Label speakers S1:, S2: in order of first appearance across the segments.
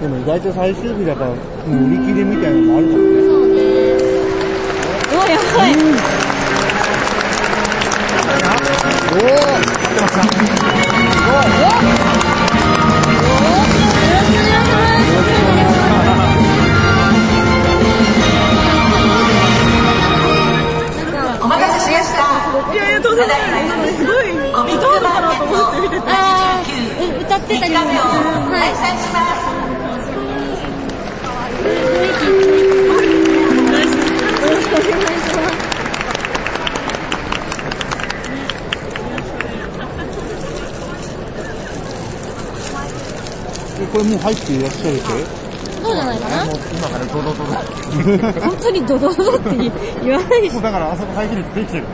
S1: でも意外と最終日だから、もう売り切れみたいなのもあるかもね。
S2: そうね。うわ、やばい。
S1: おー
S3: お待たせしました。いやいや、とんでもない。すごい、どうだろうと思ってみて。
S2: あー、歌ってたりも。はい。
S3: 散します。
S1: えこれもう入っていらっしゃるって
S2: そうじゃないかな。
S4: 今から堂々とだ。
S2: 本当にドドドって言言わないでし
S4: も
S2: ょ。
S4: うだからあそこ廃棄率できてる。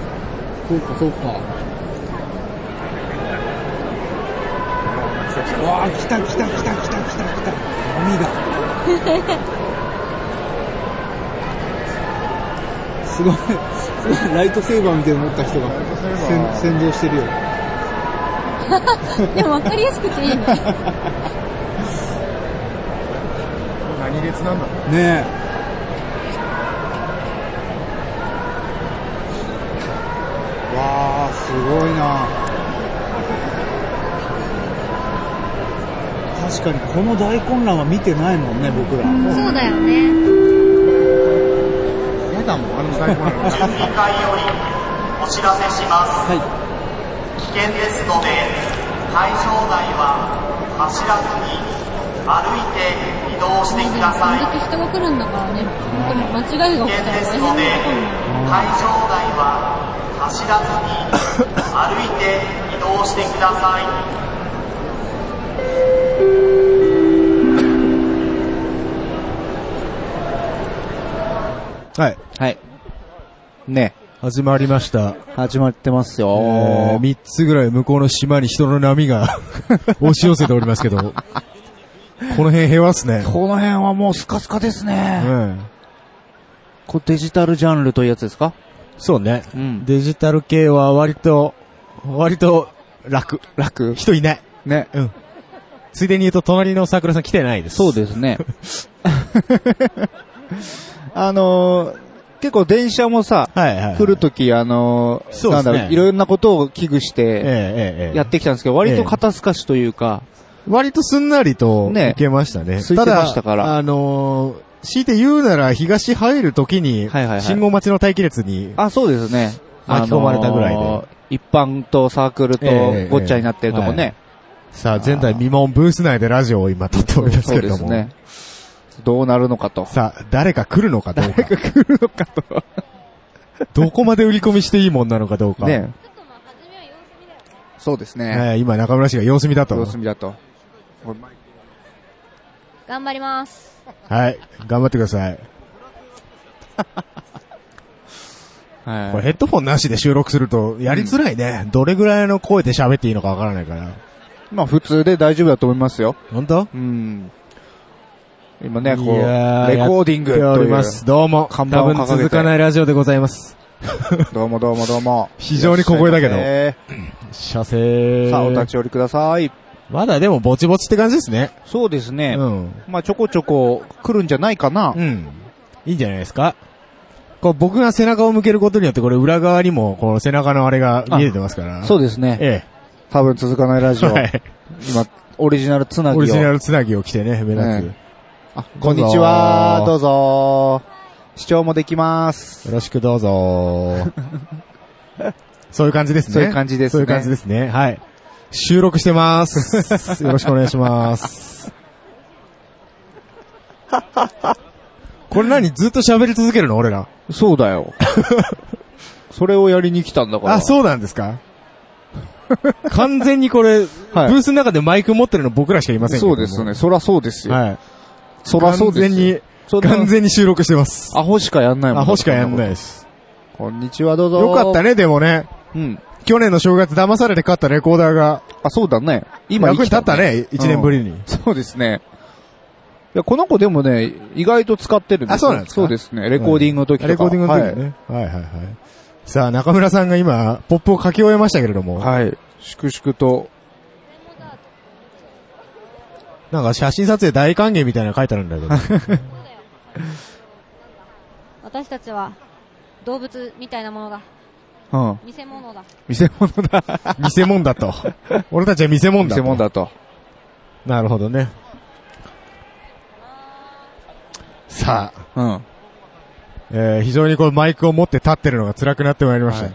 S1: そうか、そうか。わあ、来た来た来た来た来た来た来た。波が。 すごい、すごいライトセーバーみたいに持った人が
S4: トセーバー
S1: 先先導してるよ。
S2: でも分かりやすくていいね。
S4: 何列なんだろう。
S1: ねえ。わあ、すごいな。確かにこの大混乱は見てないもんね、僕ら。
S2: そうだよね。
S4: やだもん、あの最高なの。
S5: 準備会よりお知らせします
S1: はい。
S5: 危険ですので会場内は走らずに歩いて移動してください
S2: だけ人が来るんだからね。本当に間違いが
S5: 危
S2: 起き
S5: 険
S2: た
S5: ですの
S2: ら大変
S5: で
S2: なことにな
S5: 会場
S2: る。
S5: 内は走らずに歩いて移動してください
S6: はい。
S7: はい。ね、
S6: 始まりました。
S7: 始まってますよ。
S6: えー、3つぐらい向こうの島に人の波が 押し寄せておりますけど、この辺平和っすね。
S7: この辺はもうスカスカです
S6: う
S7: ね。
S6: ん。
S7: こうデジタルジャンルというやつですか
S6: そうね。
S7: うん
S6: デジタル系は割と、割と楽。
S7: 楽
S6: 人いない。
S7: ね。
S6: うん。ついでに言うと隣の桜さん来てないです。
S7: そう
S6: す。
S7: ですね。 あのー、結構電車もさ、
S6: はいはい。
S7: 来るとき、あのー、
S6: そうで
S7: な
S6: す
S7: ん
S6: ね
S7: だろう、いろんなことを危惧し
S6: ええ
S7: て、
S6: ええええ
S7: やってきたんですけど、割と肩透かしというか、
S6: 割とすんなりと、
S7: ね
S6: いけましたね。
S7: 空いてましたから
S6: だ、あのー強いて言うなら、東入るときに、
S7: はいはいはい
S6: 信号待ちの待機列に、
S7: あ、そうですね。
S6: 巻き込まれたぐらいで
S7: あのー一般とサークルと
S6: ええええ
S7: ごっちゃになってるとこね。
S6: さあ、前代未聞ブース内でラジオを今撮っております
S7: そ
S6: け
S7: う
S6: れ
S7: で
S6: ど
S7: す
S6: も。
S7: ね。どうなるのかと。
S6: さあ、誰か来るのかどう か。どこまで売り込みしていいもんなのかどうか。
S7: ね。そうですね。
S6: えー今中村氏が様子見だと
S7: 様。子見だと。
S2: 頑張ります。
S6: はい。頑張ってください。これ
S7: は
S6: ヘッドフォンなしで収録するとやりづらいね。どれぐらいの声で喋っていいのかわからないから。
S7: い。まあ普通で大丈夫だと思いますよ。
S6: 本当
S7: うん。今ね、こう、
S6: いやー
S7: レコーディング
S6: やってお
S7: と
S6: り
S7: いう
S6: ま。す。どうも。
S7: 看板を掲げて
S6: 多分続かないラジオでございます。
S7: どうもどうもどうも。
S6: 非常に小声だけど
S7: いらっしゃ
S6: 射
S7: い
S6: 精
S7: ませさあ、お立ち寄りください。
S6: まだでもぼちぼちって感じですね。
S7: そうですね。
S6: うん。
S7: まあちょこちょこ来るんじゃないかな。
S6: うん。いいんじゃないですか。こう僕が背中を向けることによって、これ裏側にも、この背中のあれが見えてますから。
S7: そう
S6: う
S7: ですね。
S6: え
S7: 多分続かないラジ
S6: え。
S7: オ。
S6: はい。
S7: 今、オリジナルつなぎを。
S6: オリジナルつなぎを着てね、目立
S7: ねあ、こんにちは、どうぞ。視聴もできます
S6: つ。。よろしくどうぞ。 そういう感じですね。
S7: そういう感じですね
S6: そういう感じですね。はい。収録して ます。よろしくお願いします。これ何ずっと喋り続けるの俺ら。
S7: そうだよ。 それをやりに来たんだから。
S6: あ、そうなんですか完全にこれ、
S7: はい
S6: ブースの中でマイク持ってるの僕らしかいませんけど
S7: そ
S6: も
S7: うですね。。そらそうですよ。
S6: はい。
S7: そらそうですよ。
S6: 完全に、
S7: そんな
S6: 完全に収録してます。
S7: アホしかやんないもん。
S6: アホしかやんない
S7: い。
S6: です。
S7: こんにちは、どうぞ。
S6: よかったね、でもね。
S7: うん。
S6: 去年の正月騙されて買ったレコーダーが、
S7: あ、そうだね。今、
S6: 役に立った。ね、1年ぶりに。
S7: そうですね。いや、この子でもね、意外と使ってるんです
S6: あそ
S7: よ
S6: うなんですか
S7: そうですね。レコーディングの時とか。
S6: レコーディングの時
S7: ね。
S6: ね。はいはいはい。さあ、中村さんが今、ポップを書き終えましたけれども。
S7: はい。粛々と。
S6: なんか写真撮影大歓迎みたいなの書いてあるんだけど。
S8: 私たちは、動物みたいなものだ。
S7: うん。
S8: 偽物だ。
S7: 見せ物だ。
S6: 偽物だと。俺たちは偽物
S7: 見
S6: だ
S7: せ
S6: と。
S7: 物だと。
S6: なるほどね。さあ、
S7: うん。
S6: えー非常にこうマイクを持って立ってるのが辛くなってまいりました。
S7: はい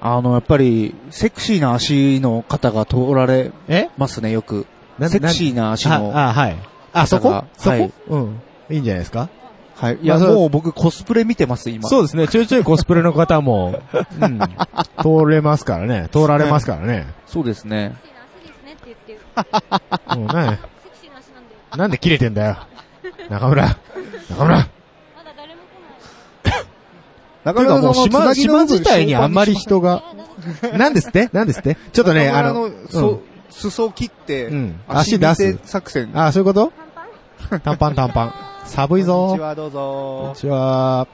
S7: あの、やっぱり、セクシーな足の方が通られ
S6: え
S7: ますね、よく。
S6: な
S7: セクシーな足の
S6: あ、あ、はい。あ、そこ
S7: 方が
S6: そこ、
S7: はい
S6: うん。いいんじゃないですか
S7: はい。いや、
S6: まあそう
S7: もう僕コスプレ見てます、今。
S6: そうですね。ちょいちょいコスプレの方 も、うん。通れますからね。通られますからね。
S7: そうですね。
S8: セクシーな足ですねって言ってる。
S6: うんね
S8: セクシーな足なんだよ。
S6: なんで切れてんだよ。中村。中村。
S8: まだ誰も来
S7: な
S6: というかもう島、島自体にあんまり人が、
S8: ない。
S6: なんですってなんですってちょっとね、あの、う
S7: そ
S6: ん、
S7: 裾を切って
S6: うん、
S7: 足出
S6: 足出
S7: す
S6: す
S7: 作戦。
S6: あ、そういうこと
S8: 短パン
S6: 短パン短パン。寒いぞ。
S7: こんにちは、どう
S6: こんに
S7: ぞ。
S6: ちは。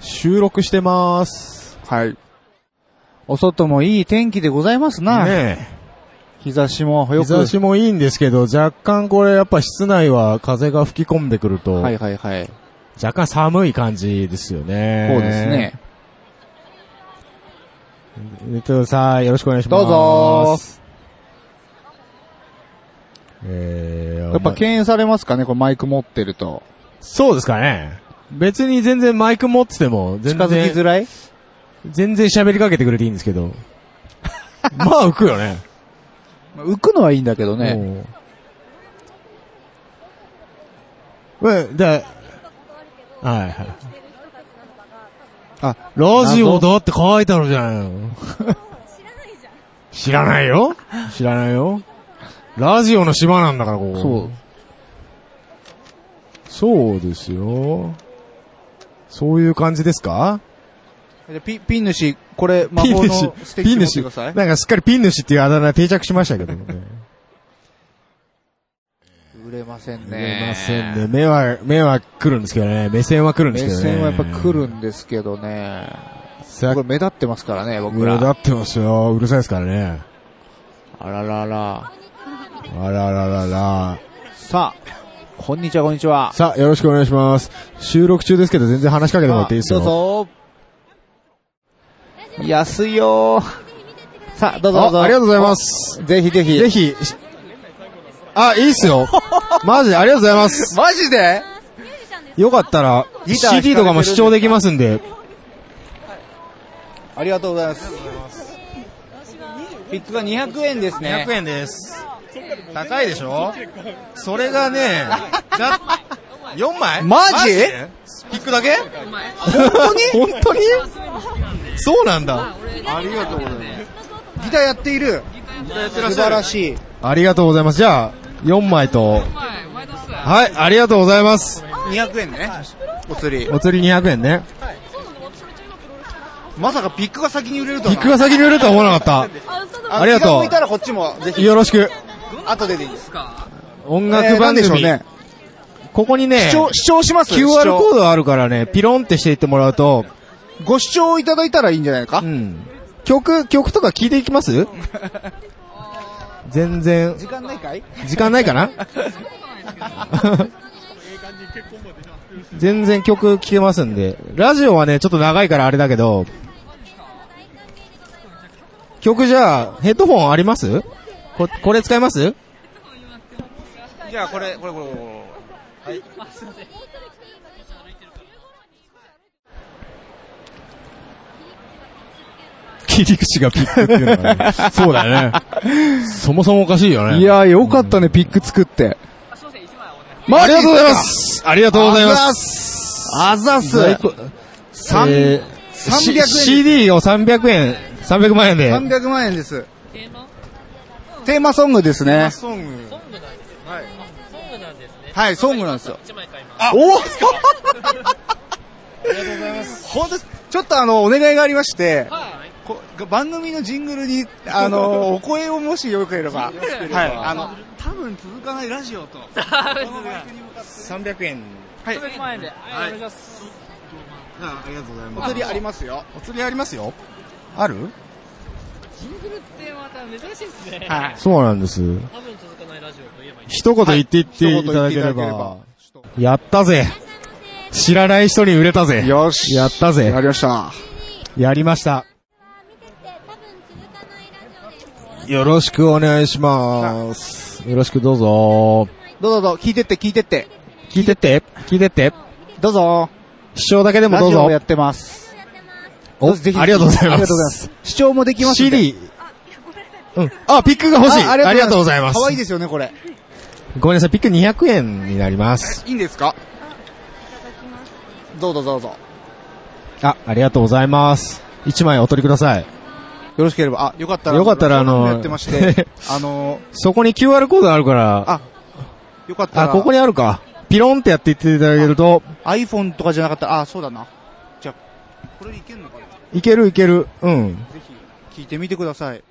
S6: 収録してます。
S7: はい。お外もいい天気でございますな。
S6: ね
S7: 日差しも
S6: え。
S7: よ
S6: 日
S7: く。
S6: 差しもいいんですけど、若干これやっぱ室内は風が吹き込んでくると、
S7: はいはいはい。こ
S6: 若干寒い感じですよね。
S7: うですね。。
S6: えっと、さあ、よろしくお願いします。
S7: どうぞ
S6: えー、
S7: やっぱ敬遠されますかね、これマイク持ってると。
S6: そうですかね。別に全然マイク持ってても、全
S7: 近づきづ
S6: 然、
S7: らい
S6: 全然喋りかけてくれていいんですけ ど。まあ浮くよね。
S7: まあ浮くのはいいんだけどね。
S6: うん。え、で、はいはい。
S7: あ、
S6: ラジオだって書いてあるじゃない の。知らないよ。知らないよ。ラジオの島なんだから、ここ。
S7: そう。
S6: そうですよ。そういう感じですか
S7: じゃあピピン主、これ、魔法のステッ
S6: ピ
S7: キ
S6: ン
S7: 持って
S6: 主。な
S7: ください
S6: ん。かすっかりピン主っていうあだ名定着しましたけど ね。
S7: 売れません
S6: す
S7: ね。
S6: いませんね。目は、目は来るんですけどね。目線は来るんです
S7: 目
S6: けどね。
S7: 線はやっぱ来るんですけどね。
S6: さ
S7: こ
S6: っき、
S7: れ目立ってますからね、僕
S6: 目立
S7: ら。
S6: ってますよ。うるさいですからね。
S7: あららら。
S6: あらららら。
S7: さあ、こんにちは、こんにちは。
S6: さあ、よろしくお願いします。収録中ですけど全然話しかけてもらっていいですよ。
S7: あどうぞ。安いよさあ、どうぞどうぞ。
S6: あありがとうございます。
S7: ぜひぜひ。
S6: ぜひ、しあ、いいっす よ。マジでありがとうございます。
S7: マジで
S6: よかったら、
S7: ギター弾かれてる
S6: CD とかも視聴できますんで。
S7: ありがとうございます。ピックが200円ですね。
S6: 円です。高いでしょそれがね、だ、4枚
S7: マジ
S6: でピックだけ本当に本当にそうなんだ。
S7: ギターやっている。素晴らしい。
S6: ありがとうございます。じゃあ、4枚と。はい、ありがとうございます。
S7: 200円ね。お釣り。
S6: お釣り200円ね。
S7: まさかピックが先に売れると
S6: ピ
S7: は
S6: ッ
S7: な
S6: クが先に売れるとは思わなかっありがとう
S7: 気向いたらこっちも、ぜ
S6: た。
S7: ひ、
S6: よろしく。
S7: 後ででいいですか。
S6: 音
S7: え
S6: 楽
S7: ーな
S6: 番
S7: んでしょう
S6: 組。
S7: ね。
S6: ここにね、
S7: 視聴、視聴します
S6: QR コー
S7: ー
S6: ドあるからね、ピロンってしていってもらうと、
S7: ド。ご視聴いただいたらいいんじゃないか
S6: うん。曲、曲とか聞いていきます全然、
S7: 時間ないかい
S6: 時間ないかな全然曲聴けますんで。ラジオはね、ちょっと長いからあれだけど、曲じゃあ、ヘッドホンありますこ、これ使います
S7: じゃあこれ、これ、これ、これ。
S6: 切り口がピックっていうのが、 ね、そうだよね。そもそもおかしいよね。
S7: いやー、よかったね、ピック作って。マ
S6: あ
S7: ジ
S6: りが
S7: です
S6: とうご
S7: か
S6: ざいますありがとうございます
S7: あざっす
S6: 在庫
S7: 三
S6: えー
S7: 300円です
S6: CD を300円、300万円で。
S7: 300万円です。テーマソングですね。
S9: ソング。
S7: はい、ソングなんですよ。
S9: あ、
S7: おありがとうございます。本当ですちょっとあの、お願いがありまして、こ番組のジングルに、あ の、お声をもしよければ、はい、あの、多分続かないラジオと、このマイクに向かって、
S6: 300円。
S7: はい、
S6: ありがとうござい
S7: お
S6: ま
S7: 釣りありますよ。
S6: お釣りありますよある
S7: はい。
S6: そうなんです。
S10: 多分続
S6: 一言言って言っていただければ。やったぜ。知らない人に売れたぜ。
S7: よし。
S6: やったぜ
S7: やりました。
S6: やりました。
S8: 多分続かないラジオです。
S6: よろしくお願いします。よろしくどうぞ。
S7: どうぞどうぞ、聞いてって聞いてって。
S6: 聞いてって、聞いてって。
S7: どうぞ。
S6: 視聴だけでも
S7: ラ
S6: どう
S7: ジオ
S6: ぞ
S7: もや。ってます。
S6: お、
S7: どうぞぜひ
S6: ありがとうございます。
S7: ありがとうございます。視聴もできますんで。
S6: CD。うん。あ、ピックが欲しい。ありがとうございます。
S7: 可愛いですよね、これ。
S6: ごめんなさい、ピック200円になります。
S7: いいんですかどうぞどうぞ。よ
S6: あ、ありがとうございます。1枚お取りください。
S7: ろしければ、あ、よかったら、
S6: よかったら
S7: あの
S6: あの
S7: やって まして、あの、
S6: そこに QR コードあるから、
S7: あよかった
S6: あ、
S7: ら、
S6: ここにあるか。ピロンってやっていっていただけると、
S7: iPhone とかじゃなかったら、あ、そうだな。じゃあこれいけんのかない
S6: けるいける。うん。
S7: ぜひ、聞いてみてください。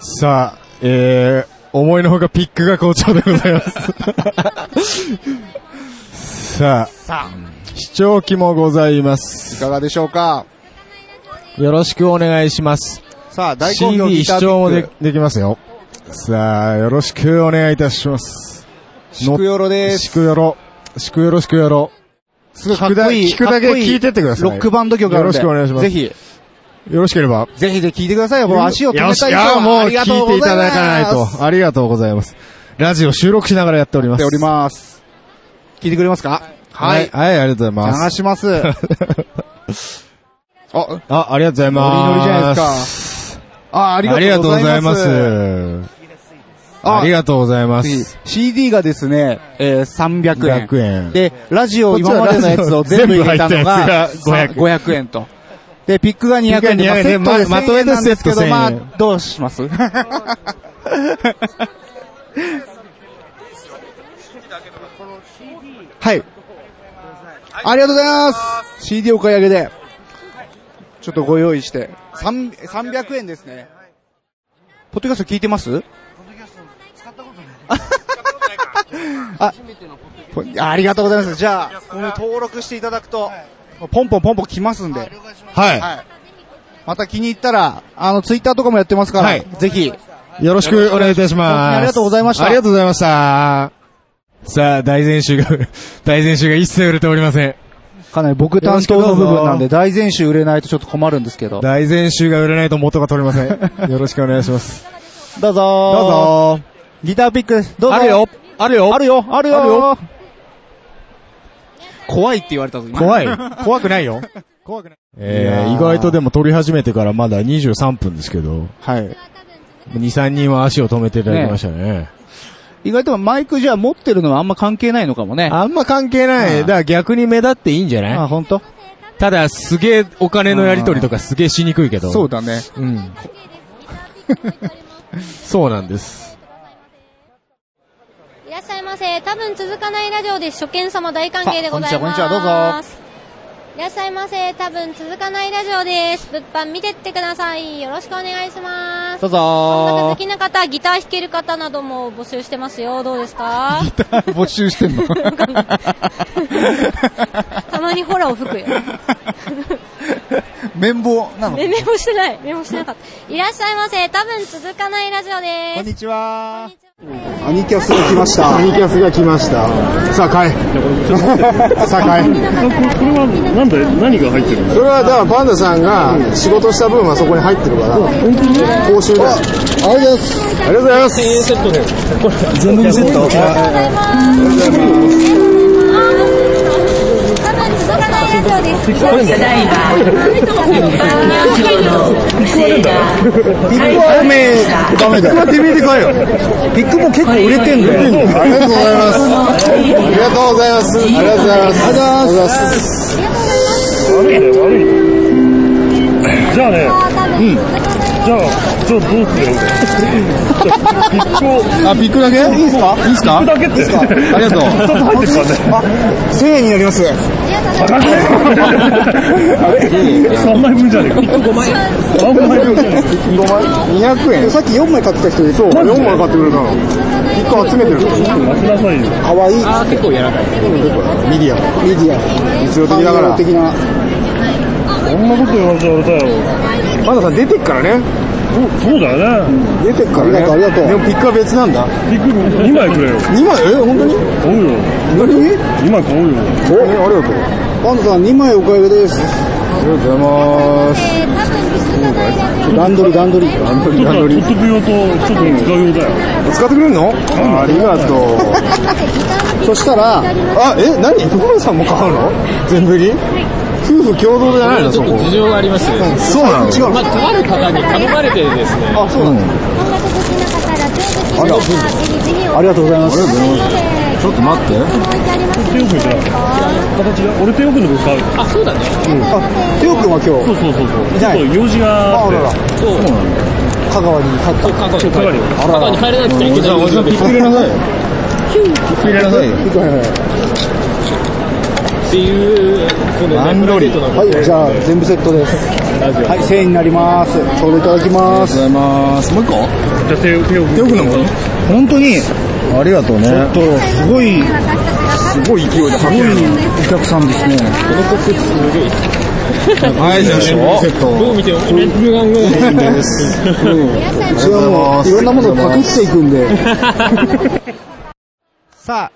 S6: さあ、えー、思いのほかピックが好調でございます。 さあ、
S7: さあ、
S6: 視聴器もございます。
S7: いかがでしょうか
S6: よろしくお願いします。
S7: さあ、大好評
S6: CD
S7: ギター
S6: 視
S7: ピ
S6: 聴も
S7: ッ
S6: で
S7: ク、
S6: できますよ。さあ、よろしくお願いいたします。
S7: シクヨロです。
S6: しくよろ。しくよろしくよろ。
S7: すごいかっこいい。
S6: 聞くだけ
S7: かっこ
S6: 聞いてってください
S7: ロックバンド曲あるんで
S6: よろしくお願いします
S7: ぜひ、
S6: よろしければ。
S7: ぜひで聞いてくださいよ。この足を止めたい
S6: よ
S7: 人
S6: し
S7: は。
S6: いや、もう
S7: あり
S6: 聞
S7: がと
S6: いて
S7: ご
S6: いた
S7: ざ
S6: だかない
S7: ます
S6: と。ありがとうございます。ラジオ収録しながらやっており
S7: や
S6: ます。
S7: っております。聞いてくれますかは
S6: はい。
S7: い。
S6: はい、ありがとうございま
S7: 流
S6: す。
S7: します。あ、
S6: あ、ありがとうございます。
S7: ノリノリじゃないですか。あ、あり
S6: ありが
S7: が
S6: とう
S7: とう
S6: ご
S7: ご
S6: ざ
S7: ざ
S6: い
S7: い
S6: ま
S7: ます。
S6: す。
S7: あ
S6: ありがとうございま
S7: 次
S6: す。
S7: CD がですね、えー300
S6: 100
S7: 円。
S6: 円。
S7: で、ラジオ今までのやつを全部入れた
S6: 全
S7: のが
S6: 部入ったやつが
S7: 500円と。で、ピックが200円
S6: ピックが200円
S7: で、まあセット
S6: ま
S7: で
S6: まとめて
S7: 1000なんですけ
S6: セット
S7: ど、
S6: 1000円
S7: まあ、どうします はい。ありがとうございます !CD お買い上げで、ちょっとご用意して、3 300円ですね。ポッドキャスト聞いてます ポありがとうございます。じゃあ、この登録していただくと、ポンポンポンポン来ますんで、
S6: は
S7: はい。また気に入ったら、あの、ツイッターとかもやってますから、
S6: はい
S7: ぜひ、
S6: い。よろしくお願いいたします。
S7: ありがとうございました
S6: ありがとうございました。さあ、大前週が、大前週が一切売れておりません。
S7: かなり僕担当の部分なんで、大全集売れないとちょっと困るんですけど。
S6: 大前週が売れないと元が取れません。よろしくお願いします。
S7: どうぞ
S6: どうぞ
S7: ギターピック、どうぞ
S6: あるよあるよ
S7: あるよある
S6: ある
S7: よ
S6: よ
S7: 怖いって言われたぞ、今
S6: 怖い。怖くないよ。
S7: 怖くない。い
S6: えー、
S7: やー
S6: 意外とでも撮り始めてからまだ23分ですけど、
S7: はい。
S6: 2、3人は足を止めていただきましたね。
S7: 意外とマイクじゃあ持ってるのはあんま関係ないのかもね。
S6: あんま関係
S7: あ
S6: な
S7: ー
S6: い。だから逆に目立っていいんじゃ
S7: あ、
S6: ない
S7: ほんと
S6: ただ、すげえお金のやり取りとかすげえしにくいけど。
S7: そうだね。
S6: うん。そうなんです。
S8: いらっしゃいませ。多分続かないラジオです。初見様大歓迎でございます。
S7: あこんにちはこんにちはどうぞ。
S8: いらっしゃいませ。多分続かないラジオです。物販見てってください。よろしくお願いします
S7: どう。
S8: 音楽好
S7: ぞ
S8: きな方、ギター弾ける方なども募集してますよ。どうですか
S7: 募集して んの
S8: たまにホラーを吹くよ。
S7: 綿棒なの
S8: メメモしてない。メモしてなかった。いらっしゃいませ。多分続かないラジオです。
S7: こんにちは。
S2: アニキャスが来ました。アニキャスが来ました。さあ、買え。 さあ、買え。
S11: これはなんだ何が入ってるんだ
S2: それは、だから、パンダさんが仕事した分はそこに入ってるから、報酬だよ。ありがとうございます。ありがとうございます。セットで。全部セット。ピックはダメ、ダメだよ。ピックはてめえで買えよ。ピックも結構売れてんだよ。ありがとうございます。ありがとうございます。ありがとうございます。ありがとうございます。
S11: 悪いね悪いねじゃあねじゃあちょっとどうするよピックを
S2: あ、ピックだけいいですかいいですか
S11: だけって
S2: ありがとう。
S11: 2つ入ってるからね
S2: あ、1000円になります。
S11: 3枚分じゃねえか5枚5枚分
S2: 5枚 ?200 円。さっき4枚買ってた人いそう、4枚買ってくれたの。ピック集めてる。
S11: 待ちなさいよ
S2: かわいい。あ、結構柔らかい。ミディアム。ミディアム。実用的だから。的な。
S11: そんなこと言われちゃあれだよ
S2: まださん出てっからね。
S11: そうそうだよね。
S7: 出てっからね。ありがとう、ありがとう。でもピックは別なんだ。
S11: ピック2枚くれよ。
S7: 2枚、え、本当に
S11: 買うよ。
S7: 何
S11: 2枚買うよ。
S7: お、ありがとう。パンダさん、2枚お買い上げです。ありがとうございます。
S8: えー、多分続かないラジ
S7: 段取り、段取り。段取
S8: オ
S11: ちょっと、取っとく用と、ちょっと使う
S7: 使ってく
S11: 用だよ。
S7: れるのありがとう。 そしたら、あ、え、何所さんも買うの全部に夫婦共同じゃないのそこ。
S1: 事情がありましてですね、
S7: そうなの違う
S1: まあ、とある方に頼まれてですね、
S7: あ、そうなの
S8: 音楽好きな方
S7: あり
S8: ラテン好きな方ぜひぜひお
S7: がとうございます。
S8: ちょっと待って。あります
S11: 手を組んじゃなくて。形が、俺手を組んでく使うよ。
S1: あ、そうだね、
S7: あ、テオ君は
S11: そ
S7: 今
S11: うそうそうそう。
S7: い
S11: ちょ
S7: ない
S11: っと用事があ
S7: あ
S11: って
S7: らら。
S1: そう、
S7: 日、香川に勝った。
S1: 過去に帰
S11: わり
S1: る
S11: よ。
S1: 過去に帰らなくちゃいけないんですよ。
S7: 入れなさいよ。入れなさいよ。
S1: っていう、このね、プライベートなこ
S7: は
S1: と
S7: い、じゃあ全部セットです。はい、1000円になります。それいただきます。ありがとうございます。もう一個
S11: じゃあ手を、手を組んで。
S7: よくのも本当に、ありがとうね。ちょっと、すごい、すごい勢いで、すごいお客さんですね。
S1: このコップすげえい
S7: はい、じゃあ、セット。
S1: どう見ても、レッグガンぐらい
S7: いいです。うん。それはもう、いろんなものをパクっていくんで。
S12: さ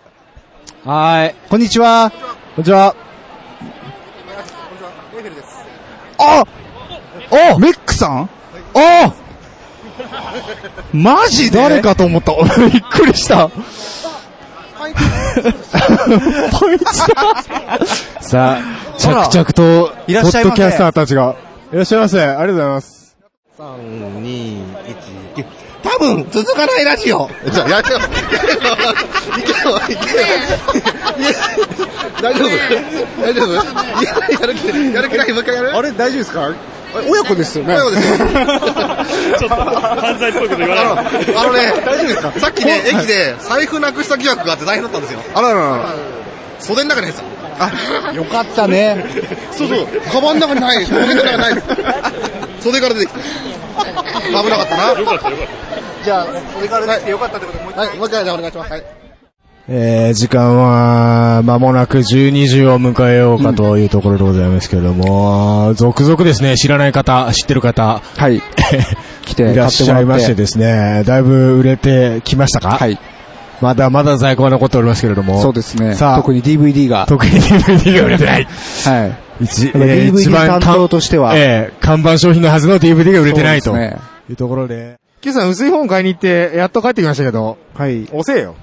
S6: はい。
S12: あ、こんにちは。
S6: こんにちは。
S12: あおメックさん
S6: ああ
S12: マジで
S6: 誰かと思った。俺 びっくりした。パ ンチださあ、着々と、ポ
S12: いらっしゃ
S6: ッ
S12: いませ
S6: ドキャスターたちが。いらっしゃいませ。ありがとうございます。
S12: 多分、続かないラジオ。
S7: じゃあ、やめよう。いけよ、いけよ。大丈夫大丈夫やる気、やる気ない、もう一回やる
S12: あれ、大丈夫ですか親子ですよね。
S7: そうですよ
S11: ちょっと、犯罪っぽいこと言わない。
S7: あのね、大丈夫ですかさっきね、駅で財布なくした疑惑があって大変だったんですよ。あららら。袖の中に入ってた。あ、よかったね。そうそう、カバンの中にない、ポケットの中にないです。袖から出てきた。危なかったな。よかった、よかった。じゃあ、袖から出てきてよかったってことでもう一回。はい、もう一回じゃあお願いします。はい。
S6: えー、時間は、間もなく12時を迎えようかというところでございますけれども、続々ですね、知らない方、知ってる 方、
S7: はい。来て
S6: いらっしゃいましてですね、だいぶ売れてきましたか
S7: い。
S6: まだまだ在庫は残っておりますけれども、
S7: すね
S6: さあ特
S7: に DVD が。
S6: 特に DVD が売れて ない。
S7: はい。
S6: 一、え
S7: だから
S6: ー
S7: DVD
S6: 一番
S7: 担当としては
S6: えー看板商品のはずの DVD が売れてないと。
S7: そうですね
S6: いうところで。今朝薄い本買いに行って、やっと帰ってきましたけど、
S12: はい。
S6: 遅えよ。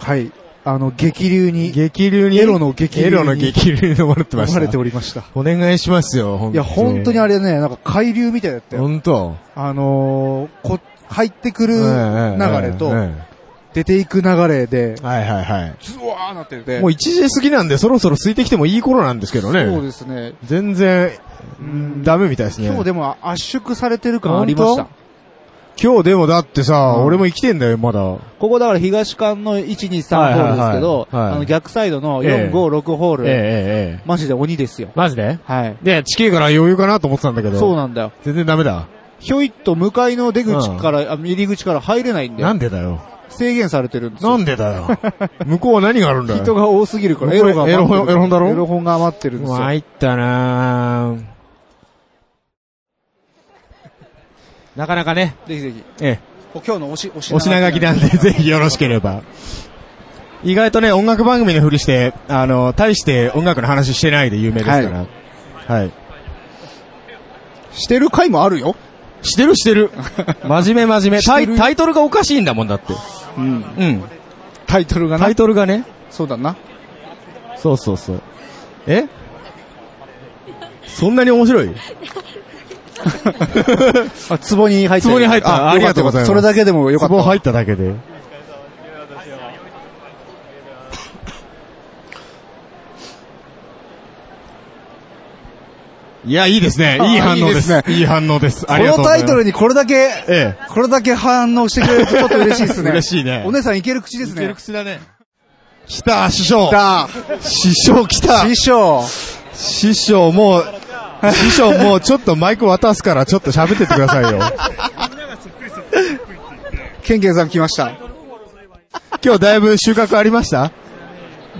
S12: はい。あの、激流に。
S6: 激流に。
S12: エロの激流に
S6: エロの激流に登ってまし
S12: 飲ま
S6: た
S12: れ。ておりました。
S6: お願いしますよ、本当
S12: いや、本当にあれね、なんか海流みたいだったよ。
S6: 本当
S12: あのー、こ、入ってくる
S6: 流
S12: 流れ
S6: は
S12: と、
S6: い
S12: 出ていく流れで、
S6: はいは
S12: ズワーなって
S6: い。
S12: て。
S6: もう1時過ぎなんで、そろそろ空いてきてもいい頃なんですけ
S12: そ
S6: ど
S12: う
S6: ね。
S12: ですね。
S6: 全然、
S12: うん
S6: ダメみたいですね。
S12: 今日でも圧縮されてる感ありました
S6: 本。今日でもだってさ、
S12: うん
S6: 俺も生きてんだよ、まだ。
S13: ここだから東館の1、2、3ホールですけど、
S6: はいはいはいはい
S13: あの逆サイドの
S6: え
S13: 4、
S6: え
S13: 5、6ホール、
S6: えええ。
S13: マジで鬼ですよ。
S6: マジで
S13: はい。
S6: で、地形から余裕かなと思ってたんだけど。
S13: そうなんだよ。
S6: 全然ダメだ。
S13: ひょいっと向かいの出口から、あ入り口から入れないんで、
S6: なんでだよ。
S13: 制限されてるんですよ。
S6: なんでだ よ。向こうは何があるんだよ。
S13: 人が多すぎるから、エロが
S6: エロ
S13: 余って
S6: 本、エロ本だろ
S12: エロ本が余ってるんですよ。
S6: 参ったなぁなかなかね、
S13: る。ぜひぜひ。
S6: ええ、
S13: 今日のおし、おし
S6: お品書きなんで、 ぜひよろしければ。意外とね、音楽番組のふりして、あの、大して音楽の話してないで有名ですから。はい。
S12: してる回もあるよ。
S6: してる してる。真面目真面目。
S12: して
S6: タイ
S12: る
S6: タイトルがおかしいんだもんだって。
S12: うん。
S6: うん。
S12: タイトルが
S6: タ
S12: な
S6: イ。トルがね。
S12: そうだな。
S6: そうそうそう。えそんなに面白い
S12: あ、壺に入った。
S6: 壺に入ったありがとうございます
S12: それだけでもよかった。
S6: 壺入っただけで。いや、いいですね。いい反応です。いい
S12: あいいです
S6: 反応です。あ
S12: こ
S6: りがとう
S12: の
S6: ござ
S12: タ
S6: い
S12: イ
S6: ます
S12: トルにこれだけ、
S6: え
S12: これだけ反応してくれるとちょっと嬉しいですね。
S6: 嬉しいね
S12: お姉さんいける口ですね。
S6: え。口だね。来た、師匠。
S12: だ。
S6: 師匠来た。
S12: 師匠。
S6: 師匠もう、師匠もうちょっとマイク渡すからちょっと喋ってってくださ いよ。
S12: ケンケンさん来ました。
S6: 今日だいぶ収穫ありました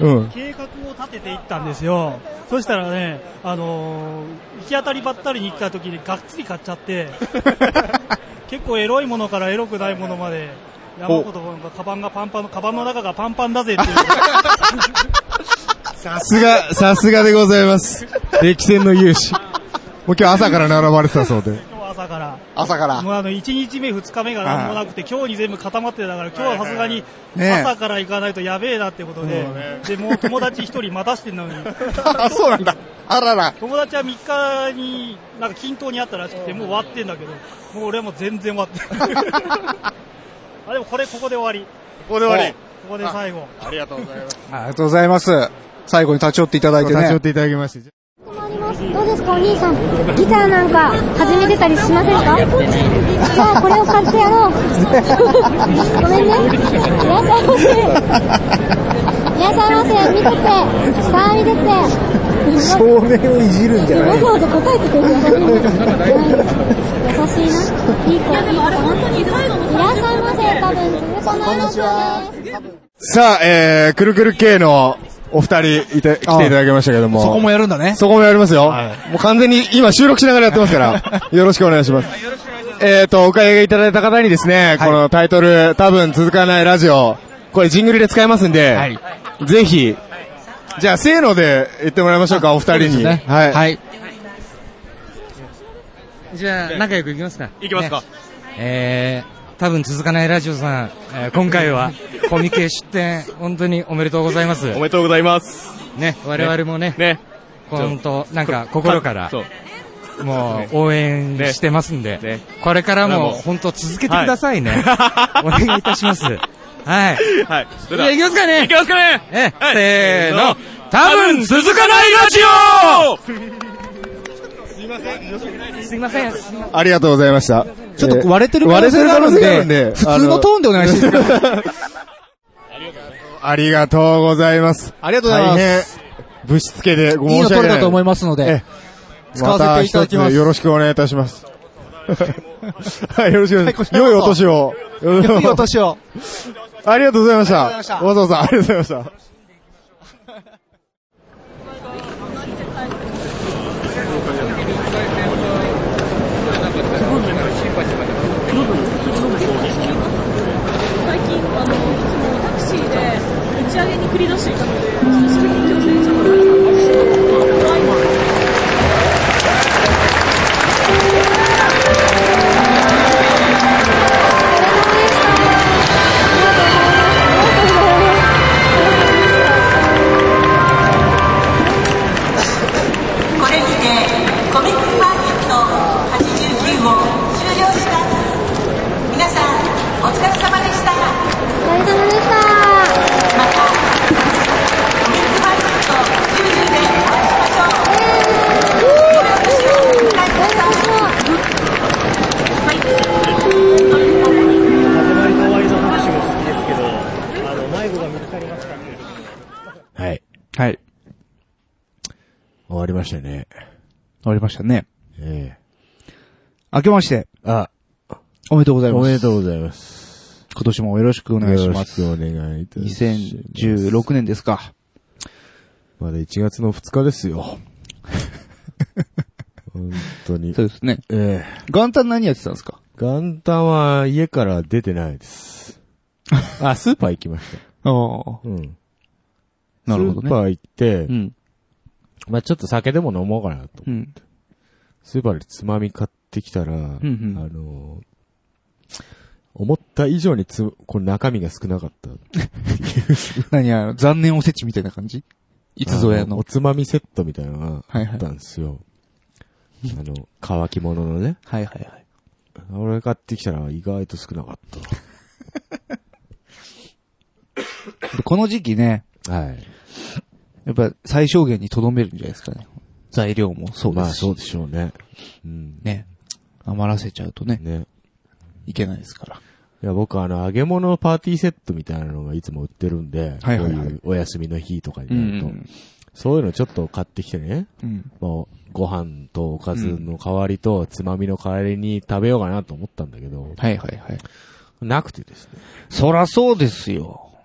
S6: うん。
S14: 計画を立てていったんですよ。そそしたらね、あのー行き当たりばったりに行った時にがっつり買っち ゃって、結構エロいものからエロくないものまで、山ほどなんかカバンがパンパン、カバンの中がパンパンだぜっていう。
S6: さすが、さすがでございます。歴戦の勇士。もう今日朝から並ばれてたそうで。
S14: 朝から。
S15: 朝から
S14: もうあの、1日目、2日目が何もなくて、今日に全部固まってたから、今日はさすがに、
S15: ねえ
S14: 朝から行かないとやべえなってことで
S15: そうね、
S14: で、もう友達1人待たしてんのに。
S15: あ、そうなんだ。あらら。
S14: 友達は3日に、なんか均等にあったらしくて、もう終わってんだけど、もう俺はもう全然終わってない あ、でもこれここで終わり。
S15: ここで終わり
S14: ここで最後。
S15: ありがとうございます。
S7: ありがとうございます。最後に立ち寄っていただいてね。
S1: 立ち寄
S7: っていただきまして。
S2: どうですかお兄さんギターなんか始めてたりしませんかじゃあこれを買ってやろうごめんねいらっしゃいませいらっしゃいませ見ててさあ見ててす
S16: 少年をいじるんじゃない
S2: ごいわざわざ答えてくれる優しいないい子いい子いらっしゃいませ多分鈴子のようさんです
S6: さあ、えー、くるくる系のお二人いて、来ていただきましたけども。
S7: そこもやるんだね。
S6: そこもやりますよ。もう完全に今収録しながらやってますから、よろしくお願いします。えっ、と、お買い上げいただいた方にですね、このタイトル、多分続かないラジオ、これジングルで使えますんで、ぜひ、じゃあ、せーので言ってもらいましょうか、お
S17: そう
S6: 二人に。
S17: ですね
S6: はい。
S17: はいじゃあ、仲良くいきますか。
S18: いきますか
S17: ね。えー、多分続かないラジオさん、えー今回は、 コミケ出展、本当におめでとうございます。おめでとうございます。ね、我々もね、ね、本当、なんか心から、もう応援してますんで、これからも本当続けてくださいね。 お願いいたします。はい。はい。
S18: れでは
S17: 行きますかね行きますかねえ、せーの、多分続かないラジオすいません。すいません。
S6: ありがとうございました。ちょっ
S1: と割れてる可能性があるんで普通のトーンでお願いしていいですか
S6: ありがとうございます。
S1: ありがとうございます。
S6: 大変、ぶしつけで
S1: い
S6: ご
S1: い
S6: 申
S1: の
S6: し訳
S1: 取
S6: ない。
S1: れたと思いますので、使わせていただき
S6: ま。
S1: ますす。
S6: よろしくお願いいたします。 はい、よろしくお願いします。良いお年を。
S1: 良いお年を。
S6: ありがとうございました。
S1: ありがとうございました
S6: わざわざありがとうございました。
S19: 最近あのタクシーで打ち上げに繰り出していたので久しぶりに挑戦してもらいました怖いな
S20: これにてコミックマーケット89号終了します皆さんお疲れ様でしたお疲れ様でしたまたコミックマーケット90でお会いしましょうお会いし
S6: はい。
S7: はい。
S6: 終わりましたね。
S7: 終わりましたね。
S6: え
S7: 明けまして。
S6: あ。
S7: おめでとうございます。
S6: おめでとうございます。
S7: 今年もよろしくお願いします。
S6: よろしくお願いいたし
S7: 2016年ですか。
S6: まだ1月の2日ですよ。 本当 に。
S7: そうですね。
S6: え
S7: 元旦何やってたんですか
S6: え元旦は家から出てないです。 あ、スーパー行きました。
S7: あ
S6: うん。
S7: なるほどね
S6: スーパー行って、
S7: ん
S6: まあちょっと酒でも飲もうかなと思って。スーパーでつまみ買ってきたら、
S7: ん
S6: あのー思った以上につ、この中身が少なかった。
S7: 何や、残念おせちみたいな感じいつぞ
S6: あ
S7: や
S6: の。
S7: の
S6: お。つまみセットみたいなのがあったんですよ。あの、乾き物のね。
S7: はいはいはい。
S6: 俺買ってきたら意外と少なかった。
S7: この時期ね。
S6: はい。
S7: やっぱ最小限にとどめるんじゃないですかね。材料もそうですし。まあそう
S6: でしょうね。うん。
S7: ね。余らせちゃうとね。
S6: ね。
S7: いけないですから。
S6: いや、僕あの、揚げ物パーティーセットみたいなのがいつも売ってるんで、
S7: はいはいはい
S6: こういうお休みの日とかになると、
S7: うんうん
S6: そういうのちょっと買ってきてね、
S7: うん
S6: もうご飯とおかずの代わりと、つまみの代わりに食べようかなと思ったんだけど、
S7: はいはいはい。
S6: なくてですね。
S7: そらそうですよ。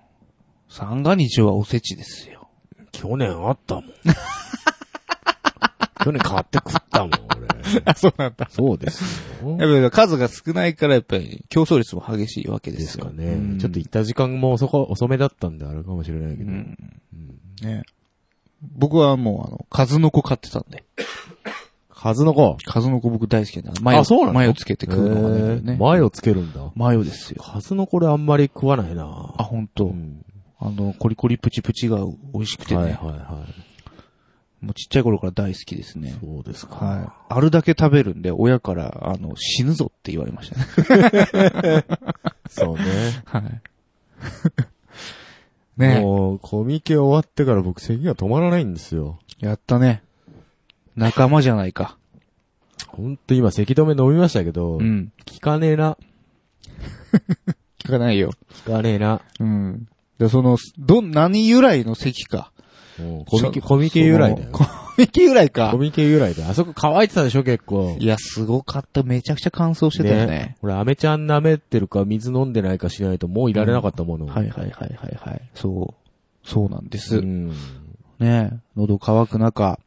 S7: 三が日はおせちですよ。
S6: 去年あったもん。 去年買って食ったもん、
S7: あ、そうなんだ。
S6: そうです。
S7: やっぱり数が少ないから、やっぱり競争率も激しいわけですよ。
S6: ね、ちょっと行った時間も遅か遅めだったんであれかもしれないけど。
S7: ね僕はもう、あの、数の子買ってたんで。
S6: 数の子
S7: 数の子僕大好きなんで。マヨ
S6: あそうなの
S7: マヨつけて食うのが
S6: へ
S7: ね
S6: ー。マヨつけるんだ。
S7: マヨですよ。
S6: 数の子であんまり食わないな
S7: あ、本当、あの、コリコリプチプチが美味しくて
S6: は
S7: ね。
S6: いはいは
S7: もうちっちゃい頃から大好きですね。
S6: そうですか。。
S7: はい。あるだけ食べるんで、親から、あの、死ぬぞって言われましたね
S6: そうね
S7: はい。
S6: い。
S7: ね
S6: もう、コミケ終わってから僕咳が止まらないんですよ。
S7: やったね。仲間じゃないか。
S6: ほんと今咳止め飲みましたけど、
S7: うん。
S6: 効かねえな。
S7: 聞かないよ。
S6: 効かねえな。
S7: うん。で、その、ど、何由来の席か。
S6: もうコミケ、コミケ由来だよ。
S7: コミケ由来か
S6: コ。ミケ由来だよ。あそこ乾いてたでしょ、結構。
S7: いや、すごかった。めちゃくちゃ乾燥してたよね。
S6: 俺、アメちゃん舐めてるか、水飲んでないかしないと、もういられなかったもの。
S7: はいはいはいはいはい。そう。そうなんです。
S6: うん
S7: ねえ、喉乾く中、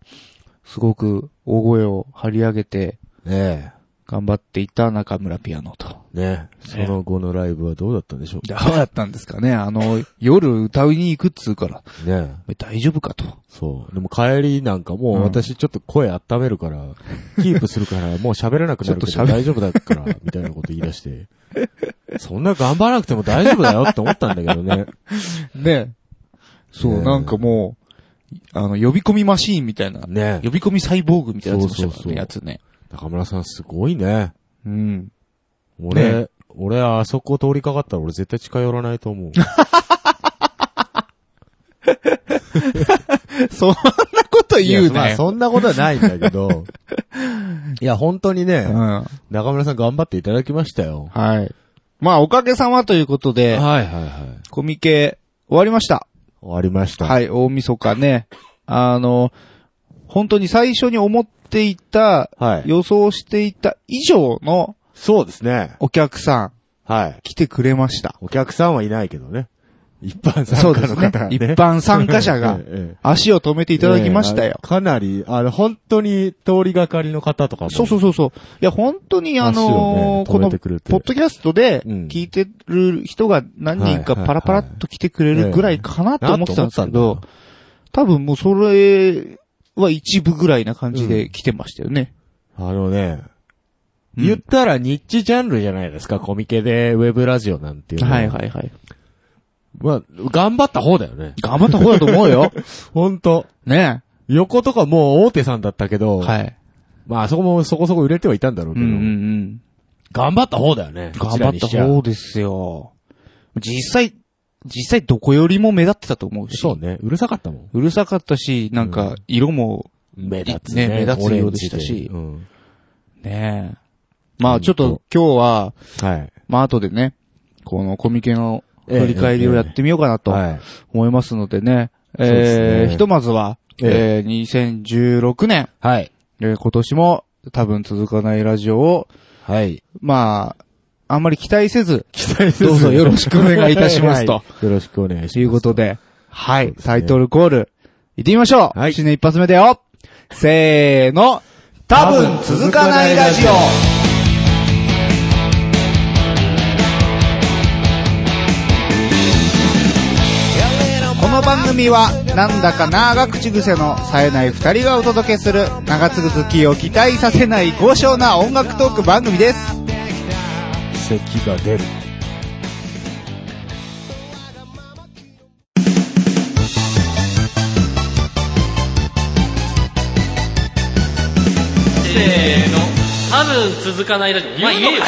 S7: すごく大声を張り上げて、
S6: ね
S7: 頑張っていた中村ピアノと。
S6: ねその後のライブはどうだったんでしょう
S7: どうだったんですかねあの、夜歌いに行くっつうから、
S6: ね
S7: 大丈夫かと。
S6: そう。でも帰りなんかもう私ちょっと声温める から、キープするからもう喋れなくなるけ
S7: ち
S6: ど
S7: ょっと喋
S6: 大丈夫だから、みたいなこと言い出して、そんな頑張らなくても大丈夫だよって思ったんだけど ね。
S7: ねそう、
S6: ね
S7: なんかもう、あの、呼び込みマシーンみたいな。
S6: ね
S7: 呼び込みサイボーグみたいなやつでしたからね
S6: そうそうそう
S7: やつね。
S6: 中村さんすごいね。
S7: うん。
S6: 俺、
S7: ね
S6: 俺あそこ通りかかったら俺絶対近寄らないと思う。
S7: そんなこと 言う
S6: いやま
S7: ね
S6: あ。そんなことはないんだけ ど。いや、本当にね、中村さん頑張っていただきましたよ。
S7: はい。まあ、おかげさまということで、
S6: はいはいはい。
S7: コミケ終わりました。
S6: 終わりました。
S7: はい、大晦日ね。あの、本当に最初に思っていた、予想していた以上の、
S6: そうですね。
S7: お客さ
S6: ん、はい。
S7: 来てくれました。
S6: お客さんはいないけどね。一般
S7: そ
S6: 参
S7: う
S6: 加
S7: で
S6: の
S7: すね
S6: 方が、。
S7: 一般参加者が
S6: え えええ
S7: 足を止めていただきましたよ。
S6: かなり、あの、本当に通りがかりの方とかも。
S7: そうそうそうそう。いや、本当にあ
S6: 足を
S7: の
S6: ね
S7: ーこ
S6: 止め
S7: の、
S6: て
S7: ポ
S6: くれて
S7: ッドキャストで、聞いてる人が何人か
S6: はいはいはい
S7: パラパラっと来てくれるぐらいかなと思ってたんですけ
S6: ええ
S7: ど、多分もうそれは一部ぐらいな感じで来てましたよね。
S6: あのね、言ったらニッチジャンルじゃないですか、コミケでウェブラジオなんていうの
S7: はいはいはい。
S6: まあ、頑張った方だよね。
S7: 頑張った方だと思 うよ。
S6: ほんと。
S7: ね
S6: 横とかもう大手さんだったけど、
S7: はい。
S6: まあ、あそこもそこそこ売れてはいたんだろうけど。頑張った方だよね。
S7: 頑張った方ですよ。実際、実際どこよりも目立ってたと思うし。そう
S6: ね。うるさかったもん。
S7: うるさかったし、なんか、色も、
S6: 目立つね
S7: ね。目立つようでした
S6: オレンジ
S7: し
S6: で。うん
S7: ねえ。まあちょっと今日は、
S6: はい。
S7: まあ後でね、このコミケの振り返りをやってみようかなと思いますのでね。
S6: ええそうですね
S7: えーひとまずは、えー2016年。
S6: はい。
S7: えー今年も多分続かないラジオを、
S6: はい。
S7: まあ、あんまり期待せず、
S6: 期待
S7: どうぞよろしくお願いいたします と。
S6: はいよろしくお願いします。
S7: ということで、はい、タイトルコール、行ってみましょう、新年一発目だよせーの多分続かないラジオこの番組は、なんだかなーが口癖の冴えない二人がお届けする、長続きを期待させない豪商な音楽トーク番組です。
S6: 咳が出る。
S21: せーの。多分続かないラジオ。お前言えよ。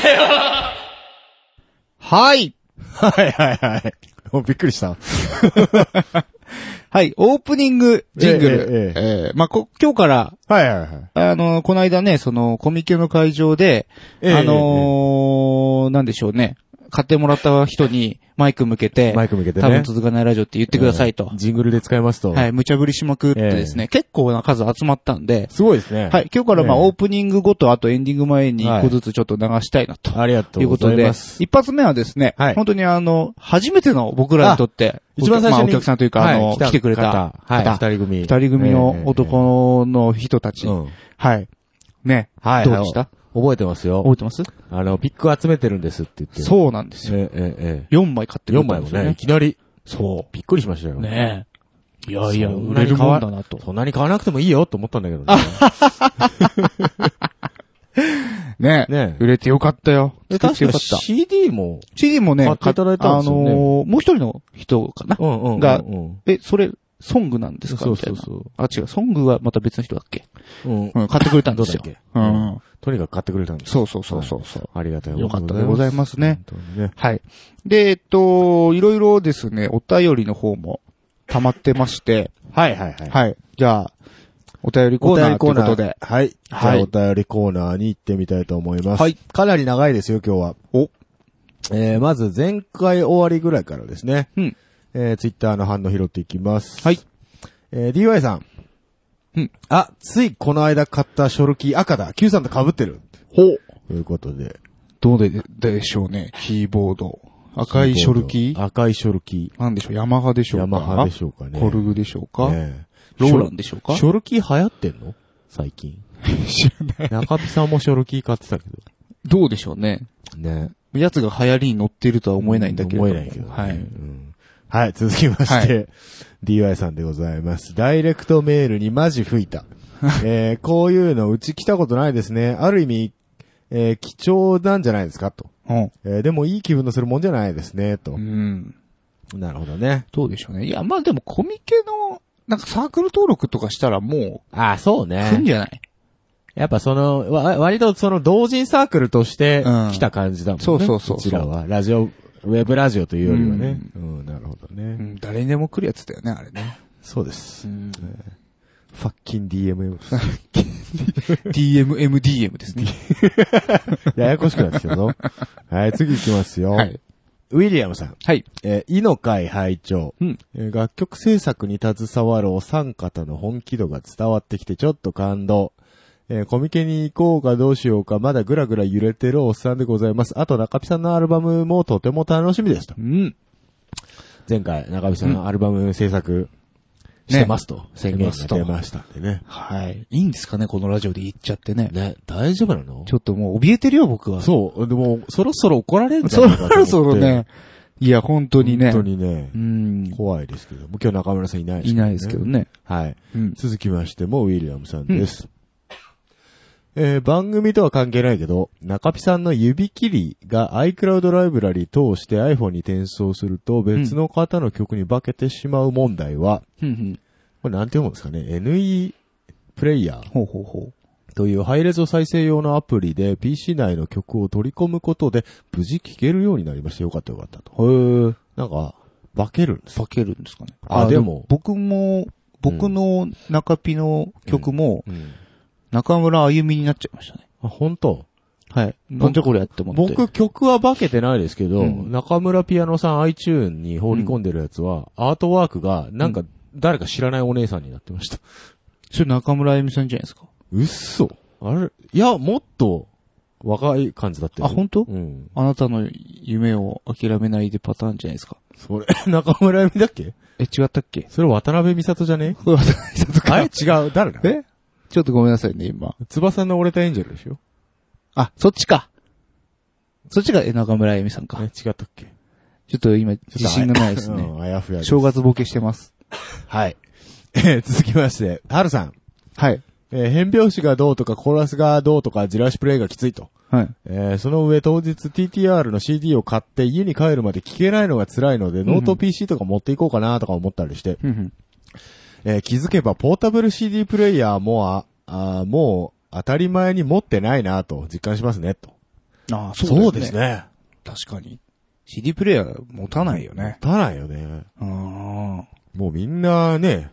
S7: はい。
S6: はいはいはい。 もうびっくりした。
S7: はい、オープニングジングル。
S6: え
S7: ええまあ、こ、今日から、
S6: はいはいはい。
S7: あの、この間ね、その、コミケの会場で、
S6: ええ
S7: あのーなんでしょうね。買ってもらった人にマイク向けて、
S6: マイク向けてね
S7: 多分続かないラジオって言ってくださいと。
S6: ジングルで使いますと。
S7: はい、無茶ぶりしまくってですね、結構な数集まったんで、
S6: すごいですね。
S7: はい、今日からまあ
S6: ええ
S7: オープニングごと、あとエンディング前に一個ずつちょっと流したいなと。ありがとうこと
S6: ござい
S7: で
S6: ま、
S7: 一発目はですね、本当にあの、初めての僕らにとって、
S6: あ一番最初に
S7: まあお客さんというか、あ
S6: は
S7: の、
S6: い来た
S7: 来てくれた
S6: 方はい二人組
S7: 二人組の男の人たち。はい。ね。
S6: はい。
S7: どうでした
S6: 覚えてますよ。覚
S7: えてます
S6: あの、ピック集めてるんですって言って。
S7: そうなんです
S6: よ。ええ、ええ。
S7: 4枚買ってくれ
S6: 4
S7: た
S6: 枚
S7: ん
S6: も
S7: ですよね
S6: ね、いきなり。
S7: そう。
S6: びっくりしましたよ。
S7: ねえ。いやいや、
S6: そん
S7: 売
S6: な
S7: れ
S6: に買
S7: るもん
S6: わ
S7: だなと。
S6: そんなに買わなくてもいいよと思ったんだけどね。
S7: ね売れてよかったよ。
S6: で
S7: 作っ
S6: 確
S7: てよ
S6: か
S7: かった。
S6: CD も。
S7: CD もね、
S6: 買っていただいたんですよね
S7: あのーもう一人の人かな、
S6: うんうん
S7: が
S6: うん、
S7: え、それ、ソングなんですか
S6: そう
S7: み
S6: そ
S7: たいうな。
S6: そう
S7: あ、違う、ソングはまた別の人だっけ
S6: うん
S7: うん買ってくれたんですよ
S6: どうだっ
S7: う
S6: け
S7: ん。
S6: とにかく買ってくれたんです
S7: そうそうそうそうそう、
S6: ありがたい
S7: よかったでございますね
S6: 本当にね。
S7: はい。で、えっと、いろいろですね、お便りの方も溜まってまして。
S6: はいはいはい。
S7: はい。じゃあ、お便りコーナーということで。
S6: はい。じゃ
S7: は
S6: あ
S7: い
S6: お便りコーナーに行ってみたいと思います。
S7: はい
S6: かなり長いですよ、今日は。お。えー、まず前回終わりぐらいからですね。
S7: うん。
S6: えー、ツイッターの反応拾っていきます。はい。えー、DY さん。
S7: うん。
S6: あ、ついこの間買ったショルキー赤だ。Q さんと被ってる。
S7: ほう。
S6: ということで。
S7: どうで、でしょうね、キーボード。赤いショルキー
S6: 赤いショルキ
S7: ー。なんでしょう、ヤマハでしょうか
S6: ヤマハでしょうかね
S7: コルグでしょうか、
S6: ね
S7: ローランでしょうか
S6: ショルキー流行ってんの最近。
S7: 知ら
S6: ない。中飛さんもショルキー買ってたけど。
S7: どうでしょうね。
S6: ね。
S7: やつが流行りに乗っているとは思えないんだけれども。
S6: 思えないけどね
S7: はい。
S6: はい、続きまして、DY さんでございます。ダイレクトメールにマジ吹い た。えー、こういうのうち来たことないですね。ある意味、えー、貴重なんじゃないですかと。
S7: うん。
S6: えー、でもいい気分のするもんじゃないですね、と。
S7: うん。
S6: なるほどね。
S7: どうでしょうね。いや、まあでもコミケの、なんかサークル登録とかしたらもう、
S6: あ、そうね。
S7: 来んじゃない
S6: やっぱその、わ割とその同人サークルとして来た感じだもんね。
S7: そうそうそうそ
S6: ち
S7: う
S6: らは、ラジオ、ウェブラジオというよりはね。うん、なるほどね。
S7: 誰にでも来るやつだよね、あれね。
S6: そうです。ファッキン DMM。
S7: DMMDM で すね。
S6: ややこしくなってきたぞ。はい、次行きますよ。ウィリアムさん。
S7: はい。
S6: えー、イの会拝聴、えー楽曲制作に携わるお三方の本気度が伝わってきてちょっと感動。えーコミケに行こうかどうしようか、まだぐらぐら揺れてるおっさんでございます。あと、中飛さんのアルバムもとても楽しみですと。
S7: うん。
S6: 前回、中飛さんのアルバム制作してますと。宣言が出ましたんでね。
S7: はい。いいんですかね、このラジオで言っちゃってね。
S6: ね、大丈夫なの
S7: ちょっともう怯えてるよ、僕は。
S6: そう、でも、そろそろ怒られるんじゃ
S7: そ
S6: ないかと思って
S7: ろそろね。いや、本当にね。
S6: 本当にね。
S7: うん。
S6: 怖いですけども、今日中村さんいないです、
S7: いないですけどね。
S6: はい。続きましても、ウィリアムさんです。えー番組とは関係ないけど、中ピさんの指切りが iCloud ライブラリ通して iPhone に転送すると別の方の曲に化けてしまう問題は、これなんて読むんですかね ?NE プレイヤー。という配列を再生用のアプリで PC 内の曲を取り込むことで無事聴けるようになりました。よかったよかったと。
S7: へ
S6: なんか、化けるんです
S7: 化けるんですかね。
S6: あ、でも。
S7: 僕も、僕の中ピの曲も、中村あゆみになっちゃいましたね。
S6: あ、本当
S7: はい。なんじゃこりゃって思って。
S6: 僕曲は化けてないですけど、
S7: うん
S6: 中村ピアノさん iTune に放り込んでるやつは、アートワークがなんか誰か知らないお姉さんになってました。
S7: それ中村あゆみさんじゃないですか。
S6: 嘘あれいや、もっと若い感じだったよ
S7: あ、本当？
S6: うん。
S7: あなたの夢を諦めないでパターンじゃないですか。
S6: それ、 中村あゆみだっけ
S7: え、違ったっけ
S6: それ渡辺美里じゃね
S7: こ れ渡辺美里か。
S6: あれ違う、誰だ
S7: えちょっとごめんなさいね、今。
S6: 翼の折れたエンジェルでしょ
S7: あ、そっちか。そっちがえ中村あゆみさんか。え、
S6: 違ったっけ
S7: ちょっと今、自信がないですね。
S6: うんあやふやです
S7: 正月ボケしてます。
S6: はい。 えー続きまして、はるさん。
S7: はい。
S6: えー変拍子がどうとか、コーラスがどうとか、ジラシプレイがきついと。
S7: はい。
S6: えーその上当日 TTR の CD を買って家に帰るまで聞けないのが辛いので、ノート PC とか持っていこうかなとか思ったりして、えー気づけばポータブル CD プレイヤーもあ、あーもう当たり前に持ってないなと実感しますね、と。
S7: ああ
S6: そうですね。
S7: 確かに。CD プレイヤー持たないよね。
S6: 持たないよね。
S7: も
S6: うみんなね、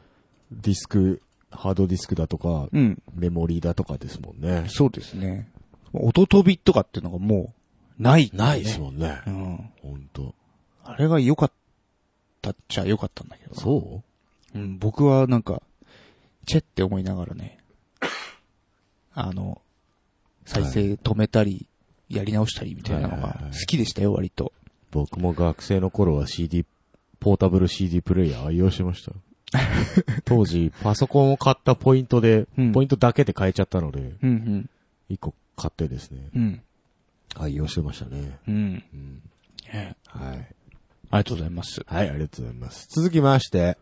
S6: ディスク、ハードディスクだとか、
S7: うん
S6: メモリーだとかですもんね。
S7: そうですね。音飛びとかっていうのがもう、ない、
S6: ないですもんね。
S7: うん。
S6: 本当。
S7: あれが良かったっちゃ良かったんだけど。そううん、僕はなんか、チェって思いながら ね、あの、再生止めたり、やり直したりみたいなのが好きでしたよ、割と。
S6: 僕も学生の頃は CD、ポータブル CD プレイヤー愛用してましたよ。 当時、パソコンを買ったポイントで、ポイントだけで買えちゃったので、
S7: うんうん。
S6: 一個買ってですね、
S7: うん。
S6: 愛用してましたね。
S7: うん。
S6: はい。
S7: ありがとうございます。
S6: はい、ありがとうございます。続きまして、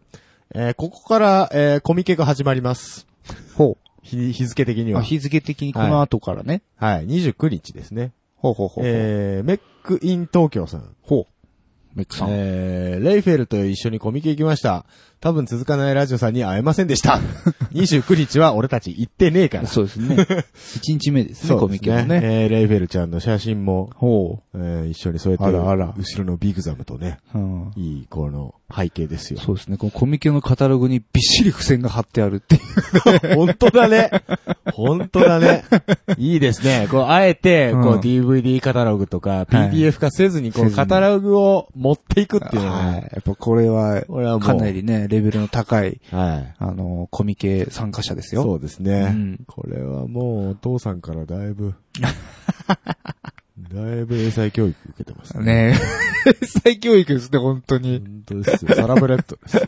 S6: えーここから、えーコミケが始まります。
S7: ほう。
S6: 日、日付的には。
S7: あ日付的にこの後からね。
S6: はい、はい、29日ですね。
S7: ほうほうほうほう
S6: えー、メックイン東京さん。
S7: ほう。メックさん。
S6: えー、レイフェルと一緒にコミケ行きました。多分続かないラジオさんに会えませんで した。29日は俺たち行ってねえから。そうですね。
S7: 1日目ですね、コミケのね。
S6: えー、レイフェルちゃんの写真も、
S7: ほ
S6: う。えー、一緒にそうやって、
S7: あらあら
S6: 後ろのビグザムとね、
S7: うん。
S6: いい、この背景です よ。
S7: そうですね、このコミケのカタログにびっしり付箋が貼ってあるっていう。
S6: 本当だね。本当だね。 いいですね。こう、あえて、こう、
S7: うん
S6: DVD カタログとか、
S7: い
S6: PDF 化せずに、こ
S7: せ
S6: う、
S7: ずに
S6: カタログを持っていくっていうのが
S7: はい。やっぱ これは、
S6: もう
S7: かなりね、レベルの高い、
S6: はい。
S7: あの、コミケ参加者ですよ。
S6: そうですね。これはもう、お父さんからだい ぶ、だいぶ英才教育受けてます
S7: ね え。再教育ですね、本当に。本
S6: 当ですよサラブレッド ですよ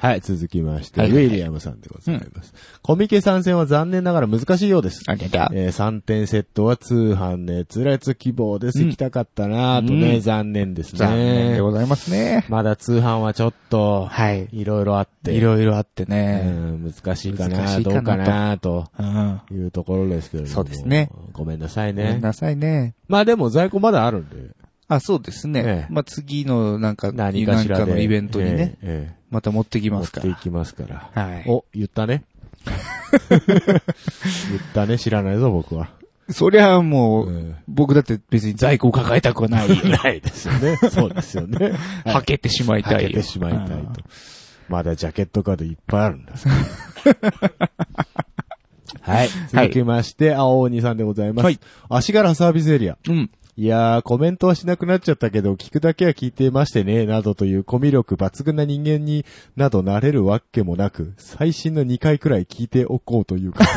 S6: はい、続きまして、
S7: はい
S6: ウィリアムさんでございます。コミケ参戦は残念ながら難しいようです。
S7: ありが
S6: え3点セットは通販熱烈希望です。
S7: うん
S6: 行きたかったなぁとね、
S7: うん
S6: 残念ですね。
S7: 残念でございますね。
S6: まだ通販はちょっと、
S7: はい。
S6: いろいろあって。
S7: いろいろあって
S6: う
S7: ね。
S6: ん難しいかな
S7: 難しい
S6: ど
S7: かな
S6: うかなと
S7: うん。
S6: いうところですけれども。
S7: そうですね。
S6: ごめんなさい
S7: ごめ
S6: ね
S7: ん。なさいね。
S6: まあでも在庫まだあるんで。
S7: あ、そうですね。まあ、次のなんか、
S6: 何かしらで
S7: なんのイベントにね
S6: ええええ、
S7: また持ってきますか
S6: 持っ
S7: ら。
S6: ていきますから。
S7: はい
S6: お、言ったね。言ったね、知らないぞ、僕は。
S7: そりゃもう、僕だって別に在庫を抱えたくはない。
S6: ないですよね。 そうですよね。
S7: はいはけてしまいたいよ
S6: はけてしまいたいと。まだジャケットカードいっぱいあるんだ。 はい。続きまして、青鬼さんでございます。はい。足柄サービスエリア。
S7: うん。
S6: いやー、コメントはしなくなっちゃったけど、聞くだけは聞いてましてね、などというコミュ力抜群な人間になどなれるわけもなく、最新の2回くらい聞いておこうというか。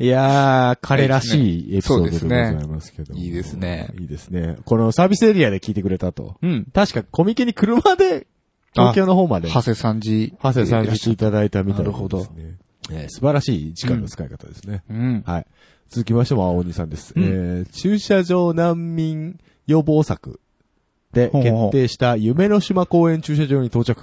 S6: いやー、彼らしいエピソードでございますけど。いいですね。いいですね。このサービスエリアで聞いてくれたと。
S7: うん。
S6: 確かコミケに車で、東京の方まで。
S7: 長谷さんじ。
S6: 長谷さんにしていただいたみたいで
S7: なる
S6: すね
S7: ほど。
S6: えー素晴らしい時間の使い方ですね。
S7: うん。
S6: はい。続きましても、青鬼さんです。えー駐車場難民予防策で
S7: ほう
S6: 決
S7: ほう
S6: 定した夢の島公園駐車場に到着。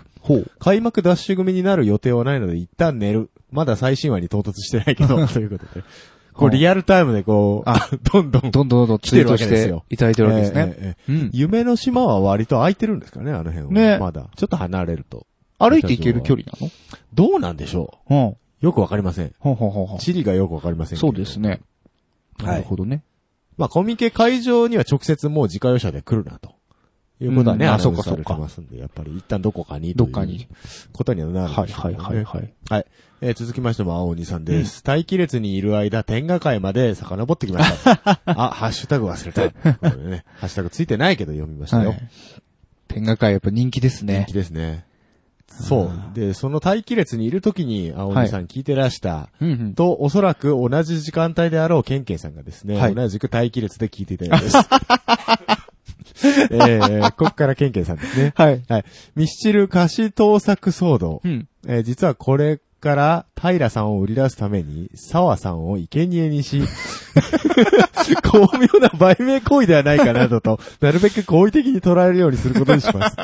S6: 開幕ダッシュ組になる予定はないので一旦寝る。まだ最新話に到達してないけ ど、ということで。こうリアルタイムでこう、 どんどん。
S7: どんどんどんどん
S6: 来
S7: ツ
S6: て
S7: イー
S6: るわけ
S7: トし
S6: です
S7: て
S6: よ。
S7: いただいてるわけですね。
S6: ええええ夢の島は割と空いてるんですかね、あの辺は。ねまだ。ちょっと離れると。
S7: 歩いて行ける距離なの
S6: どうなんでしょう
S7: うん。
S6: よくわかりません。
S7: ほうほうほうほう。
S6: 地理がよくわかりませんけど
S7: そうですね。なるほどね。
S6: まあ、コミケ会場には直接もう自家用車で来るな、ということはね、
S7: うんあ
S6: アナウンス
S7: そうかそ
S6: さ
S7: う
S6: れ
S7: か
S6: てますんで、やっぱり一旦どこかにどっかに。ことにはなるんでしょうね、
S7: はいはいはいはい
S6: はい。えー続きましても、青鬼さんです。待機列にいる間、天下界まで遡ってきま した。あ、ハッシュタグ忘れた。これね、ハッシュタグついてないけど読みましたよ。
S7: はい天下界やっぱ人気ですね。人
S6: 気ですね。そう。で、その待機列にいるときに、青鬼さん聞いてらした、
S7: うんうん。
S6: と、おそらく同じ時間帯であろうケンケンさんがですね、
S7: はい
S6: 同じく待機列で聞いていたようです。 えー、ここからケンケンさんですね。
S7: はい。
S6: はい。ミスチル歌詞盗作騒動。
S7: うん
S6: えー実はこれから、平さんを売り出すために、沢さんを生贄にし、 巧妙な売名行為ではないかなどと、なるべく好意的に捉えるようにすることにします。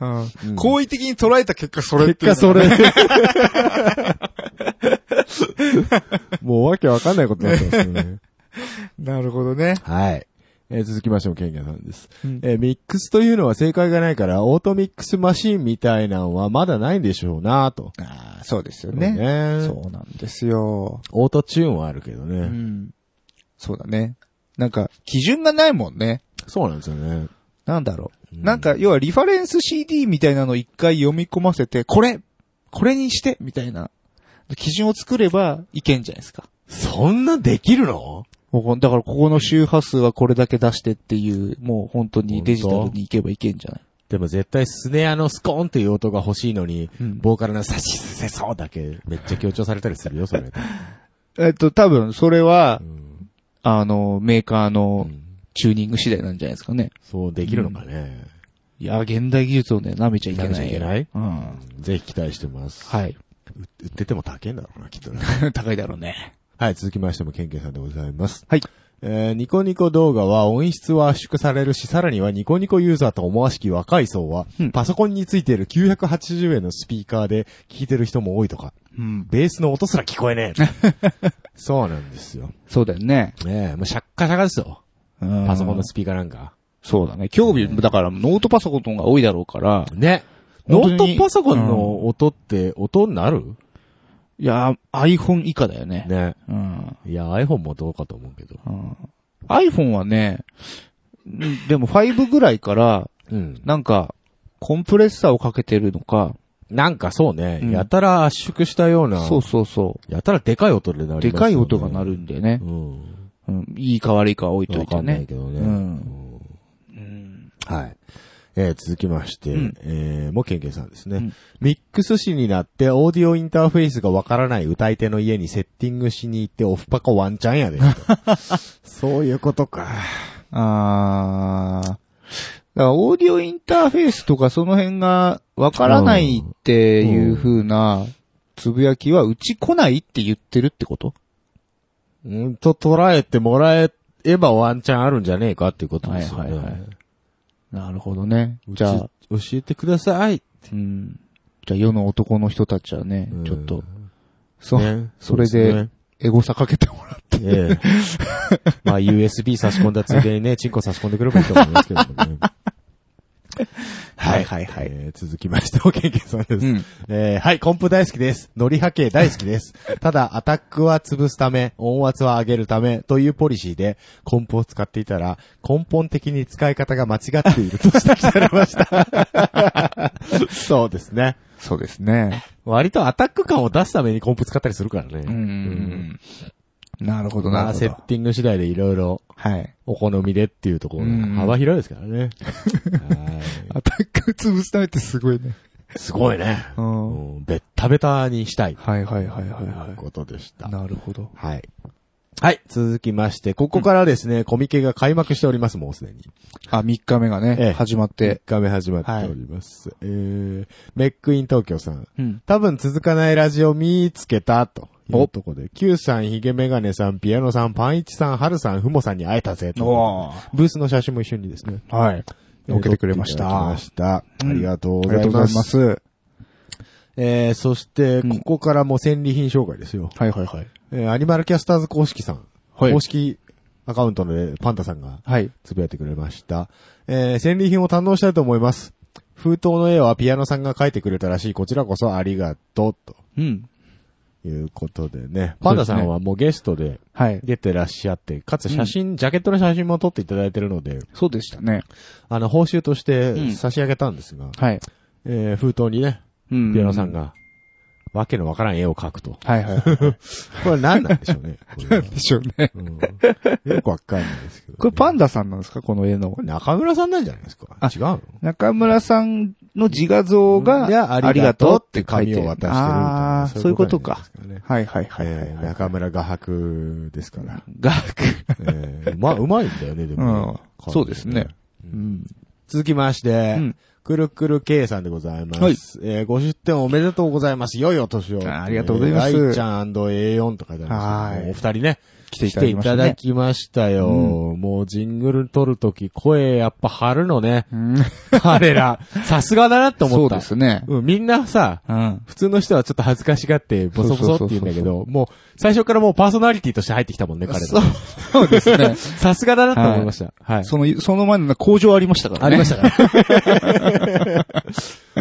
S7: うん好意的に捉えた結果それ
S6: 結果それ。 もうわけわかんないことになってますよね。
S7: なるほどね。
S6: はい。えー続きましても、ケンケンさんです、えーミックスというのは正解がないから、オートミックスマシンみたいなのはまだないんでしょうなと。
S7: ああ、そうですよねそうなんですよ。
S6: オートチューンはあるけどね。
S7: うん。そうだね。なんか、基準がないもんね。
S6: そうなんですよね。
S7: なんだろう。なんか、要はリファレンス CD みたいなの一回読み込ませて、これこれにしてみたいな。基準を作ればいけんじゃないですか。
S6: そんなできるの
S7: もうこだからここの周波数はこれだけ出してっていう、もう本当にデジタルに行けばいけんじゃない
S6: でも絶対スネアのスコーンっていう音が欲しいのに、ボーカルのサシスセソーだけめっちゃ強調されたりするよ、それ。
S7: えっと、多分、それは、あの、メーカーのチューニング次第なんじゃないですかね。
S6: そう、できるのかね。
S7: いや、現代技術をね、舐めちゃいけな
S6: 舐
S7: い。
S6: めちゃいけない
S7: うん。
S6: ぜひ期待してます。
S7: はい。
S6: 売ってても高いんだろうな、きっとね。
S7: 高いだろうね。
S6: はい、続きましてもケンケンさんでございます。
S7: はい。
S6: えー、ニコニコ動画は音質は圧縮されるし、さらにはニコニコユーザーと思わしき若い層は、パソコンについている980円のスピーカーで聞いてる人も多いとか、
S7: うん。
S6: ベースの音すら聞こえね え。そうなんですよ。
S7: そうだよね。
S6: ねえ、もうシャッカシャカですよ。
S7: パ
S6: パソコンのスピーカーなんか。
S7: そうだね。興味、だからノートパソコンの方が多いだろうから。
S6: ね。ノートパソコンの音って音になる、
S7: いや、iPhone 以下だよね。
S6: ね。
S7: うん。
S6: いや、iPhone もどうかと思うけど。
S7: iPhone はね、んでも5ぐらいから、なんか、コンプレッサーをかけてるのか、
S6: なんかそうね、やたら圧縮したような。
S7: そうそうそ
S6: やたらでかい音でなりま
S7: う。
S6: すよね
S7: でかい音が鳴るんだよね。
S6: うん。
S7: うんいいか悪いかは置いといて
S6: わ
S7: ね。
S6: かんないけどね
S7: うん。
S6: はい。えー続きまして、えーもうケンケンさんですね、ミックス詞になってオーディオインターフェースがわからない歌い手の家にセッティングしに行ってオフパコワンチャンや で。そういうことか。
S7: あー。だからオーディオインターフェースとかその辺がわからないっていう風なつぶやきはうち来ないって言ってるってこと
S6: うんと捉えてもらえればワンチャンあるんじゃねえかっていうことですよね。
S7: なるほどね。じゃあ、
S6: 教えてください。
S7: うん。じゃあ世の男の人たちはね、ちょっと、そ、
S6: ね
S7: それ
S6: そうです
S7: で
S6: ね、
S7: エゴサかけてもらって。
S6: ええまあ USB 差し込んだついでにね、チンコ差し込んでくればいいと思いますけどもね。はいはいはい。えー続きまして、おけんけんさんです。えーはい、コンプ大好きです。ノリ波形大好きです。ただ、アタックは潰すため、音圧は上げるためというポリシーで、コンプを使っていたら、根本的に使い方が間違っている と指摘されました。そうですね。
S7: そうですね。
S6: 割とアタック感を出すためにコンプ使ったりするからね。
S7: うん。なるほど、な
S6: ま
S7: る
S6: あ、
S7: ほ
S6: セ
S7: ど
S6: ッ。ティング次第でいろいろ、
S7: はい。
S6: お好みでっていうところ
S7: うん
S6: が幅広いですから ね。
S7: アタック潰すためってすごいね。
S6: すごいね。
S7: うん。
S6: うんベッタベタにしたい。
S7: はいはいはいはいは
S6: という
S7: い。
S6: ことでした。
S7: なるほど。
S6: はい。はい、続きまして、ここからですね、コミケが開幕しております、もうすでに。
S7: あ、3日目がね、
S6: ええ
S7: 始まって。
S6: 3日目始まっております。えー、メックイン東京さん。
S7: うん。
S6: 多分続かないラジオ見つけた、というとこで、Q さん、ヒゲメガネさん、ピアノさん、パンイチさん、ハルさん、フモさんに会えたぜ、と。
S7: お
S6: ブースの写真も一緒にですね。
S7: はい。受けてくれまし
S6: 撮っていだき
S7: た
S6: ま。した。
S7: うん
S6: ありがとう
S7: あ
S6: ご
S7: り
S6: ざ
S7: が
S6: い
S7: とうご
S6: ま。
S7: ざいますす。
S6: えー、そして、ここからもう戦利品紹介ですよ。
S7: はいはいはい。
S6: えー、アニマルキャスターズ公式さん。
S7: はい
S6: 公式アカウントのパンタさんが、
S7: はい。
S6: つぶやいてくれました。えー、戦利品を堪能したいと思います。封筒の絵はピアノさんが描いてくれたらしい。こちらこそありがとう、と
S7: うん。
S6: いうことでね。パンダさんはもうゲストで
S7: はい。
S6: 出てらっしゃって、かつ写真、ジャケットの写真も撮っていただいてるので、
S7: そうでしたね。
S6: あの、報酬とし
S7: う
S6: て
S7: ん
S6: 差し上げたんですが、
S7: はい。
S6: えー封筒にね、
S7: う
S6: ピアノさん。が、わけのわからん絵を描くと。
S7: はいはいはい。
S6: これ何なんでしょうね。これは
S7: でしょうね。
S6: よくわかんないですけど。
S7: これパンダさんなんですかこの絵の
S6: こ。れ中村さんなんじゃないですか違うの
S7: 中村さんの自画
S6: い
S7: 像
S6: や
S7: が、
S6: あ
S7: あ
S6: り
S7: り
S6: が
S7: が
S6: と
S7: と
S6: う
S7: う
S6: っ
S7: ってて
S6: 書
S7: 書
S6: い
S7: い
S6: て
S7: て
S6: るみたいな
S7: ああー、
S6: そ
S7: そうう
S6: い
S7: いうう
S6: こ
S7: ことと
S6: なんで
S7: か
S6: すかね。
S7: はいはいはいはい
S6: えー
S7: はい。
S6: 中村画伯ですから。
S7: 画伯。
S6: えーまあ、うまいんだよね、でも。
S7: うん。そうですね。
S6: 続きまして、くるくる K さんでございます。
S7: はい
S6: えー、50点おめでとうございます。良いお年を。
S7: あありがとうございます
S6: えー大ちゃん &A4 と書いてありますけど。
S7: はい
S6: お二人ね。
S7: 来てい
S6: 来
S7: ただ
S6: て
S7: き
S6: い
S7: ました
S6: た
S7: ね
S6: だきましたよ。もうジングル撮るとき、声やっぱ張るのね。彼ら、さすがだなって思
S7: そ
S6: っ
S7: う
S6: た。
S7: ですね。
S6: うん、みんなさ、
S7: うん。
S6: 普通の人はちょっと恥ずかしがって、ボソボソって言うんだけ
S7: そうそうそう
S6: ど、もう、最初からもうパーソナリティとして入ってきたもんね、彼ら。
S7: そうですね。
S6: さすがだなと思いました。はい。
S7: その、その前の工場ありましたからね。
S6: ありましたね。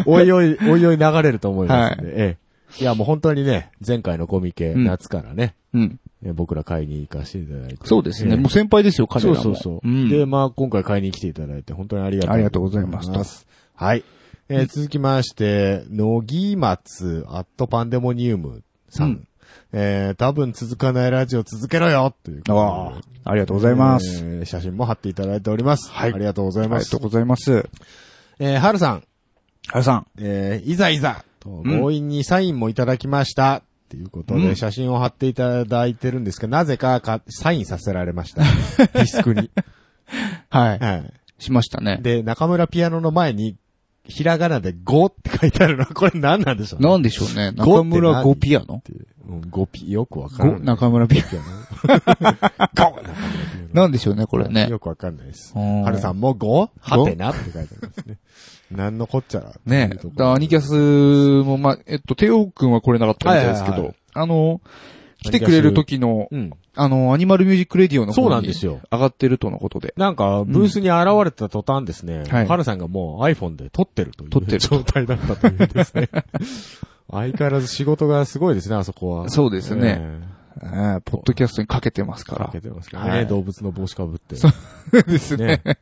S6: おいおい、おいおい流れると思いますんで、ええ。いや、もう本当にね、前回のコミケ、
S7: うん
S6: 夏からね、
S7: うん。
S6: え僕ら買いに行かせていただいて。
S7: そうですね。
S6: ええ
S7: もう先輩ですよ、彼らも。
S6: そうそうそう。
S7: ん
S6: で、まあ、今回買いに来ていただいて、本当にありがとう
S7: ありがとうございます
S6: す。はい。えー続きまして、のぎまつ、アットパンデモニウムさん。えー、多分続かないラジオ続けろよというあ
S7: あ、ありがとうございます。
S6: えー写真も貼っていただいております。はい。ありがとうございます。
S7: ありがとうございます。
S6: えー、はるさん。
S7: はるさん。
S6: えー、いざいざと、強引にサインもいただきました。っていうこと
S7: う
S6: で、
S7: ん
S6: 写真を貼っていただいてるんですけど、なぜかか、サインさせられま した。ディスクに。
S7: はい。
S6: しましたね。で、中村ピアノの前に、ひらがなで5って書いてあるのは、これ何なんでしょうね。
S7: なんでしょうね。
S6: 5って
S7: 中
S6: 何
S7: 村ゴピアノ
S6: うん、5ピ、よくわからない。
S7: 中村ピアノ。 なんでしょうね、これね。
S6: よくわかんないです。
S7: は
S6: はるさんも 5? はてなって書いてありますね。何のこっちゃら。
S7: ねえ。だからアニキャスも、まあ、えっと、テオ君は来れなかったみたいですけ
S6: はいはいは
S7: ど
S6: い、
S7: あの、来てくれる時の
S6: うん、
S7: あの、アニマルミュージックレディオの
S6: そうな
S7: 方
S6: んで
S7: に
S6: す
S7: 上
S6: よ
S7: がってるとのことで。
S6: なんか、ブースに現れた途端ですね、
S7: はい
S6: はるさんがもう iPhone で撮ってるという
S7: 撮ってる
S6: 状態だったというです ね。相変わらず仕事がすごいですね、あそこは。
S7: そうですね
S6: ええ。
S7: えーポッドキャストにかけてますから。か
S6: けてますからね動物の帽子かぶって
S7: そうですね
S6: ね。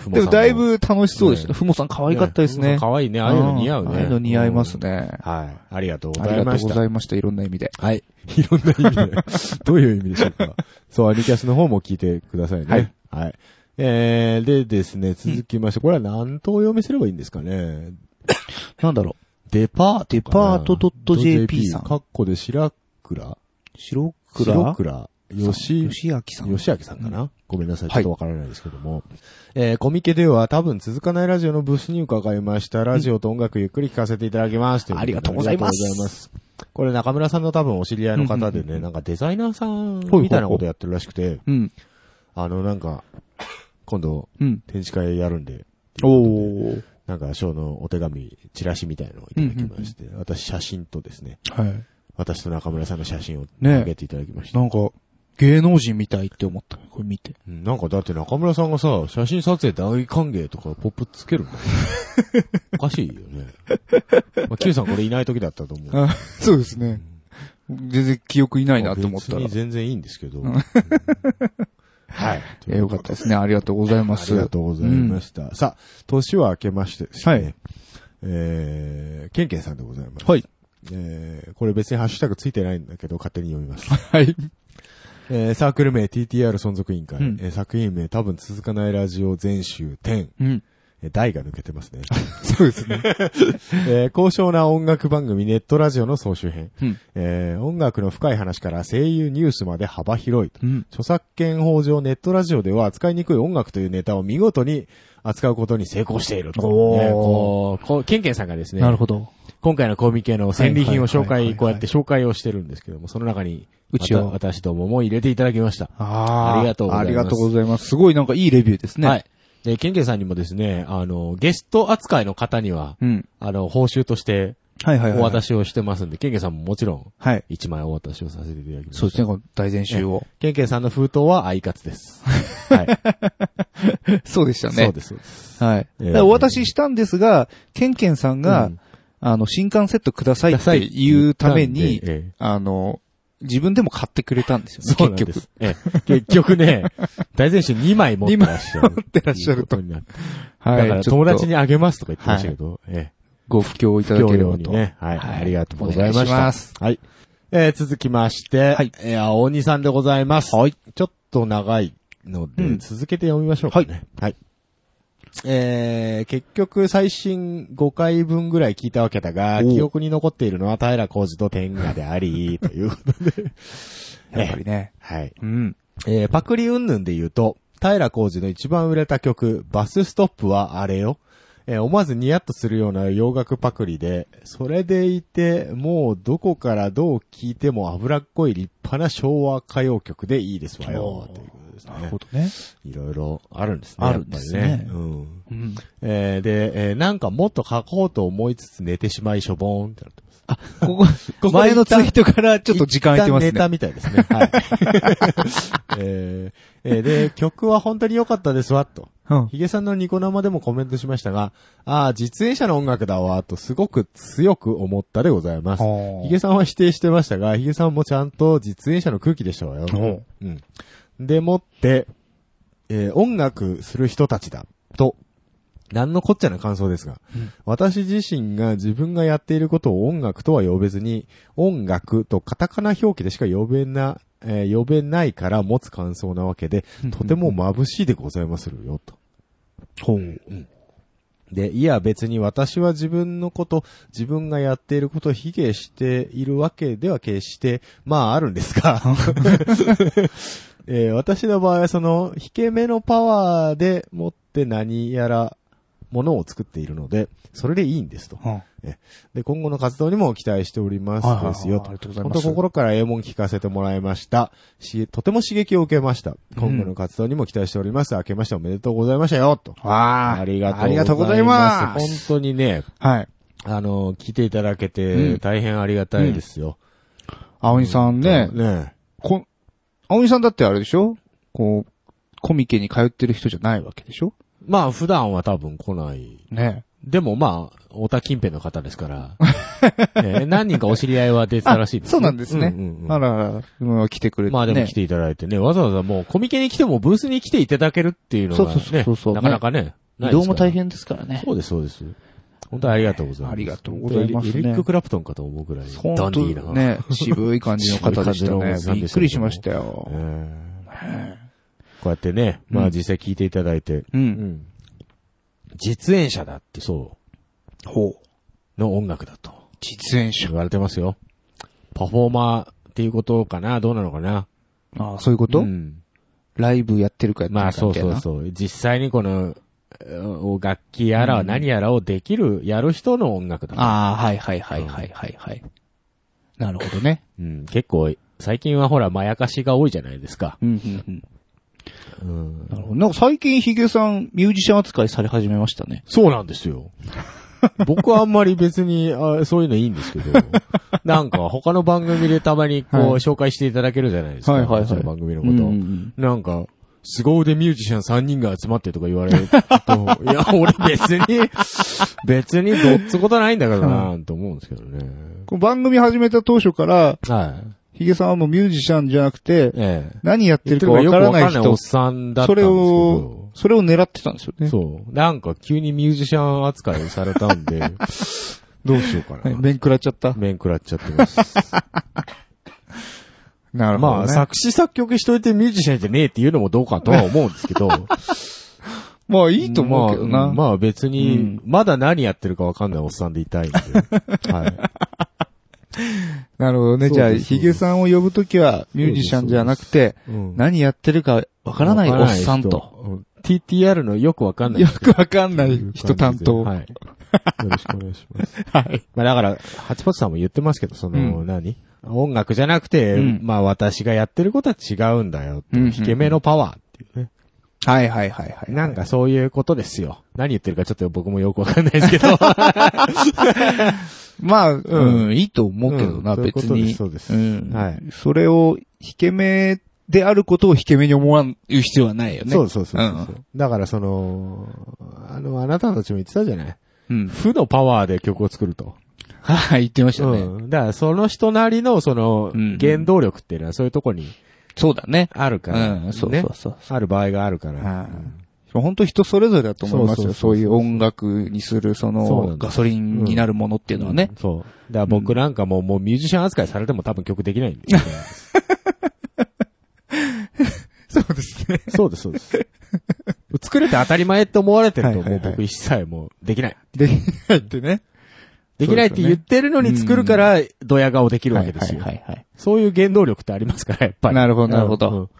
S6: ふもさん
S7: でも
S6: も
S7: だいぶ楽しそうでした。ふもさん可愛かったです
S6: ね
S7: ね。
S6: ふもさん可愛いね。ああいうの似合うね。
S7: んああいうの似合いますね。
S6: はい。ありがとうご
S7: あ
S6: ざ
S7: り
S6: い
S7: が
S6: ま
S7: とう
S6: し
S7: ご
S6: た。
S7: ざいました。いろんな意味で。
S6: はい。いろんな意味で。どういう意味でしょう か。そう、アニキャスの方も聞いてくださいね。はい。えー、でですね、続きまして、これは何とお読みすればいいんですかね。
S7: なんだろ
S6: う。デパート。デ
S7: パート .jp さん
S6: カッコで白倉
S7: 白倉
S6: 白倉。吉、
S7: 吉明さん。
S6: 吉明さんかな、ごめんなさい。ちょっとわからないですけども。えー、コミケでは多分続かないラジオのブースに伺いました。ラジオと音楽ゆっくり聞かせていただきます。ということで
S7: ありがとうございます
S6: ありがとうございます。これ中村さんの多分お知り合いの方でね、なんかデザイナーさん
S7: ほいほい
S6: みたいなことやってるらしくて
S7: うん、
S6: あのなんか、今度、
S7: うん
S6: 展示会やるんで、
S7: おー。
S6: なんか、ショーのお手紙、チラシみたいのをいただきまして、私写真とですね、
S7: はい。
S6: 私と中村さんの写真を
S7: ね
S6: あげていただきました。
S7: なんか、芸能人みたいって思った。これ見て。
S6: うんなんかだって中村さんがさ、写真撮影大歓迎とかポップつけるの おかしいよね。まあ、Q さんこれいない時だったと思う。
S7: あそうですね。全然記憶いないなと思った
S6: 別
S7: ら。
S6: に全然いいんですけど。
S7: うん
S6: うんはい。
S7: えよかったですね。ありがとうございます。
S6: ありがとうございました。さあ、年は明けましてですね。
S7: はい
S6: えー、ケンケンさんでございます。
S7: はい。
S6: えー、これ別にハッシュタグついてないんだけど、勝手に読みます。
S7: はい。
S6: えー、サークル名 TTR 存続委員会、
S7: うん
S6: えー作品名多分続かないラジオ全集10。
S7: うん
S6: えー題が抜けてますね。
S7: そうですね。
S6: えー高尚な音楽番組ネットラジオの総集編。
S7: うん
S6: えー音楽の深い話から声優ニュースまで幅広いと。
S7: うん
S6: 著作権法上ネットラジオでは扱いにくい音楽というネタを見事に扱うことに成功していると。
S7: おー
S6: ねこうこう、ケンケンさんがですね。
S7: なるほど。
S6: 今回のコミケの戦利品を紹
S7: はいはいはいは
S6: 介、
S7: い
S6: こうやって紹介をしてるんですけども、その中に、
S7: うちは
S6: また私どもも入れていただきました。
S7: あー
S6: ありがとうございます。
S7: ありがとうございます。すごいなんかいいレビューですね。
S6: はい。で、ケンケンさんにもですね、あの、ゲスト扱いの方には、
S7: うん
S6: あの、報酬として、
S7: はいはいはい
S6: お渡しをしてますんで、ケンケンさんももちろん、
S7: はい。
S6: 1枚お渡しをさせていただきます。
S7: そうですね、この大前週を
S6: え。え。ケンケンさんの封筒はアイカツ です。はい。
S7: そうでした ね
S6: そうです、そうです。
S7: はい。
S6: え
S7: だ
S6: え
S7: からお渡ししたんですが、ケンケンさんが、あの、新刊セットくださいっていうために
S6: くださいって言ったんでえ、
S7: あの、自分でも買ってくれたんですよね、
S6: そうなん
S7: 結
S6: で
S7: 局
S6: す。ええ結局ね、大前週2枚持ってらっしゃる。
S7: 二枚持ってらっしゃると
S6: いうことになって
S7: はい
S6: だから
S7: ちょっと
S6: 友達にあげますとか言ってましたけど、ええ
S7: ご不況いただければ
S6: 不況用
S7: と。
S6: にね。はい。ありがとうございま
S7: お願い
S6: し。
S7: したます
S6: はい。えー、続きまして、はい。えー、青鬼さんでございます。はい。ちょっと長いので、続けて読みましょうかね。はい。えー、結局最新5回分ぐらい聞いたわけだが、記憶に残っているのは平浩二と天下であ り、ということで。
S7: やっぱりね。
S6: はい。
S7: うん。
S6: えーパクリ云々で言うと、平浩二の一番売れた曲、バスストップはあれよ。えー思わずニヤッとするような洋楽パクリで、それでいて、もうどこからどう聴いても脂っこい立派な昭和歌謡曲でいいですわよ。ということですね。なるほど
S7: ね。
S6: いろいろあるんですね。
S7: あるんですね
S6: やっぱりうん。 えーで、えーなんかもっと書こうと思いつつ寝てしまいしょぼーんってなってます。
S7: あ、ここ、ここのツイートからちょっと時間空いてますね
S6: 一旦ネタみたいですね。はい。 えーえーで、曲は本当に良かったですわ、と。ヒゲさんのニコ生でもコメントしましたが、ああ、実演者の音楽だわ、とすごく強く思ったでございます。ヒゲさんは否定してましたが、ヒゲさんもちゃんと実演者の空気でしたわよ。うん。でもって、えー音楽する人たちだ、と、なんのこっちゃな感想ですが、私自身が自分がやっていることを音楽とは呼べずに、音楽とカタカナ表記でしか呼べな、えー呼べないから持つ感想なわけで、とても眩しいでございまするよ、と。ほう。で、いや別に私は自分のこと、自分がやっていることを卑下しているわけでは決して、まああるんです が、えー私の場合はその、引け目のパワーでもって何やら、ものを作っているので、それでいいんですと。えで、今後の活動にも期待しておりま
S7: はいはいはい
S6: すですよと。
S7: ありがとうござい
S6: 本
S7: ます
S6: 当心から英文聞かせてもらいました。し、とても刺激を受けました。今後の活動にも期待しております。明けましておめでとうございましたよと。ありがとうございます。
S7: ありがとうございます
S6: 本当にね、
S7: はい。
S6: あの、来ていただけ
S7: う
S6: て
S7: ん
S6: 大変ありがたいですよ。
S7: 青井さんね。
S6: ね
S7: こ、青井さんだってあれでしょこう、コミケに通ってる人じゃないわけでしょ
S6: まあ、普段は多分来ない。
S7: ね
S6: でもまあ、太田近辺の方です から、えー何人かお知り合いは出てたらしいです、
S7: そうなんですね。
S6: うんうんうん
S7: あらあら、うん来てくれて、ね。
S6: まあでも来ていただいてね、わざわざもうコミケに来てもブースに来ていただけるっていうのが、ね、
S7: そうそうそうそう
S6: なかなかね
S7: ね、
S6: ないです
S7: 移動も大変ですからね
S6: そうです、そうです。本当にありがとうございます。
S7: ありがとうございますね
S6: エリエリック・クラプトンかと思うぐらい、
S7: 本
S6: ダ
S7: 当
S6: ンディーな。
S7: ね渋い感じの方でし
S6: 渋い感じ
S7: たね
S6: のおじさんでけども
S7: びっくりしましたよ
S6: えーこうやってね、ま
S7: う
S6: あ
S7: ん
S6: 実際聞いていただいて、うん実演者だってそう。ほう。の音楽だと。実演者。言われてますよ。パフォーマーっていうことかなどうなのかな
S7: ああ、そういうこと、
S6: うん
S7: ライブやってるかやってない
S6: ま
S7: か
S6: あ
S7: みたい
S6: そう
S7: な。
S6: そうそう。実際にこの、うん楽器やらは何やらをできる、やる人の音楽だ
S7: ああ、はいはいはいはいはいはい。なるほどね。
S6: うん、結構、最近はほら、まやかしが多いじゃないですか。
S7: うんうんうん。なるほど。なんか最近ヒゲさん、ミュージシャン扱いされ始めましたね。
S6: そうなんですよ。 僕はあんまり別にあ、そういうのいいんですけ ど、なんか他の番組でたまにこう、
S7: はい
S6: 紹介していただけるじゃないですか。
S7: はいはいはい
S6: その番組のこ
S7: うん
S6: と。
S7: うんう
S6: なんか、凄腕ミュージシャン3人が集まってとか言われ ると、いや、俺別に、別にどっつことないんだからなと思うんですけどね。
S7: この番組始めた当初から、
S6: はい。
S7: ヒゲさんはもうミュージシャンじゃなくて、
S6: ええ
S7: 何やってるかわか
S6: よ
S7: らない人。
S6: くわかんないおっさんだったん
S7: そ
S6: ですけ
S7: れ
S6: ど
S7: を、それを狙ってたんですよね。
S6: そう。なんか急にミュージシャン扱いされたん で、どうしようかな。
S7: 面食らっちゃった
S6: 面食らっちゃってます。
S7: なるほど、ね。
S6: まあ、作詞作曲しといてミュージシャンじゃねえっていうのもどうかとは思うんですけ ど。
S7: まあいいと思うけどな
S6: まあ、まあ別
S7: う
S6: に
S7: ん、
S6: まだ何やってるかわかんないおっさんでいたいんで。はい。
S7: なるほどね。
S6: そう
S7: じゃあ、
S6: です
S7: ヒゲさんを呼ぶときは、ミュージシャンじゃなくて、
S6: うん
S7: 何やってるかわからないおっさんと。
S6: うん。TTR のよくわかんない人。
S7: よくわかんない人担当
S6: はい。よろしくお願いし ます。はい。まあだから、八ポさんも言ってますけど、その、
S7: うん
S6: 何音楽じゃなくて、
S7: うん
S6: まあ私がやってることは違うんだよって。
S7: うんうんうん
S6: 引け目のパワーっていうね。
S7: はいはいはいはい。
S6: なんかそういうことですよ。何言ってるかちょっと僕もよくわかんないです けど。
S7: まあ、うん、いいと思うけどな、
S6: うん
S7: 別
S6: そういうことで
S7: に。
S6: すそうです
S7: ん
S6: はい
S7: それを、引け目であることを引け目に思わん、言う必要はないよ ね。
S6: そうそうそうそう
S7: うん
S6: だからその、あの、あなたたちも言ってたじゃない
S7: うん。
S6: 負のパワーで曲を作ると。
S7: はい、言ってましたね。
S6: うん。だからその人なりのその原動力っていうのはそういうとこに。
S7: そうだね。
S6: あるから。
S7: うんそう
S6: ね
S7: そうそう
S6: ある場合があるから。
S7: 本当人それぞれだと思います
S6: そうそう
S7: よ。
S6: そう
S7: そういう音楽にする、そ
S6: そうなん
S7: の、
S6: です
S7: ガソリンになるものっていうのはね。
S6: そう。だから僕なんかもう、もうミュージシャン扱いされても多分曲できないんで。
S7: そうですね。
S6: そうです、そうです。作れて当たり前って思われてると、もう僕一切もうできない。
S7: できないってね。
S6: できないって言ってるのに作るから、ドヤ顔できるわけですよ。
S7: はいはいはいはい
S6: そういう原動力ってありますから、やっぱり。
S7: なるほどなるほど
S6: うんうんだか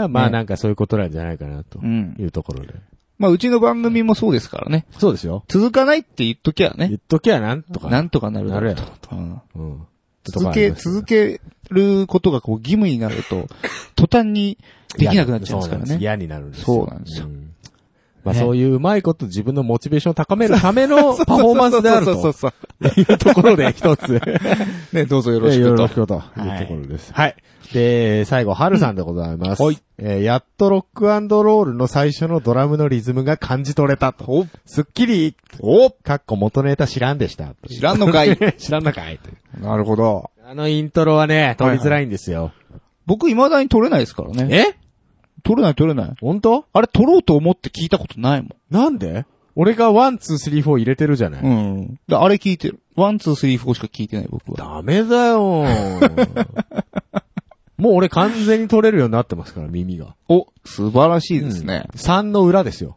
S6: らまあ
S7: ね
S6: なんかそういうことなんじゃないかな、と
S7: ん
S6: いうところで。
S7: まあ、うちの番組もそうですからね。
S6: そうですよ。
S7: 続かないって言っときゃね。言
S6: っときゃなんとか。
S7: なんとかなるだろうと。
S6: うん
S7: 続け、続けることがこう義務になる と、途端にできなくなっちゃうんです
S6: そうな
S7: から
S6: んです
S7: ね。
S6: 嫌になるんですよ
S7: そうなんですよ。
S6: まあ
S7: ね
S6: そういううまいこと自分のモチベーションを高めるため のパフォーマンスであると。
S7: そうそうそう
S6: いうところで一つ。
S7: ねどうぞよろしくと
S6: えよろしくと。いうところです。はい。で、最後、ハルさんでございます。はい。えーやっとロックアンドロールの最初のドラムのリズムが感じ取れたと。すっきり、おかっこ元ネタ知らんでした。知
S7: らんのかい
S6: 知らんのかいという
S7: なるほど。
S6: あのイントロはね、取りづらいんですよ。
S7: 僕、未だに取れないですからね。
S6: え
S7: 取れない取れない。
S6: 本当
S7: あれ取ろうと思って聞いたことないもん。
S6: なんで俺がワン、ツー、スリー、フォー入れてるじゃない
S7: うん。だあれ聞いてる。ワン、ツー、スリー、フォーしか聞いてない僕は。
S6: ダメだ よもう俺完全に取れるようになってますから、耳が。
S7: お、素晴らしいですね。
S6: 3の裏ですよ。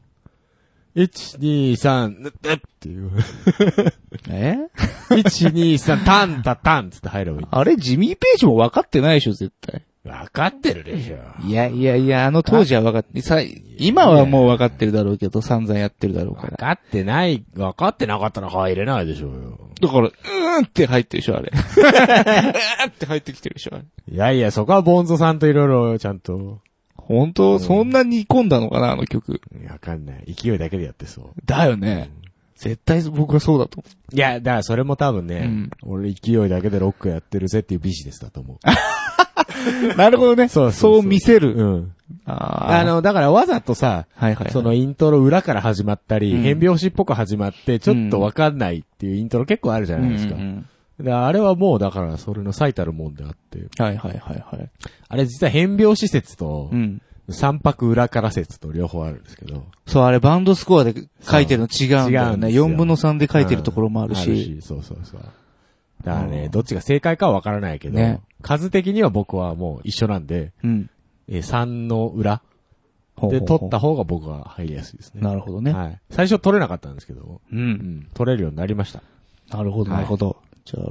S6: 1、2、3、えっていう。
S7: え
S6: ?1、2、3、タンタタンつって入ればいい。
S7: あれ、ジミー・ペイジも分かってないでしょ、絶対。
S6: 分かってるでしょ。
S7: いやいやいや、あの当時は分かって、さ、今はもう分かってるだろうけど、散々やってるだろうから。分
S6: かってない、分かってなかったら入れないでしょうよ。
S7: だから、うーんって入ってるでしょ、あれ。うーんって入ってきてるでしょ、あれ。
S6: いやいや、そこはボンゾさんといろいろちゃんと。
S7: 本当、そんなに煮込んだのかな、あの曲。
S6: わかんない。勢いだけでやってそう。
S7: だよね。絶対僕はそうだと思う。
S6: いや、だからそれも多分ね、俺勢いだけでロックやってるぜっていうビジネスだと思う。
S7: なるほどね。
S6: そう
S7: そう見せる。
S6: うん。
S7: あ
S6: あの、だからわざとさ、
S7: はいはいはい
S6: そのイントロ裏から始まったり、
S7: うん
S6: 変拍子っぽく始まって、ちょっとわかんないっていうイントロ結構あるじゃないですか。
S7: うんうん
S6: であれはもうだから、それの最たるもんであって。
S7: はいはいはいはい。
S6: あれ実は変拍子説と、三拍裏から説と両方あるんですけど。
S7: そう、あれバンドスコアで書いてるの違う
S6: 違う
S7: んだよ
S6: んで
S7: ね。
S6: すよ
S7: 4分の3で書いてるところもあ
S6: う
S7: る
S6: ん
S7: し。
S6: そうそうそう。だからね、どっちが正解かはわからないけど、
S7: ね
S6: 数的には僕はもう一緒なんで、
S7: うん
S6: えー3の裏
S7: うほう
S6: で
S7: ほう
S6: 取った方が僕は入りやすいですね。
S7: なるほどね。
S6: はい。最初取れなかったんですけど、
S7: うん
S6: 取れるようになりました。
S7: なるほど、
S6: はい
S7: なるほど。じゃあ、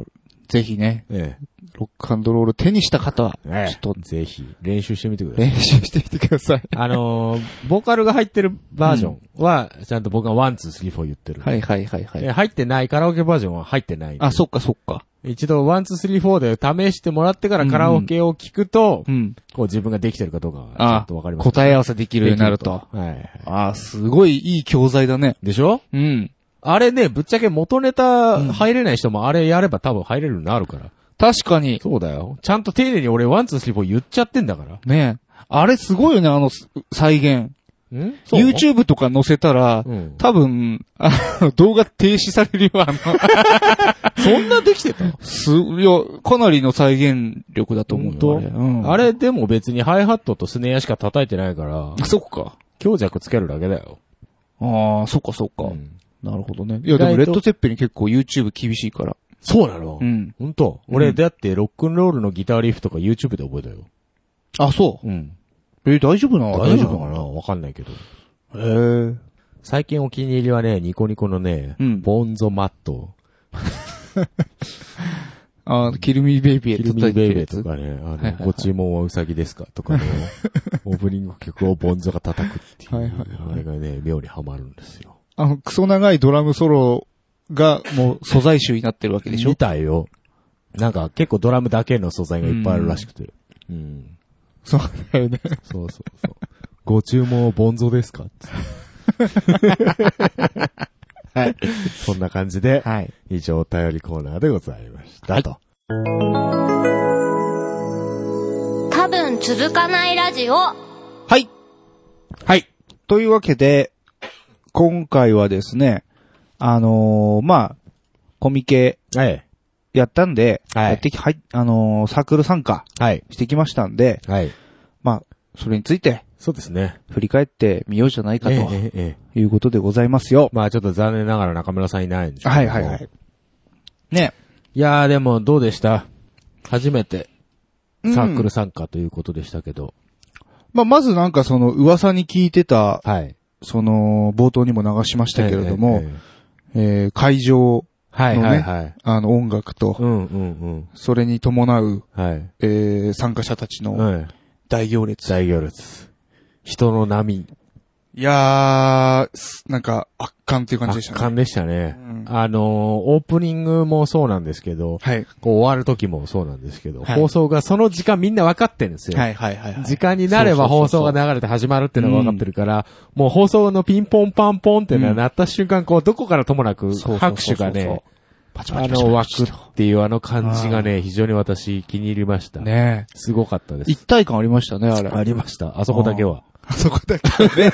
S7: ぜひね、
S6: え
S7: ロックアンドロール手にした方は、
S6: えちょっとぜひ練習してみてください。
S7: 練習してみてください。
S6: あのーボーカルが入ってるバージョンは、ちゃんと僕がワン、ツー、スリー、フォー言ってる。
S7: はいはいはいはい
S6: で入ってない、カラオケバージョンは入ってない。
S7: あ、そっかそっか。
S6: 一度、ワン、ツー、スリー、フォーで試してもらってからカラオケを聞くと、こう自分ができてるかどうかは、ちょっとわかります。
S7: 答え合わせできるようになると。
S6: はい。
S7: あすごいいい教材だね。
S6: でしょ
S7: うん。
S6: あれね、ぶっちゃけ元ネタ入れない人もあれやれば多分入れるようになるから。
S7: 確かに。
S6: そうだよ。ちゃんと丁寧に俺ワン、ツー、スリー、フォー言っちゃってんだから。
S7: ねあれすごいよね、あのす再現。
S6: そう
S7: YouTube とか載せたら、多分、あの動画停止されるよ、あの。
S6: そんなできてた
S7: す、いや、かなりの再現力だと思うよ。あれうん
S6: あれでも別にハイハットとスネアしか叩いてない から。
S7: そっか。
S6: 強弱つけるだけだよ。
S7: ああ、そっかそっか。なるほどね。いや、
S6: 意外と
S7: でもレッドツェッペリン結構 YouTube 厳しいから。
S6: そうなの
S7: うん。
S6: 本当俺、だってロックンロールのギターリフとか YouTube で覚えたよ。
S7: あ、そう。
S6: うん。
S7: え、大丈夫なの
S6: 大丈夫かなわかんないけど。
S7: へえ。
S6: 最近お気に入りはね、ニコニコのね、ボンゾマット。
S7: あキルミーベイビー
S6: キルミーベイベーとかね、あ
S7: はいはいは
S6: の、
S7: い
S6: ご注文はウサギですかと かね、オープニング曲をボンゾが叩くっていう。あれがね、妙にハマるんですよ。
S7: あの、クソ長いドラムソロがもう素材集になってるわけでしょ
S6: みたいよ。なんか結構ドラムだけの素材がいっぱいあるらしくて。うん。
S7: そうだよね。
S6: そうそうそう。ご注文はボンゾですかつっ てはい。そんな感じで、以上お便りコーナーでございました。と。
S8: 多分続かないラジオ。
S7: はい。はい。というわけで、今回はですね、あのーまあ、コミケ、やったんで、やってき、はい、あのーサークル参加、してきましたんで、まあ、それについて、
S6: そうですね。
S7: 振り返ってみようじゃないかと、
S6: ええええ
S7: いうことでございますよ。
S6: まあちょっと残念ながら中村さんいないんですけど。
S7: はいはいはい。ね。
S6: いやーでもどうでした初めて
S7: うん
S6: サークル参加ということでしたけど。
S7: まあ、まずなんかその噂に聞いてた、その、冒頭にも流しましたけれども、えー会場
S6: は
S7: のね、
S6: いはいはい
S7: あの音楽と、それに伴う、えー参加者たちの大行列。
S6: 大行列。人の波。
S7: いやー、すなんか圧巻っていう感じでしたね。
S6: 圧巻でしたね。あのーオープニングもそうなんですけど、こう終わる時もそうなんですけど、
S7: はい
S6: 放送がその時間みんな分かってるんですよ。
S7: はいはいはいはい
S6: 時間になれば放送が流れて始まるっていうのが分かってるから、もう放送のピンポンパンポンっていうのは鳴った瞬間、こうどこからともなく
S7: そうそうそうそう
S6: 拍手がね、あ
S7: パチパチ
S6: の枠っていうあの感じがね、非常に私気に入りました。
S7: ね
S6: すごかったです。
S7: 一体感ありましたね、あれ。
S6: ありました。あそこだけは。
S7: あそこだけね。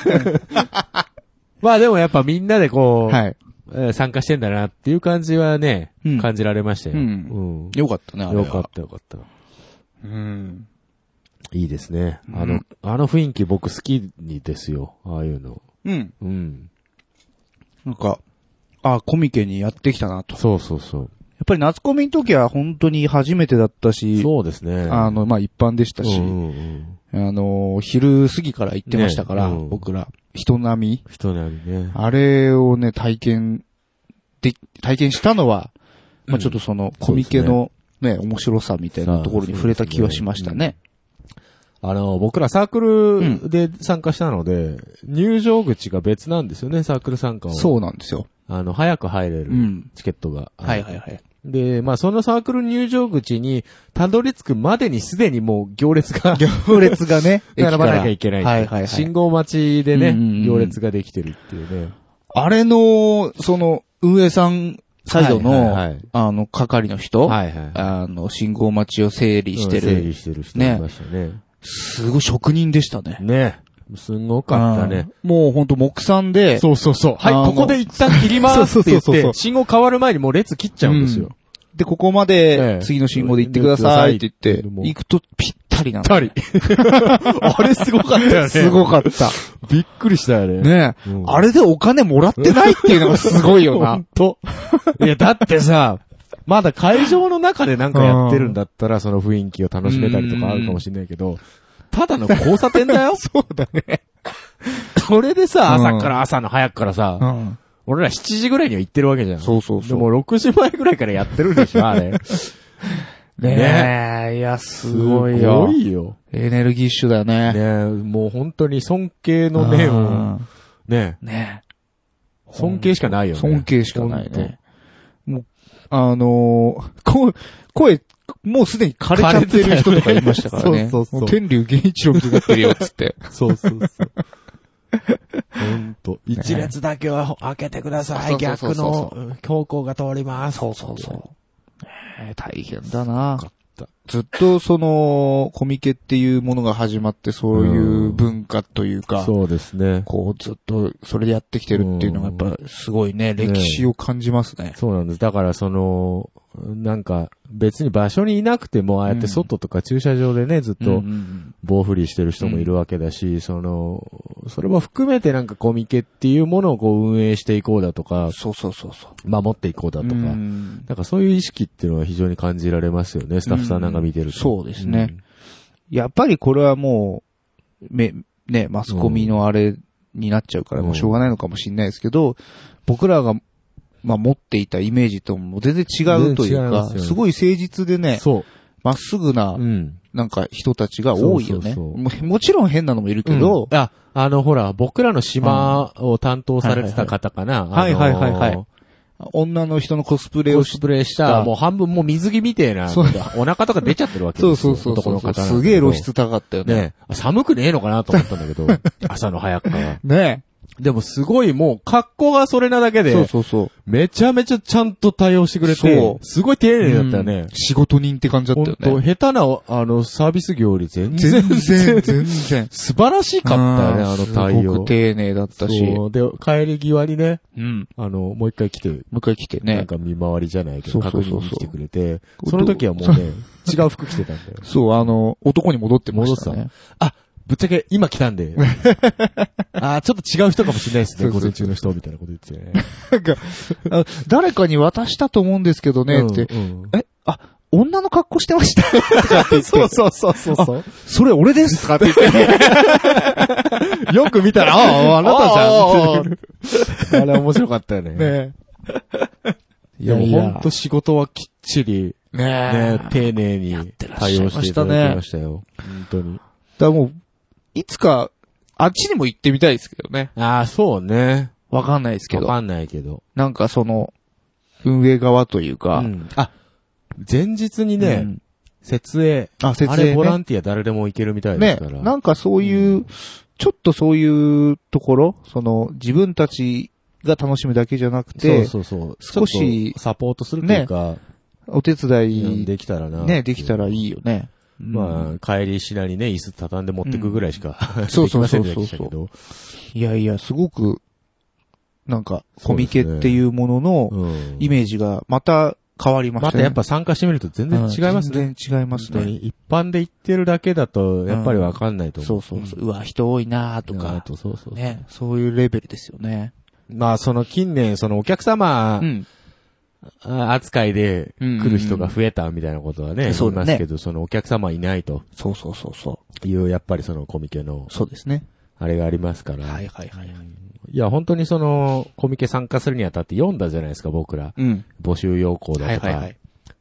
S6: まあでもやっぱみんなでこう、
S7: はい
S6: えー参加してんだなっていう感じはね、感じられましたよ。
S7: う
S6: う
S7: ん
S6: ん
S7: よかったねあれは
S6: よかったよかった。
S7: うん。
S6: いいですね。
S7: うん
S6: あの、あの雰囲気僕好きにですよ。ああいうの。
S7: うん。
S6: うん。
S7: なんか、あコミケにやってきたなと。
S6: そうそうそう。
S7: やっぱり夏コミの時は本当に初めてだったし、
S6: そうですね。
S7: あの、まあ、一般でしたし、あの、昼過ぎから行ってましたから、
S6: ねうん
S7: 僕ら、人並み。
S6: 人並みね。
S7: あれをね、体験、で、体験したのは、まあ、ちょっとその、コミケのね、面白さみたいなところに触れた気はしましたね。
S6: あの、僕らサークルで参加したので、入場口が別なんですよね、サークル参加は。
S7: そうなんですよ。
S6: あの、早く入れる
S7: うん、
S6: チケットが。
S7: はいはいはい。
S6: で、まあ、そのサークル入場口に、たどり着くまでにすでにもう行列が。
S7: 行列がね
S6: 並ばなきゃいけない。
S7: 駅からはいはいはい
S6: 信号待ちで
S7: うんうんう
S6: ね、
S7: ん
S6: 行列ができてるっていうね。
S7: あれの、その、運営さんサイドの、
S6: はいはいは
S7: あの、係の人、あの、信号待ちを整理してる。
S6: うん整理してる人いましたね。
S7: すごい職人でしたね。
S6: ね。すごかったね。
S7: もうほんと木産で。
S6: そうそうそう。はい、ここで一旦切りますって言って、信号変わる前にもう列切っちゃうんですよ。
S7: で、ここまで、次の信号で行ってくださいって言って、行くとぴったりなんだ。ぴったり。 あれすごかったよね。すごかった。
S6: びっくりしたよね。
S7: ねえ、あれでお金もらってないっていうのがすごいよ
S6: ほ。
S7: なん
S6: と。いや、だってさ、まだ会場の中でなんかやってるんだったら、その雰囲気を楽しめたりとかあるかもしれないけど、ただの交差点だ よそうだね。それでさ、
S7: うん
S6: 朝から朝の早くからさ、
S7: うん
S6: 俺ら7時ぐらいには行ってるわけじゃん。そう
S7: そう
S6: そう。でも6時前ぐらいからやってるんでしょ、あれ。ね
S7: ねえ、いや、すごい
S6: す
S7: よ。
S6: ごいよ。
S7: エネルギッシュだよね。
S6: ねえ、もう本当に尊敬の念を、ねえ。
S7: ね
S6: 尊敬しかないよね。
S7: 尊敬しかないね。もう、あのー、こ声、もうすでに枯れちゃってる人とかいましたからね。
S6: そうそうそう
S7: も天竜源一郎みたいになってるよ、つって。
S6: そうそうそう。本当一列だけは開けてください。
S7: ね
S6: 逆
S7: そうそうそう
S6: の
S7: そ
S6: 強行が通ります。
S7: そうそうそう。ねえ 大変だなずっとその、コミケっていうものが始まって、そういう文化というか、
S6: そうですね。
S7: こうずっとそれでやってきてるっていうのがやっぱすごいね、歴史を感じますね。
S6: そうなんです。だからその、なんか別に場所にいなくても、ああやって外とか駐車場でね、ずっ
S7: うんう
S6: と
S7: んうん
S6: 棒振りしてる人もいるわけだし、その、それも含めてなんかコミケっていうものをこう運営していこうだとか、
S7: そうそうそうそう。
S6: 守っていこうだとか、
S7: うん
S6: なんかそういう意識っていうのは非常に感じられますよね、スタッフさんなんか見てると。
S7: そうですね。やっぱりこれはもう、め、ね、マスコミのあれになっちゃうから、もうしょうがないのかもしれないですけど、僕らが、まあ持っていたイメージとも全然違うという
S6: 全
S7: か、
S6: 然違いますよね
S7: すごい誠実でね、まっすぐな、
S6: ん
S7: なんか人たちが多いよね。
S6: そうそう
S7: ももちろん変なのもいるけど、
S6: うんあ、あの、ほら、僕らの島を担当されてた方かな。
S7: はいはいはいはい女の人のコスプレを
S6: コスプレした、もう半分もう水着みたいな、
S7: そう
S6: お腹とか出ちゃってるわけですよ。
S7: そうそうそう
S6: 男
S7: そう
S6: の方なんだけど
S7: すげえ露出高かったよね
S6: あ寒くねえのかなと思ったんだ けど、朝の早くから。
S7: ね
S6: でもすごいもう格好がそれなだけで、
S7: そうそうそう。
S6: めちゃめちゃちゃんと対応してくれて
S7: そ、
S6: すごい丁寧だったよね。
S7: うん仕事人って感じだったよね。
S6: 本当下手な、あの、サービス業より全然、
S7: 全然、全然。
S6: 素晴らしかったよね、あの対応。
S7: すごく丁寧だったし。
S6: そうで、帰り際にね、
S7: うん。
S6: あの、もう一回来て、も
S7: う一回来てね
S6: なんか見回りじゃないけ
S7: そ
S6: ど、
S7: うそ
S6: 確
S7: うそうそ
S6: 認に
S7: う
S6: 来てくれて、その時はもうね、違う服着てたんだよ。
S7: そう、あの、男に戻ってま
S6: 戻
S7: し
S6: って
S7: た
S6: た
S7: ね。。
S6: あ、ぶっちゃけ今来たんで。あーちょっと違う人かもしれないですね、午前中の人みたいなこと言ってね。
S7: あ誰かに渡したと思うんですけどね、って。え、あ、女の格好してました。
S6: そうそうそうそうそう
S7: それ俺ですとかって言って。
S6: よく見たらあああなたじゃん
S7: じゃん。
S6: あれ面白かったよ ね。
S7: ね
S6: いや、もうほんと仕事はきっちり、
S7: ね
S6: ね丁寧に対応していただきましたよ。本当に。
S7: だからもう、いつか、あっちにも行ってみたいですけどね。
S6: ああ、そうね。
S7: わかんないですけど。
S6: わかんないけど。
S7: なんかその、運営側というか。
S6: あ、前日にね、
S7: うん
S6: 設営。
S7: あ設営ね
S6: あれボランティア誰でも行けるみたいです
S7: ね
S6: か、ら。
S7: なんかそういう、ちょっとそういうところ、その、自分たちが楽しむだけじゃなくて、
S6: そうそうそう
S7: 少し
S6: ちょっと、サポートするというか、
S7: お手伝い、
S6: できたらな。
S7: ね、できたらいいよね。
S6: まあ、帰りしなりね、椅子畳んで持ってくぐらいしか、
S7: そう
S6: でき
S7: そ
S6: ま
S7: う
S6: せ
S7: そ
S6: ん
S7: う
S6: で
S7: そう
S6: したけど。
S7: いやいや、すごく、なんか、コ
S6: そうで
S7: ミ
S6: すね
S7: ケっていうものの、
S6: うん
S7: イメージがまた変わりましたね。
S6: またやっぱ参加してみると全然違いますね
S7: うん全然違います
S6: 本当に
S7: ね。
S6: 一般で行ってるだけだと、やっぱりわかんないと思う。
S7: そうそうそう。うわ、人多いなーとか。
S6: そうそうそう。
S7: ね、そういうレベルですよね。
S6: まあ、その近年、そのお客様、あ扱いで来る人が増えたみたいなことはね、
S7: そう
S6: 言
S7: だ
S6: い
S7: ね
S6: ますけど、そのお客様いないと。
S7: そうそうそうそう。
S6: いう、やっぱりそのコミケの。
S7: そうですね。
S6: あれがありますから。はい
S7: はいはい。
S6: いや、本当にその、コミケ参加するにあたって読んだじゃないですか、僕ら。
S7: うん
S6: 募集要項だとか、
S7: はいはいはい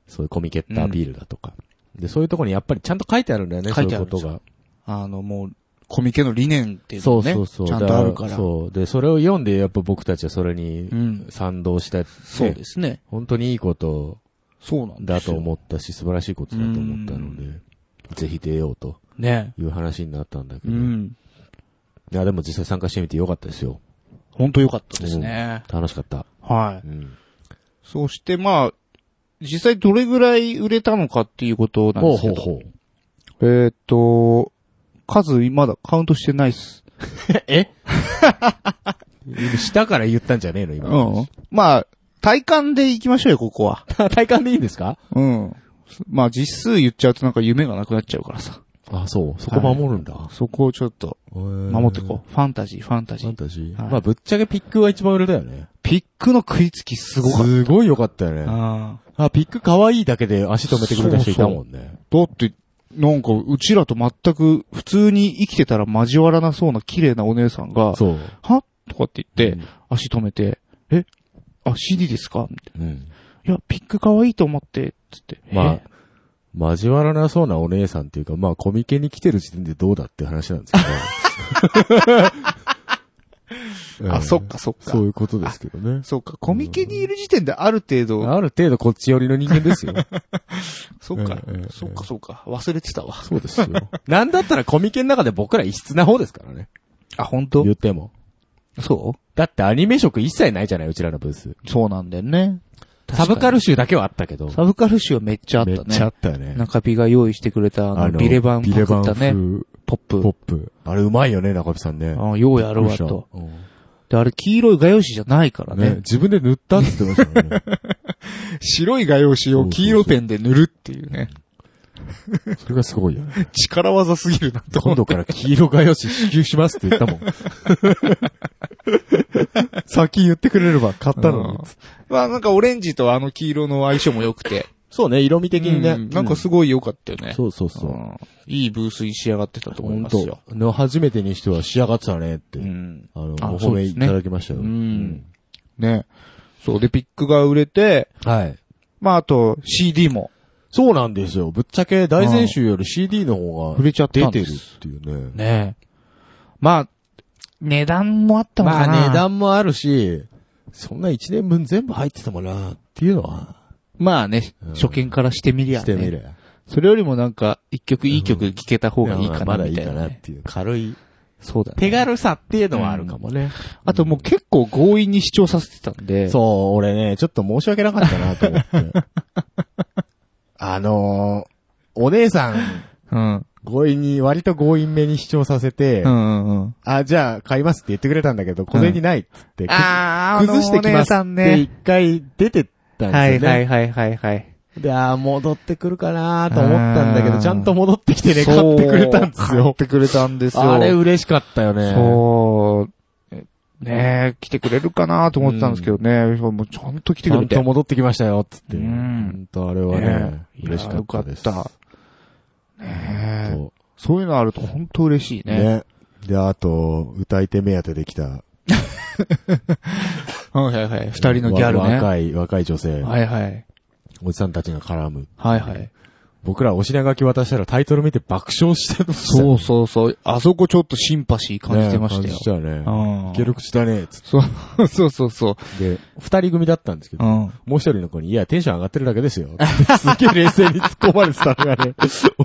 S6: そういうコミケットアピールだとか、で、そういうところにやっぱりちゃんと書いてあるんだよね、
S7: 書いてあるん
S6: そ
S7: で
S6: うい
S7: す
S6: うこ
S7: よ
S6: とが。
S7: あの、もう、コミケの理念っていうの
S6: そ
S7: も
S6: う
S7: ね、
S6: そうそう。
S7: ちゃんとあるから。
S6: だそう。で、それを読んで、やっぱ僕たちはそれに賛同した、
S7: そうですね。
S6: 本当にいいこと、
S7: そうなん
S6: だと思ったし、素晴らしいことだと思ったので、ぜひ出ようと。
S7: ね
S6: いう話になったんだけど。
S7: うん
S6: いや、でも実際参加してみてよかったですよ。
S7: 本当よかったですね
S6: うん楽しかった。
S7: はい、
S6: うん
S7: そしてまあ、実際どれぐらい売れたのかっていうことなんですけど。
S6: ほうほう
S7: えーっと、数まだカウントしてないっす。
S6: え下から言ったんじゃねえの、今。
S7: うん。まあ、体感で行きましょうよ、ここは。
S6: 体感でいいんですか
S7: うん。まあ、実数言っちゃうとなんか夢がなくなっちゃうからさ。
S6: あ、そう。そこ守るんだ。
S7: そこをちょっと、守ってこう。ファンタジー、ファンタジー。ファン
S6: タジー。
S7: まあ、
S6: ぶっちゃけピックは一番売れたよね。
S7: ピックの食いつきすごかった。
S6: すごい良かったよね。
S7: あ
S6: あ、ピック可愛いだけで足止めてくれた人いたもんね。
S7: そうそうだって、なんか、うちらと全く、普通に生きてたら交わらなそうな綺麗なお姉さんが、
S6: そう。
S7: はとかって言って、足止めて、えあ、CD ですかみたい
S6: な。い
S7: や、ピック可愛いと思って、つって。
S6: まあ、交わらなそうなお姉さんっていうか、まあ、コミケに来てる時点でどうだって話なんですけど。
S7: あそっ
S6: かそっか。そういうことですけどね。
S7: そうか、コミケにいる時点である程度。
S6: ある程度こっち寄りの人間ですよ。
S7: そっか、そっかそっか、忘れてたわ。
S6: そうですよ。 なんだったらコミケの中で僕ら異質な方ですからね。
S7: あ、本当
S6: 言っても。
S7: そう
S6: だってアニメ色一切ないじゃない、うちらのブース。
S7: そうなんだよね。
S6: サブカル集だけはあったけど。
S7: サブカル集はめっちゃあったね。
S6: めっちゃあったよね
S7: 中ピが用意してくれた、あの、ビレバンパクったね。ポップ。
S6: ポップ。あれうまいよね、中尾さんね。
S7: あようやるわと。で、あれ黄色い画用紙じゃないからね。
S6: ね自分で塗ったって言ってましたね。
S7: 白い画用紙を黄色ペンで塗るっていうね。
S6: それがすごいよね。
S7: 力技すぎるなと
S6: 今
S7: 思って。
S6: 度から黄色画用紙支給しますって言ったもん。 先言ってくれれば買ったのに。
S7: まあなんかオレンジとあの黄色の相性も良くて。
S6: そうね、色味的にね。
S7: うんなんかすごい良かったよね。
S6: そうそうそう。
S7: いいブースに仕上がってたと思い
S6: 本
S7: ますよ。
S6: 当の初めてにしては仕上がってたねって、あの、
S7: あ
S6: お
S7: そ
S6: 褒
S7: う
S6: め
S7: で
S6: い
S7: すね
S6: ただきましたよ。
S7: うん。ね。そう。で、ピックが売れて、
S6: はい。
S7: まあ、あと、CD も。
S6: そうなんですよ。ぶっちゃけ大前週より CD の方が
S7: 触れちゃった
S6: 出
S7: ん
S6: てる
S7: で
S6: っ
S7: す
S6: ていうね。
S7: ねまあ、値段もあったの
S6: ま
S7: かな
S6: あ値段もあるし、そんな1年分全部入ってたもんなっていうのは。
S7: まあね、初見からしてみりゃ、ね。
S6: してみりゃ
S7: それよりもなんか、一曲いい曲聴けた方がいいかな、
S6: うん
S7: みたいな、ね。
S6: まだいいかなっていう。軽い。
S7: そうだね。
S6: 手軽さっていうのはあるかもね。
S7: あともう結構強引に視聴させてたんで。
S6: そう、俺ね、ちょっと申し訳なかったなと思 って。あのー、お姉さん、
S7: うん。
S6: 強引に、割と強引めに主張させて、
S7: うんうんうん。
S6: あ、じゃあ買いますって言ってくれたんだけど、小銭ないっつって、く
S7: あー
S6: 崩してきます
S7: あのお
S6: っ
S7: 姉さんね
S6: て一回出てったんですよね。
S7: はいはいはいはいはい。
S6: で、あー戻ってくるかなーと思ったんだけ
S7: あ
S6: ど、
S7: ー
S6: ちゃんと戻ってきてね、買ってくれたんです
S7: そう買
S6: よ
S7: っ。てくれたんですよ。
S6: あれ嬉しかったよね。
S7: そう。ねえ、来てくれるかなと思ってたんですけどね。もうちゃんと来てくれて。
S6: ちゃんと戻ってきましたよ、つって。
S7: うん。
S6: とあれはね、嬉しか
S7: よ
S6: っ
S7: か
S6: た
S7: っ
S6: です。
S7: た。ね
S6: そう
S7: え。そういうのあると本当嬉しいね。
S6: ね。で、あと、歌い手目当てできた。
S7: はいはいはい。二人のギャル
S6: わ
S7: ね。
S6: 若い、若い女性。
S7: はいはい。
S6: おじさんたちが絡む。
S7: はいはい。
S6: 僕らお品書き渡したらタイトル見て爆笑してました
S7: そうそうそう。あそこちょっとシンパシー感じてましたよ。
S6: ね感じたね
S7: うん。
S6: いける口だね、つって。
S7: そう、そうそうそう。
S6: で、二人組だったんですけど、
S7: うん
S6: もう一人の子に、いや、テンション上がってるだけですよ。すげえ冷静に突っ込まれてたのが ね、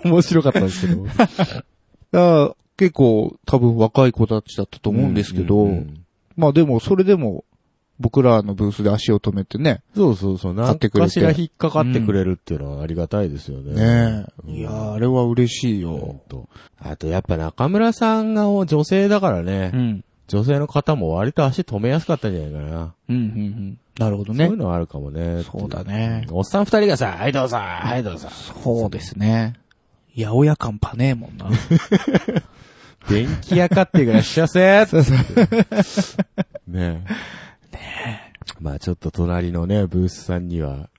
S6: 面白かったんですけど。
S7: だから結構多分若い子たちだったと思うんですけど、
S6: うんうんう
S7: まあでもそれでも僕らのブースで足を止めてね。
S6: そうそうそう、
S7: 買
S6: な
S7: っ
S6: ん
S7: てくれ
S6: か
S7: て
S6: しら引っかかってくれるっていうのはありがたいですよね。
S7: ねえ。いやーあれは嬉しいよ。
S6: あとやっぱ中村さんが女性だからね、女性の方も割と足止めやすかったんじゃないかな。
S7: うん、うん、うん。なるほど
S6: そう
S7: ね
S6: いう。のはあるかもね。
S7: そうだね。
S6: おっさん二人がさ、はいどうぞ、はいどうぞ。
S7: そうですね。八百屋感パねえもんな。
S6: 電気屋かっていうからいっしゃせーっつってねまあちょっと隣のね、ブースさんには、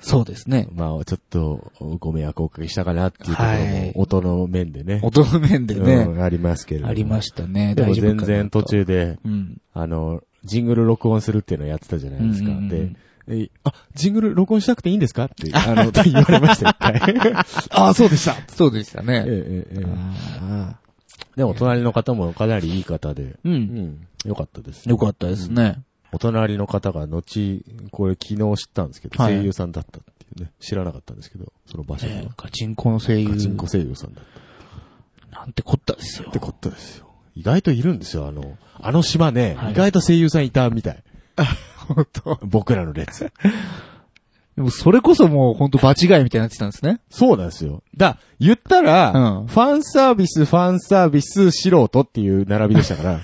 S6: そうですね。まあちょっとご迷惑をおかけしたかなっていうところ
S7: はい
S6: も、音の面でね。
S7: 音の面でね
S6: うんありますけれども。
S7: ありましたね
S6: でも
S7: 大丈夫か
S6: 全
S7: な
S6: 然
S7: と
S6: 途中で
S7: うん、
S6: あの、ジングル録音するっていうのをやってたじゃないですか
S7: うんうんう。ん
S6: で、えあ、ジングル録音しなくていいんですかって、あ の、言われましたよ、一回
S7: あそうでしたそうでしたね
S6: ええええええでも、隣の方もかなりいい方で。
S7: うん
S6: よかったです。
S7: よかったですね
S6: うん。お隣の方が後、これ昨日知ったんですけど、
S7: はい
S6: 声優さんだったっていうね。知らなかったんですけど、その場所が。
S7: ガチンコの声優。
S6: ガチンコ声優さんだった。なんてこったですよ。なんてこったですよ。意外といるんですよ、あの、あの島ね、意外と声優さんいたみた い。本当。僕らの列。
S7: でもそれこそもう本当場違いみたいになってたんですね。
S6: そうなんですよ。だ、言ったら、ファンサービス、ファンサービス、素人っていう並びでした から。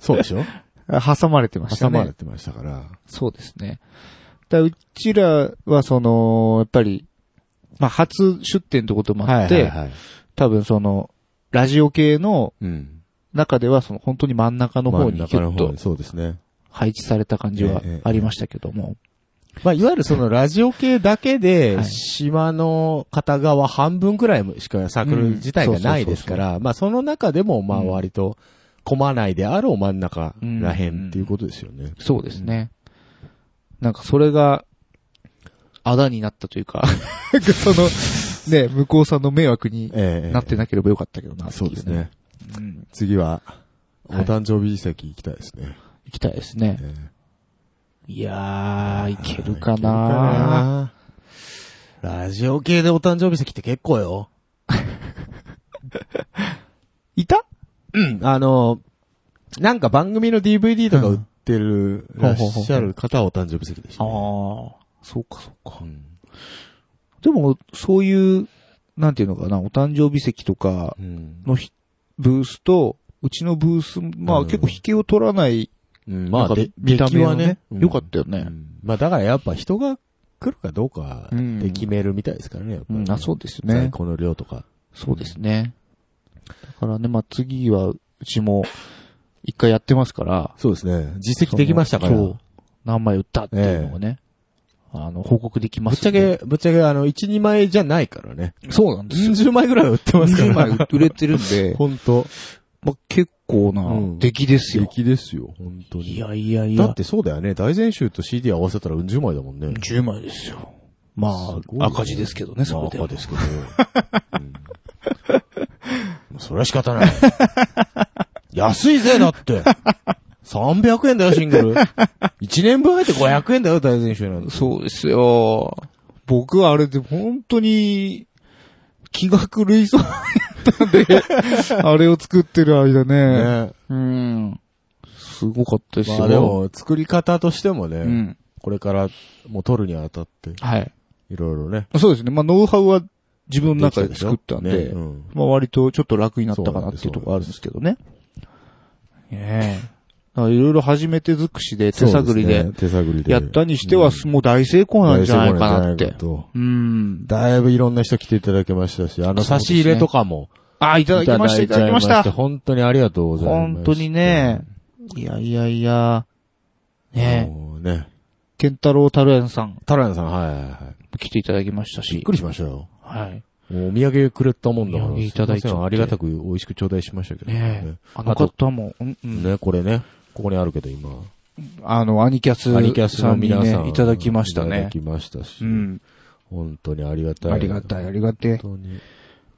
S6: そうでしょ
S7: 挟まれてましたね。
S6: 挟まれてましたから。
S7: そうですね。だからうちらはその、やっぱり、まあ初出店ってこともあって、
S6: はいはいはい
S7: 多分その、ラジオ系の中ではその本当に真ん中の方に
S6: 真ん
S7: ギ
S6: 中
S7: ュ
S6: の
S7: ッ
S6: 方
S7: と
S6: にそうですね。
S7: 配置された感じは
S6: ええええ
S7: ありましたけども。
S6: まあ、いわゆるそのラジオ系だけで、島の片側半分くらいしかサークル自体がないですから、まあ、その中でも、まあ、割と、混まないであろう真ん中らへんっていうことですよね。
S7: そうですね。なんかそれが、あだになったというか、 なんかその、ね、向こうさんの迷惑になってなければよかったけどな、そうですね。
S6: 次は、お誕生日席行きたいですね。
S7: 行きたいですね。いやー、いけるかな
S6: なラジオ系でお誕生日席って結構よ。
S7: いた
S6: うん、あの、なんか番組の DVD とか売ってる、
S7: うん
S6: らっしゃる方はお誕生日席でした、ね。
S7: ああ、そうかそうか。でも、そういう、なんていうのかな、お誕生日席とかのひ、ブースと、うちのブース、まあ結構引けを取らない、
S6: まあ
S7: なんか
S6: で
S7: 見た目
S6: 出来は
S7: はね、
S6: ねうん
S7: よかったよね。
S6: まあだからやっぱ人が来るかどうかで決めるみたいですからね、やっぱりね
S7: あ、そうですね
S6: 在庫の量とか。
S7: そうですね。だからね、まあ次は、うちも、一回やってますから。
S6: そうですね。実績できましたから
S7: そう。何枚売ったっていうのをね、あの、報告できま
S6: ぶっ
S7: す
S6: ちゃけ、ぶっちゃけあの、1、2枚じゃないからね。
S7: そうなんですよ。
S6: 10枚ぐらいは売ってますから。
S7: 20枚 売れてるんで
S6: 本当
S7: まあ、結構な、出来ですよ。
S6: 出来ですよ、本当に。い
S7: やいやい
S6: や。だってそうだよね。大全集と CD 合わせたらうん十枚だもんね。
S7: 10枚ですよ。まあ、赤字ですけどね、それで。
S6: まあ赤ですけど。うんまあ それは仕方ない。安いぜ、だって。300円だよ、シングル。1年分入って500円だよ、大全集なんて。
S7: そうですよ。僕はあれで本当に、気が狂いそうだったん で、あれを作ってる間ね。うん。すごかったですよ。
S6: まあでも、作り方としてもね、
S7: ん
S6: これからもう取るにあたって、
S7: はい。
S6: いろいろね。
S7: そうですね。まあ、ノウハウは自分の中で作ったんで、
S6: できたでしょねうん
S7: まあ、割とちょっと楽になったかなっていうところあるんですけどね。ええ。だからいろいろ始めて尽くしで、手探りで
S6: そうですね手探りで
S7: やったにしては、もう大成功なんじゃないかなって。
S6: うん。だいぶいろんな人来ていただきましたし、あの差し入れとかも。
S7: あ、いただきました、いただきまし
S6: い
S7: た
S6: ちゃい。本当にありがとうございます。
S7: 本当にね。いやいやいや。ね
S6: もうね。
S7: ケンタロウタルヤンさん。
S6: タルヤンさん、はいはいはい。
S7: 来ていただきましたし。びっ
S6: くりしましたよ。
S7: はい。
S6: もうお土産くれたもんだから。
S7: お土産いただいちゃって
S6: すませんありがたく美味しく頂戴しましたけど
S7: ねえあの方も、
S6: ね、これね。ここにあるけど今。
S7: あの、アニキャス。
S6: アニキャスの皆さん、
S7: いただきました
S6: いた
S7: ね
S6: だ。きましたし。
S7: うん
S6: 本当にありがたい。
S7: ありがたい、ありがて
S6: え。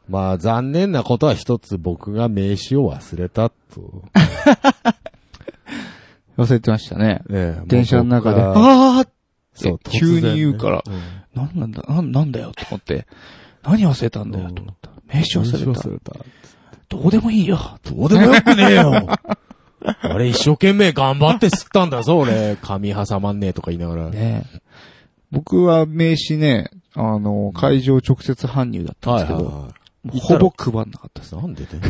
S6: まあ、残念なことは一つ僕が名刺を忘れたと。
S7: 忘れてましたね。
S6: ええ
S7: 電車の中で、
S6: もう
S7: あ
S6: 僕は
S7: あって
S6: そう突然
S7: 急
S6: ね
S7: に言うから、なんなんだ、なんなんだよと思って、何忘れたんだよと思った。名刺忘れ
S6: 名
S7: た。
S6: 刺忘れた
S7: どうでもいいよ。
S6: どうでもよくねえよ。あれ一生懸命頑張って吸ったんだぞ、俺。髪挟まんねえとか言いながら。
S7: ね僕は名刺ね、あの、会場直接搬入だったんですけど、
S6: はいはい
S7: もうほぼ配んなかったです。
S6: なんでだよ。言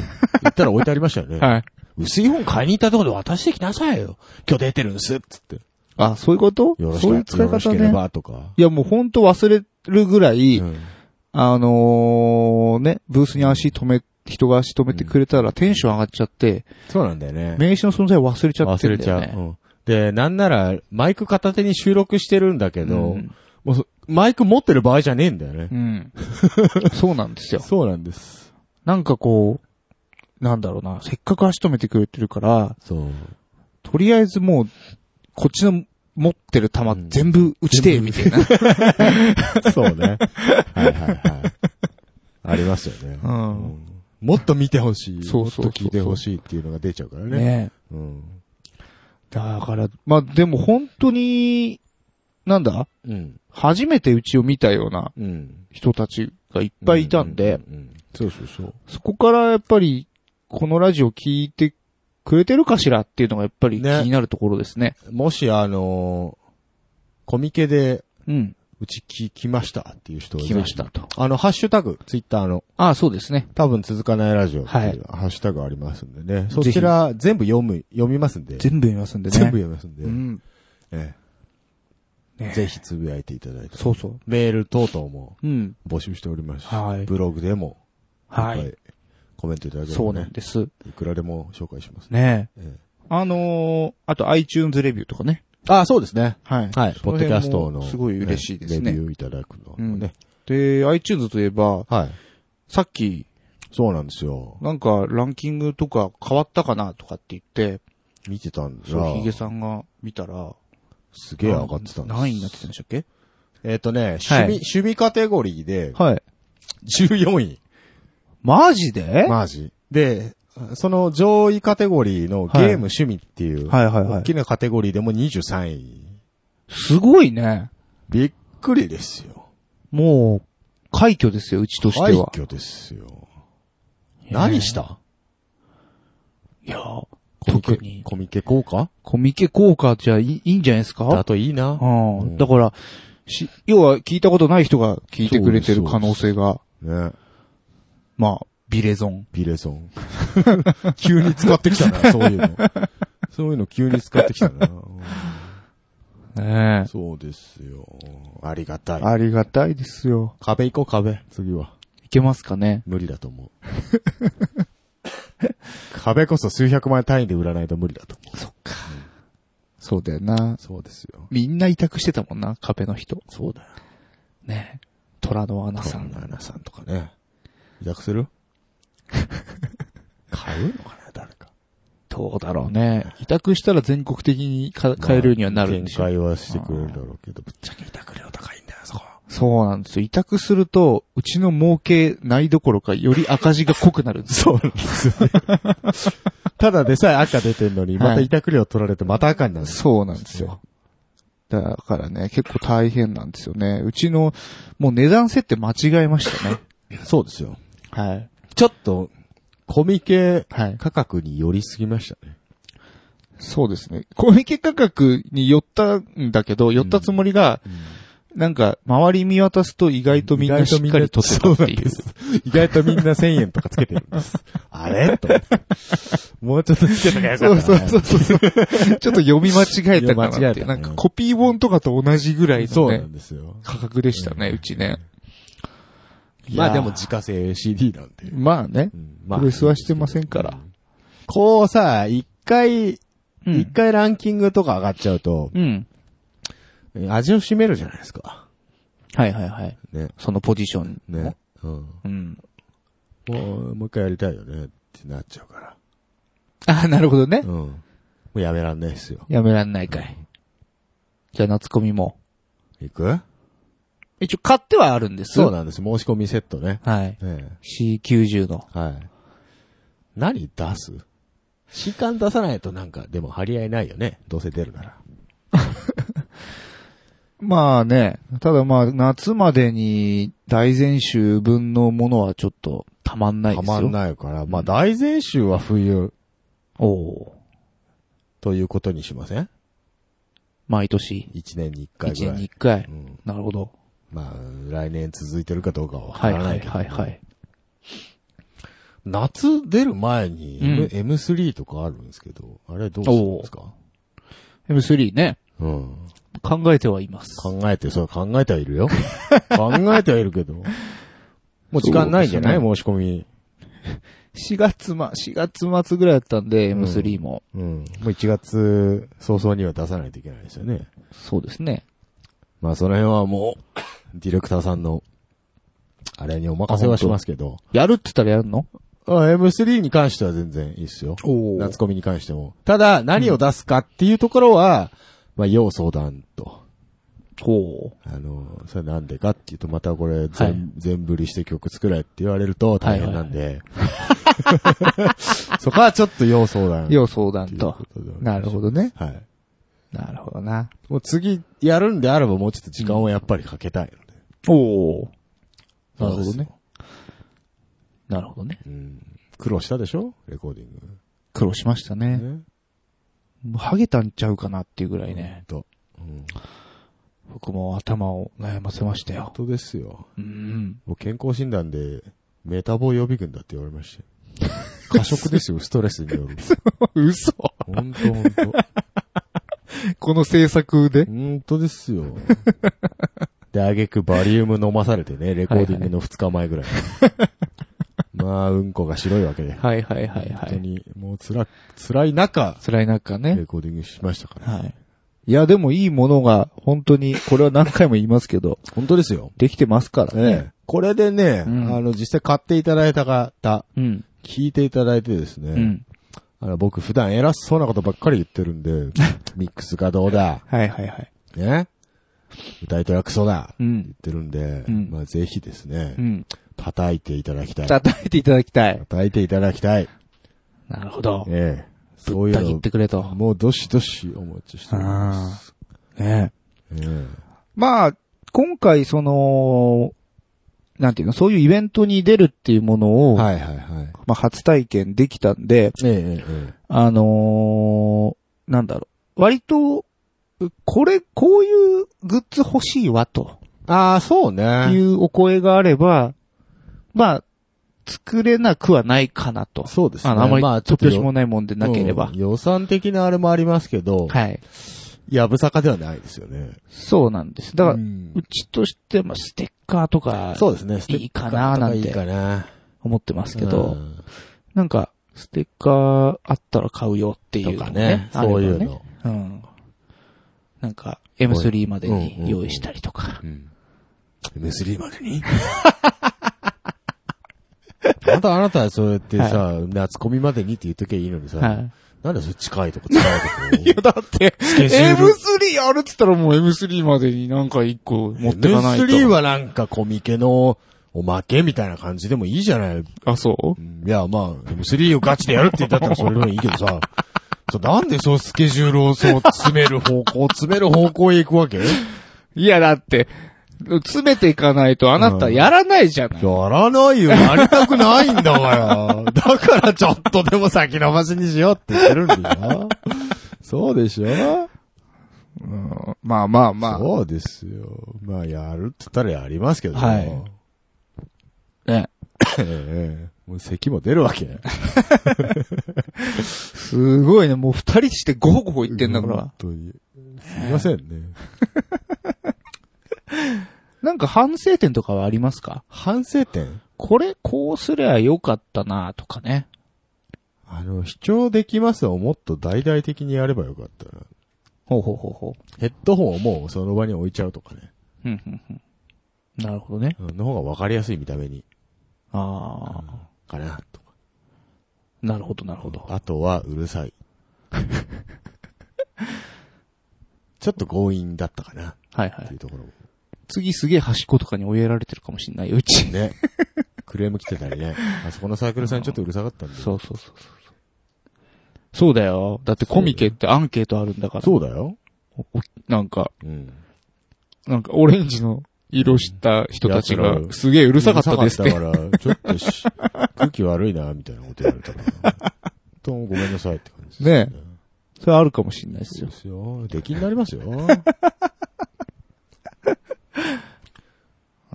S6: ったら置いてありましたよね。
S7: はい。
S6: 薄い本買いに行ったところで渡してきなさいよ。今日出てるんす、つって。
S7: あ、そういうこと
S6: よろし
S7: そういう使い
S6: よろ
S7: 方
S6: しけ
S7: ね
S6: れ。ばとか。
S7: いや、もうほんと忘れるぐらい、あのーね、ブースに足止め、人が足止めてくれたらテンション上がっちゃって、
S6: そうなんだよね。
S7: 名刺の存在忘れちゃって
S6: 忘
S7: る
S6: れ
S7: ん
S6: ち
S7: だよ
S6: ゃ
S7: ね。
S6: う。うんで、なんなら、マイク片手に収録してるんだけど、もうそ、マイク持ってる場合じゃねえんだよね。
S7: うん。そうなんですよ。
S6: そうなんです。
S7: なんかこう、なんだろうな、せっかく足止めてくれてるから、とりあえずもう、こっちの持ってる球全部打ちてえ、みたいな。
S6: そう ね。はいはいはい。ありますよね。 うんもっと見てほしい。
S7: そうそうそうそう
S6: もっと聞いてほしいっていうのが出ちゃうからね。
S7: ね
S6: うん。
S7: だから、まあでも本当に、なんだ、
S6: うん、
S7: 初めてうちを見たような人たちがいっぱいいたんで、
S6: そうそうそう。
S7: そこからやっぱり、このラジオ聞いてくれてるかしらっていうのがやっぱり気になるところですね。
S6: もしあのコミケで、
S7: うん。
S6: うち聞きましたっていう人
S7: 来ましたと。
S6: あの、ハッシュタグ、ツイッターの。
S7: ああ、そうですね。
S6: 多分続かないラジオっていうハッシュタグありますんでね。そ
S7: ぜひ
S6: ちら全部読む、読みますんで。
S7: 全部読みますんでね。
S6: 全部読みますんで。
S7: うん。
S6: ええ
S7: ね
S6: ぜひつぶやいていただいて。
S7: そうそう。
S6: メール等々も
S7: うん
S6: 募集しておりますし、
S7: はい
S6: ブログでも、
S7: はい
S6: っぱコメントいただければ、ね。
S7: そうなんです。
S6: いくらでも紹介します
S7: ねえ。
S6: え
S7: あのー、あと iTunes レビューとかね。
S6: ああ、そうですね。
S7: はい。
S6: はい
S7: そ
S6: ポッ
S7: の
S6: ドキ
S7: 辺も
S6: ャストの
S7: すごい嬉しいですね。
S6: ねレビューいただくの
S7: うん。で、iTunes といえば、さっき、
S6: そうなんですよ。
S7: なんかランキングとか変わったかなとかって言って、
S6: 見てたんだ
S7: そう、ヒゲさんが見たら、
S6: すげえ上がってたんです。
S7: 何位になってたんでしたっけ
S6: えっ、とね、守備、
S7: はい
S6: 守備カテゴリー で、
S7: はい。
S6: 14位。
S7: マジで
S6: マジ。で、その上位カテゴリーのゲーム趣味っていう、
S7: はいはいはい
S6: 大きなカテゴリーでも23位。
S7: すごいね。
S6: びっくりですよ。
S7: もう、快挙ですよ、うちとしては。
S6: 快挙ですよ。何した
S7: いやー
S6: コミケ、コミケ効果
S7: コミケ効果じゃいいいいんじゃないですか
S6: だといいな。
S7: うん。だから、し、要は聞いたことない人が聞いてくれてる可能性が、
S6: ね。
S7: まあ、ビレゾン。
S6: ビレゾン。 急に使ってきた な、そういうの。そういうの急に使ってきたな。
S7: ねえ。
S6: そうですよ。ありがたい。
S7: ありがたいですよ。
S6: 壁行こう、壁。次は。
S7: いけますかね
S6: 無理だと思う。 壁こそ数百万単位で売らないと無理だと思う。そっか。
S7: そうだよな。
S6: そうですよ。
S7: みんな委託してたもんな、壁の人。
S6: そうだよ。
S7: ねえ。虎の穴さん。
S6: ナナさんとかね。委託する買うのかな、誰か。
S7: どうだろうね。委託したら全国的にか買えるようにはなるんでしょ
S6: まあ展開はしてくれるだろうけど、ぶっちゃけ委託料高いんだよ、そこ。
S7: そうなんですよ。委託すると、うちの儲けないどころか、より赤字が濃くなるんで す
S6: そうなんですよね。ただでさえ赤出てんのに、
S7: はい
S6: また委託料取られてまた赤になる。
S7: そうなんですよ。だからね、結構大変なんですよね。うちの、もう値段設定間違えまし たね。
S6: そうですよ。
S7: はい。
S6: ちょっと、コミケ価格に寄りすぎましたね。
S7: そうですね。小売価格に寄ったんだけど、寄ったつもりが、なんか、周り見渡すと意外とみんなしっかり取ってたっていう。
S6: 意外とみんな1000円とかつけてるんです。 あれと思って。もうちょっとつけたらよか
S7: そ
S6: った
S7: う
S6: な。
S7: そうそうそう。 ちょっと読み間違え
S6: 読
S7: たかな
S6: み間違
S7: っ
S6: え
S7: て
S6: た
S7: いう。
S6: ね
S7: なんかコピー本とかと同じぐらい
S6: そ
S7: の
S6: うな
S7: ね
S6: ん、ですよ。
S7: 価格でしたね、うちね。いや
S6: ま
S7: ー
S6: あでも自家製 CD なんで。
S7: まあね。
S6: まあ
S7: これ吸わしてませんから。
S6: こうさ、一回、一回ランキングとか上がっちゃうと、
S7: うん。
S6: 味を占めるじゃないですか。
S7: はいはいはい。
S6: ね。
S7: そのポジション。
S6: ね。うん。
S7: うん。
S6: もう、もう一回やりたいよねってなっちゃうから。
S7: あ、なるほどね。
S6: うん。もうやめらんないっすよ。
S7: やめらんないかい。じゃあ、夏コミも。
S6: 行く
S7: 一応買ってはあるんです。
S6: そうなんです。申し込みセットね。
S7: はい。
S6: え
S7: C90 の。
S6: えはい。何出す時間出さないとなんか、でも張り合いないよね。どうせ出るなら。
S7: まあね、ただまあ、夏までに大全集分のものはちょっとたまんない
S6: た
S7: ですよ。
S6: まんないから。まあ、大前週は冬。
S7: おお
S6: ということにしません
S7: 毎年。
S6: 一年に一回
S7: 一
S6: ぐら
S7: 年に
S6: い
S7: 一。回、
S6: ん
S7: なるほど。
S6: まあ、来年続いてるかどうかはわか
S7: はい
S6: らな
S7: はい
S6: いけど。
S7: はいはい。
S6: 夏出る前に
S7: うん
S6: M、M3 とかあるんですけど、あれどうするんですか
S7: M3 ね。
S6: うん。
S7: 考えてはいます。
S6: 考えて、そう考えてはいる よ。考えてはいるけど。もう時間ないんじゃない、
S7: そう
S6: 申し込み。
S7: 4月ま、4月末ぐらいだったんで、M3 も。
S6: うん。もう1月早々には出さないといけないですよね。
S7: そうですね。
S6: まあその辺はもう、 ディレクターさんの、あれにお任せはしますけど。
S7: やるって言ったらやるの
S6: あ M3 に関しては全然いいっすよ。夏コミに関しても。ただ、何を出すかっていうところは、まあ、要相談と。あの、それなんでかっていうと、またこれ、全、全振りして曲作れって言われると大変なんで。 そこはちょっと要相談。
S7: 要相談と。なるほどね。
S6: はい。
S7: なるほどな。
S6: もう次やるんであればもうちょっと時間をやっぱりかけたいので。
S7: おお。な
S6: な
S7: る
S6: る
S7: ほ
S6: ほ
S7: ど
S6: ど
S7: ね
S6: ね。
S7: なるほどね。
S6: 苦労したでしょレコーディング。
S7: 苦労しましたね。もうハゲたんちゃうかなっていうぐらいね。
S6: と。
S7: 僕も頭を悩ませましたよ。
S6: 本当ですよ。
S7: うん。
S6: もう健康診断で、メタボ予備軍だって言われましたよ。過食です よ、ストレスによる。
S7: 嘘
S6: 本当本当。
S7: この制作で
S6: 本当ですよ。で、あげくバリウム飲まされてね、レコーディングの2日前ぐら い。まあ、うんこが白いわけで。
S7: はいはいはいはい。
S6: 本当に、もう辛、辛い中。
S7: 辛い中ね。
S6: レコーディングしましたから。
S7: はい。いや、でもいいものが、本当に、これは何回も言いますけど。
S6: 本当ですよ。
S7: できてますからね。
S6: ええこれでね、あの、実際買っていただいた方、聞いていただいてですね、
S7: ん
S6: あの、僕普段偉そうなことばっかり言ってるん で、ミックスがどうだ、
S7: はいはいはい。
S6: ね歌い手はクソだ、
S7: う
S6: 言
S7: ん
S6: ってるんで、まあぜひですね、
S7: うん
S6: 叩いていただきたい。
S7: 叩いていただきたい。
S6: 叩いていただきたい。
S7: なるほど。
S6: ええ。そういうの。
S7: ぶった切ってくれと
S6: もうどしどしお待ちしております。
S7: ね
S6: ええ
S7: まあ、今回その、なんていうの、そういうイベントに出るっていうものを、
S6: はいはいはい。
S7: まあ初体験できたんで、
S6: ええええ
S7: あのーなんだろう、割と、これ、こういうグッズ欲しいわ、と。
S6: ああ、そうね。
S7: いうお声があれば、まあ、作れなくはないかなと。
S6: そうですね
S7: あのあまり
S6: まあちょ
S7: 突
S6: っとよ
S7: 拍子もないもんでなければ。
S6: うん予算的なあれもありますけど、
S7: はい。
S6: やぶさかではないですよね。
S7: そうなんです。だから、
S6: う
S7: うんちとしては、まあ、ステッカーとか、
S6: そうですねステ
S7: いい
S6: ッカ
S7: か
S6: ー
S7: なーなん
S6: とかいいか
S7: て
S6: な、
S7: 思ってますけど、
S6: うん
S7: なんか、ステッカーあったら買うよっていうの
S6: とか
S7: ね
S6: ね。
S7: あれ
S6: そ
S7: ばね
S6: ういうの。
S7: うん。なんか、M3 まで
S6: うんうんう
S7: に
S6: ん
S7: 用意したりとか。
S6: M3 までにあなた、あなたはそうやってさ、夏コミまでにって言っときゃいいのにさ、
S7: はい
S6: なんでそれ近いとこ近いとこ。 い
S7: や、だって、
S6: ケジュール
S7: M3 やるって言ったらもう M3 までになんか一個持ってかないと。
S6: M3 はなんかコミケのおまけみたいな感じでもいいじゃない。
S7: あ、そう
S6: いや、まあ、M3 をガチでやるって言ったらそれでもいいけどさ、 そうなんでそうスケジュールをそう詰める方向、詰める方向へ行くわけ
S7: いや、だって、詰めていかないとあなたやらないじゃない。
S6: やらないよ、やりたくないんだ から。だからちょっとでも先延ばしにしようって言ってるんだよ。そうでしょ
S7: まあまあまあ。
S6: そうですよ。まあ、やるって言ったらやりますけど。
S7: はいね。
S6: ええもう咳も出るわけ。
S7: すごいね。もう二人してゴホゴホ言ってんだから。
S6: 本当に。すいませんね。
S7: なんか反省点とかはありますか
S6: 反省点
S7: これ、こうすりゃよかったなとかね。
S6: あの、主張できますをもっと大々的にやればよかったな。
S7: ほうほうほうほ
S6: ヘッドホンをもうその場に置いちゃうとかね。
S7: う。うんうんうん。なるほどね。
S6: うんの方がわかりやすい見た目に。
S7: ああ、
S6: かな、とか。
S7: なるほどなるほど。
S6: あとは、うるさい。 ちょっと強引だったかな。
S7: はいはい
S6: っていうところも。
S7: 次すげえ端っことかに追えられてるかもしんないよ、うち。
S6: ね。クレーム来てたりね。あそこのサークルさんちょっとうるさかったんで。
S7: そうそうそうそう。そうだよ。だってコミケってアンケートあるんだから。
S6: そうだよ。
S7: なんか、
S6: うん。
S7: なんかオレンジの色した人たちが
S6: やつら
S7: すげえうるさかったですって。
S6: うるさかったから、ちょっと し、空気悪いな、みたいなこと言われたから。どうもごめんなさいって感じ
S7: ねえ。それあるかもしんないですよ。
S6: ですよ。出禁になりますよ。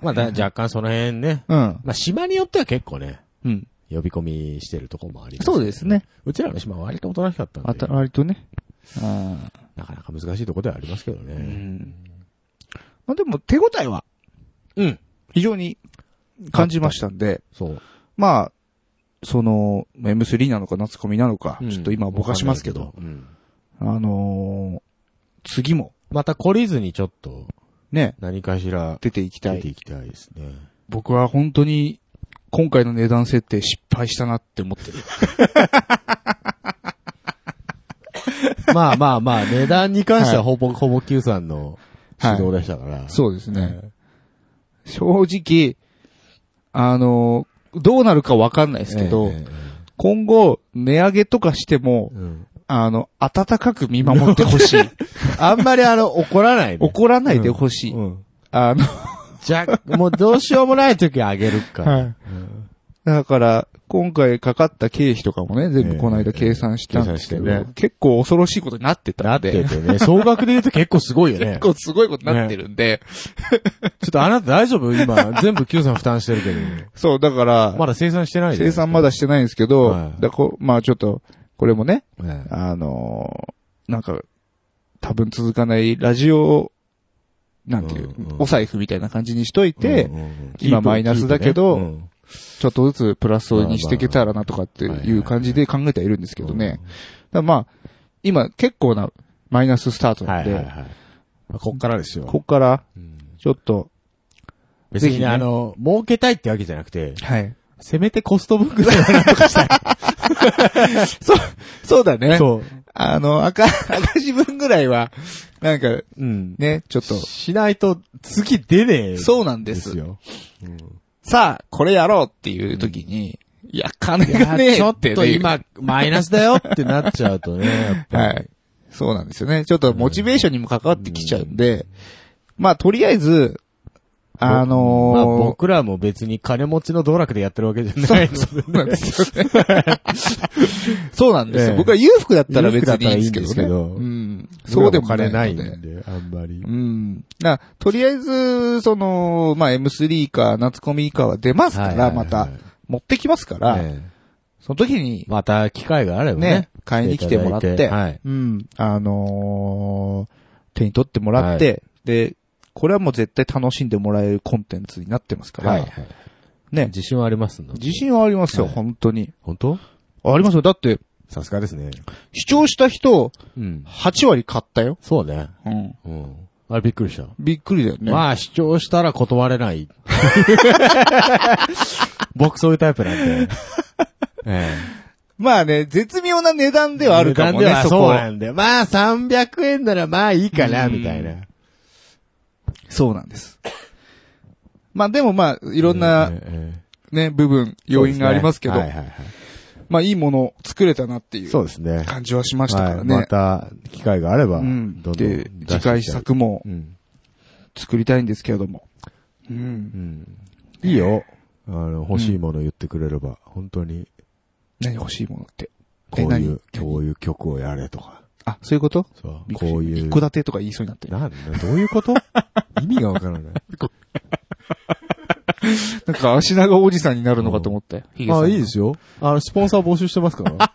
S6: まあ、だ若干その辺ね。
S7: うん
S6: まあ、島によっては結構ね、
S7: うん。
S6: 呼び込みしてるとこもあります、
S7: そうですね。
S6: うちらの島は割とおとなしかったんで
S7: あ、た、割とね。ああ。
S6: なかなか難しいとこではありますけどね。
S7: まあでも手応えは、
S6: うん。
S7: 非常に感じましたんで、
S6: そう。
S7: まあ、その、まあ M3 なのか夏コミなのか、ちょっと今ぼかしますけど、あのー次も。
S6: また懲りずにちょっと、
S7: ね。
S6: 何かしら、
S7: 出ていきたい。
S6: 出ていきたいですね。
S7: 僕は本当に、今回の値段設定失敗したなって思ってる。
S6: まあまあまあ、値段に関してはほぼ、ほぼ Q さんの指導でしたから。
S7: そうですね。正直、あの、どうなるかわかんないですけど、今後、値上げとかしても、あの、温かく見守ってほし い。
S6: あんまりあの、怒らない、
S7: 怒らないでほしい。あの、
S6: じゃ、もうどうしようもない時はあげるから。
S7: はいだから、今回かかった経費とかもね、全部この間計算したんですけど、
S6: 計算してね
S7: 結構恐ろしいことになってたんで。
S6: なっててね総額で言うと結構すごいよね
S7: 結構すごいことになってるんで。
S6: ちょっとあなた大丈夫今、全部 Q さん負担してるけど。
S7: そう、だから、
S6: まだ生産してないじゃん
S7: 生産まだしてないんですけど、だこまあちょっと、これもね、あのーなんか、多分続かないラジオ、なんていう、お財布みたいな感じにしといて、今マイナスだけど、ちょっとずつプラスにしていけたらなとかっていう感じで考えてはいるんですけどね。だからまあ、今結構なマイナススタートなんで、
S6: こっからですよ。
S7: こっから、ちょっと、
S6: 別に
S7: ぜ
S6: ね
S7: ひね
S6: あの、儲けたいってわけじゃなくて、
S7: はい。
S6: せめてコスト分ぐらいはなんとかしたい。
S7: そう、そうだね。
S6: そう。
S7: あの、赤、赤字分ぐらいは、なんか、ね、ちょっと。
S6: しないと、次出ねえ。
S7: そうなんです。さあ、これやろうっていう時に、いや、金がねえ
S6: いやちょっと
S7: てね
S6: 今マイナスだよってなっちゃうとねやっぱ
S7: はい。そうなんですよね。ちょっとモチベーションにも関わってきちゃうんで、まあ、とりあえず、あのー
S6: まあ僕らも別に金持ちの道楽でやってるわけじゃないので
S7: そうそうなんですよね。そうなんですよ。僕は裕福だったら別にいいんですけどね。うん。そうでも
S6: 金ないん
S7: ので
S6: で、あんまり。
S7: うん。だからとりあえず、その、まあ、M3 か、夏コミかは出ますから、また、持ってきますから、その時に、
S6: また機会があればね
S7: ね、買いに来てもらっ
S6: いた
S7: て、
S6: だいてはい
S7: うん、あのー手に取ってもらって、
S6: は
S7: で、これはもう絶対楽しんでもらえるコンテンツになってますから、
S6: はいはい
S7: ね。
S6: 自信はありますので
S7: 自信はありますよ、本当に。
S6: 本当
S7: ありますよ、だって、
S6: さすがですね。
S7: 視聴した人、
S6: うん。
S7: 8割買ったよ。
S6: そうね。
S7: うん。
S6: うん。あれびっくりした。
S7: びっくりだよね。
S6: まあ、主張したら断れ ない。僕そういうタイプなん で。え
S7: まあね、絶妙な値段ではあるかも
S6: 値段
S7: ね
S6: では、
S7: そこ
S6: そう
S7: は
S6: なんだよ。まあ、300円ならまあいいかな、
S7: うん
S6: みたいな。
S7: そうなんです。まあでもまあ、いろんな、ね、部分、要因がありますけど、
S6: そうですねはいはい
S7: まあいいものを作れたなっていう
S6: そうですね。
S7: 感じはしましたからね。
S6: はいまた、機会があれば、
S7: う
S6: どん
S7: ん。
S6: どん出して
S7: で
S6: い、きたい
S7: 次回作も
S6: うん
S7: 作りたいんですけれども。うん。
S6: いいよ。あの、欲しいもの言ってくれれば、本当に、
S7: 何欲しいものって。
S6: こういう、
S7: 何
S6: こういう曲をやれとか。
S7: あ、そういうこと
S6: そう。こういう。
S7: 一戸建てとか言いそうになってる。
S6: なんだ、どういうこと 意味がわからない。
S7: なんか、足長おじさんになるのかと思って。ヒゲさん
S6: あ、いいですよ。あの、スポンサー募集してますから。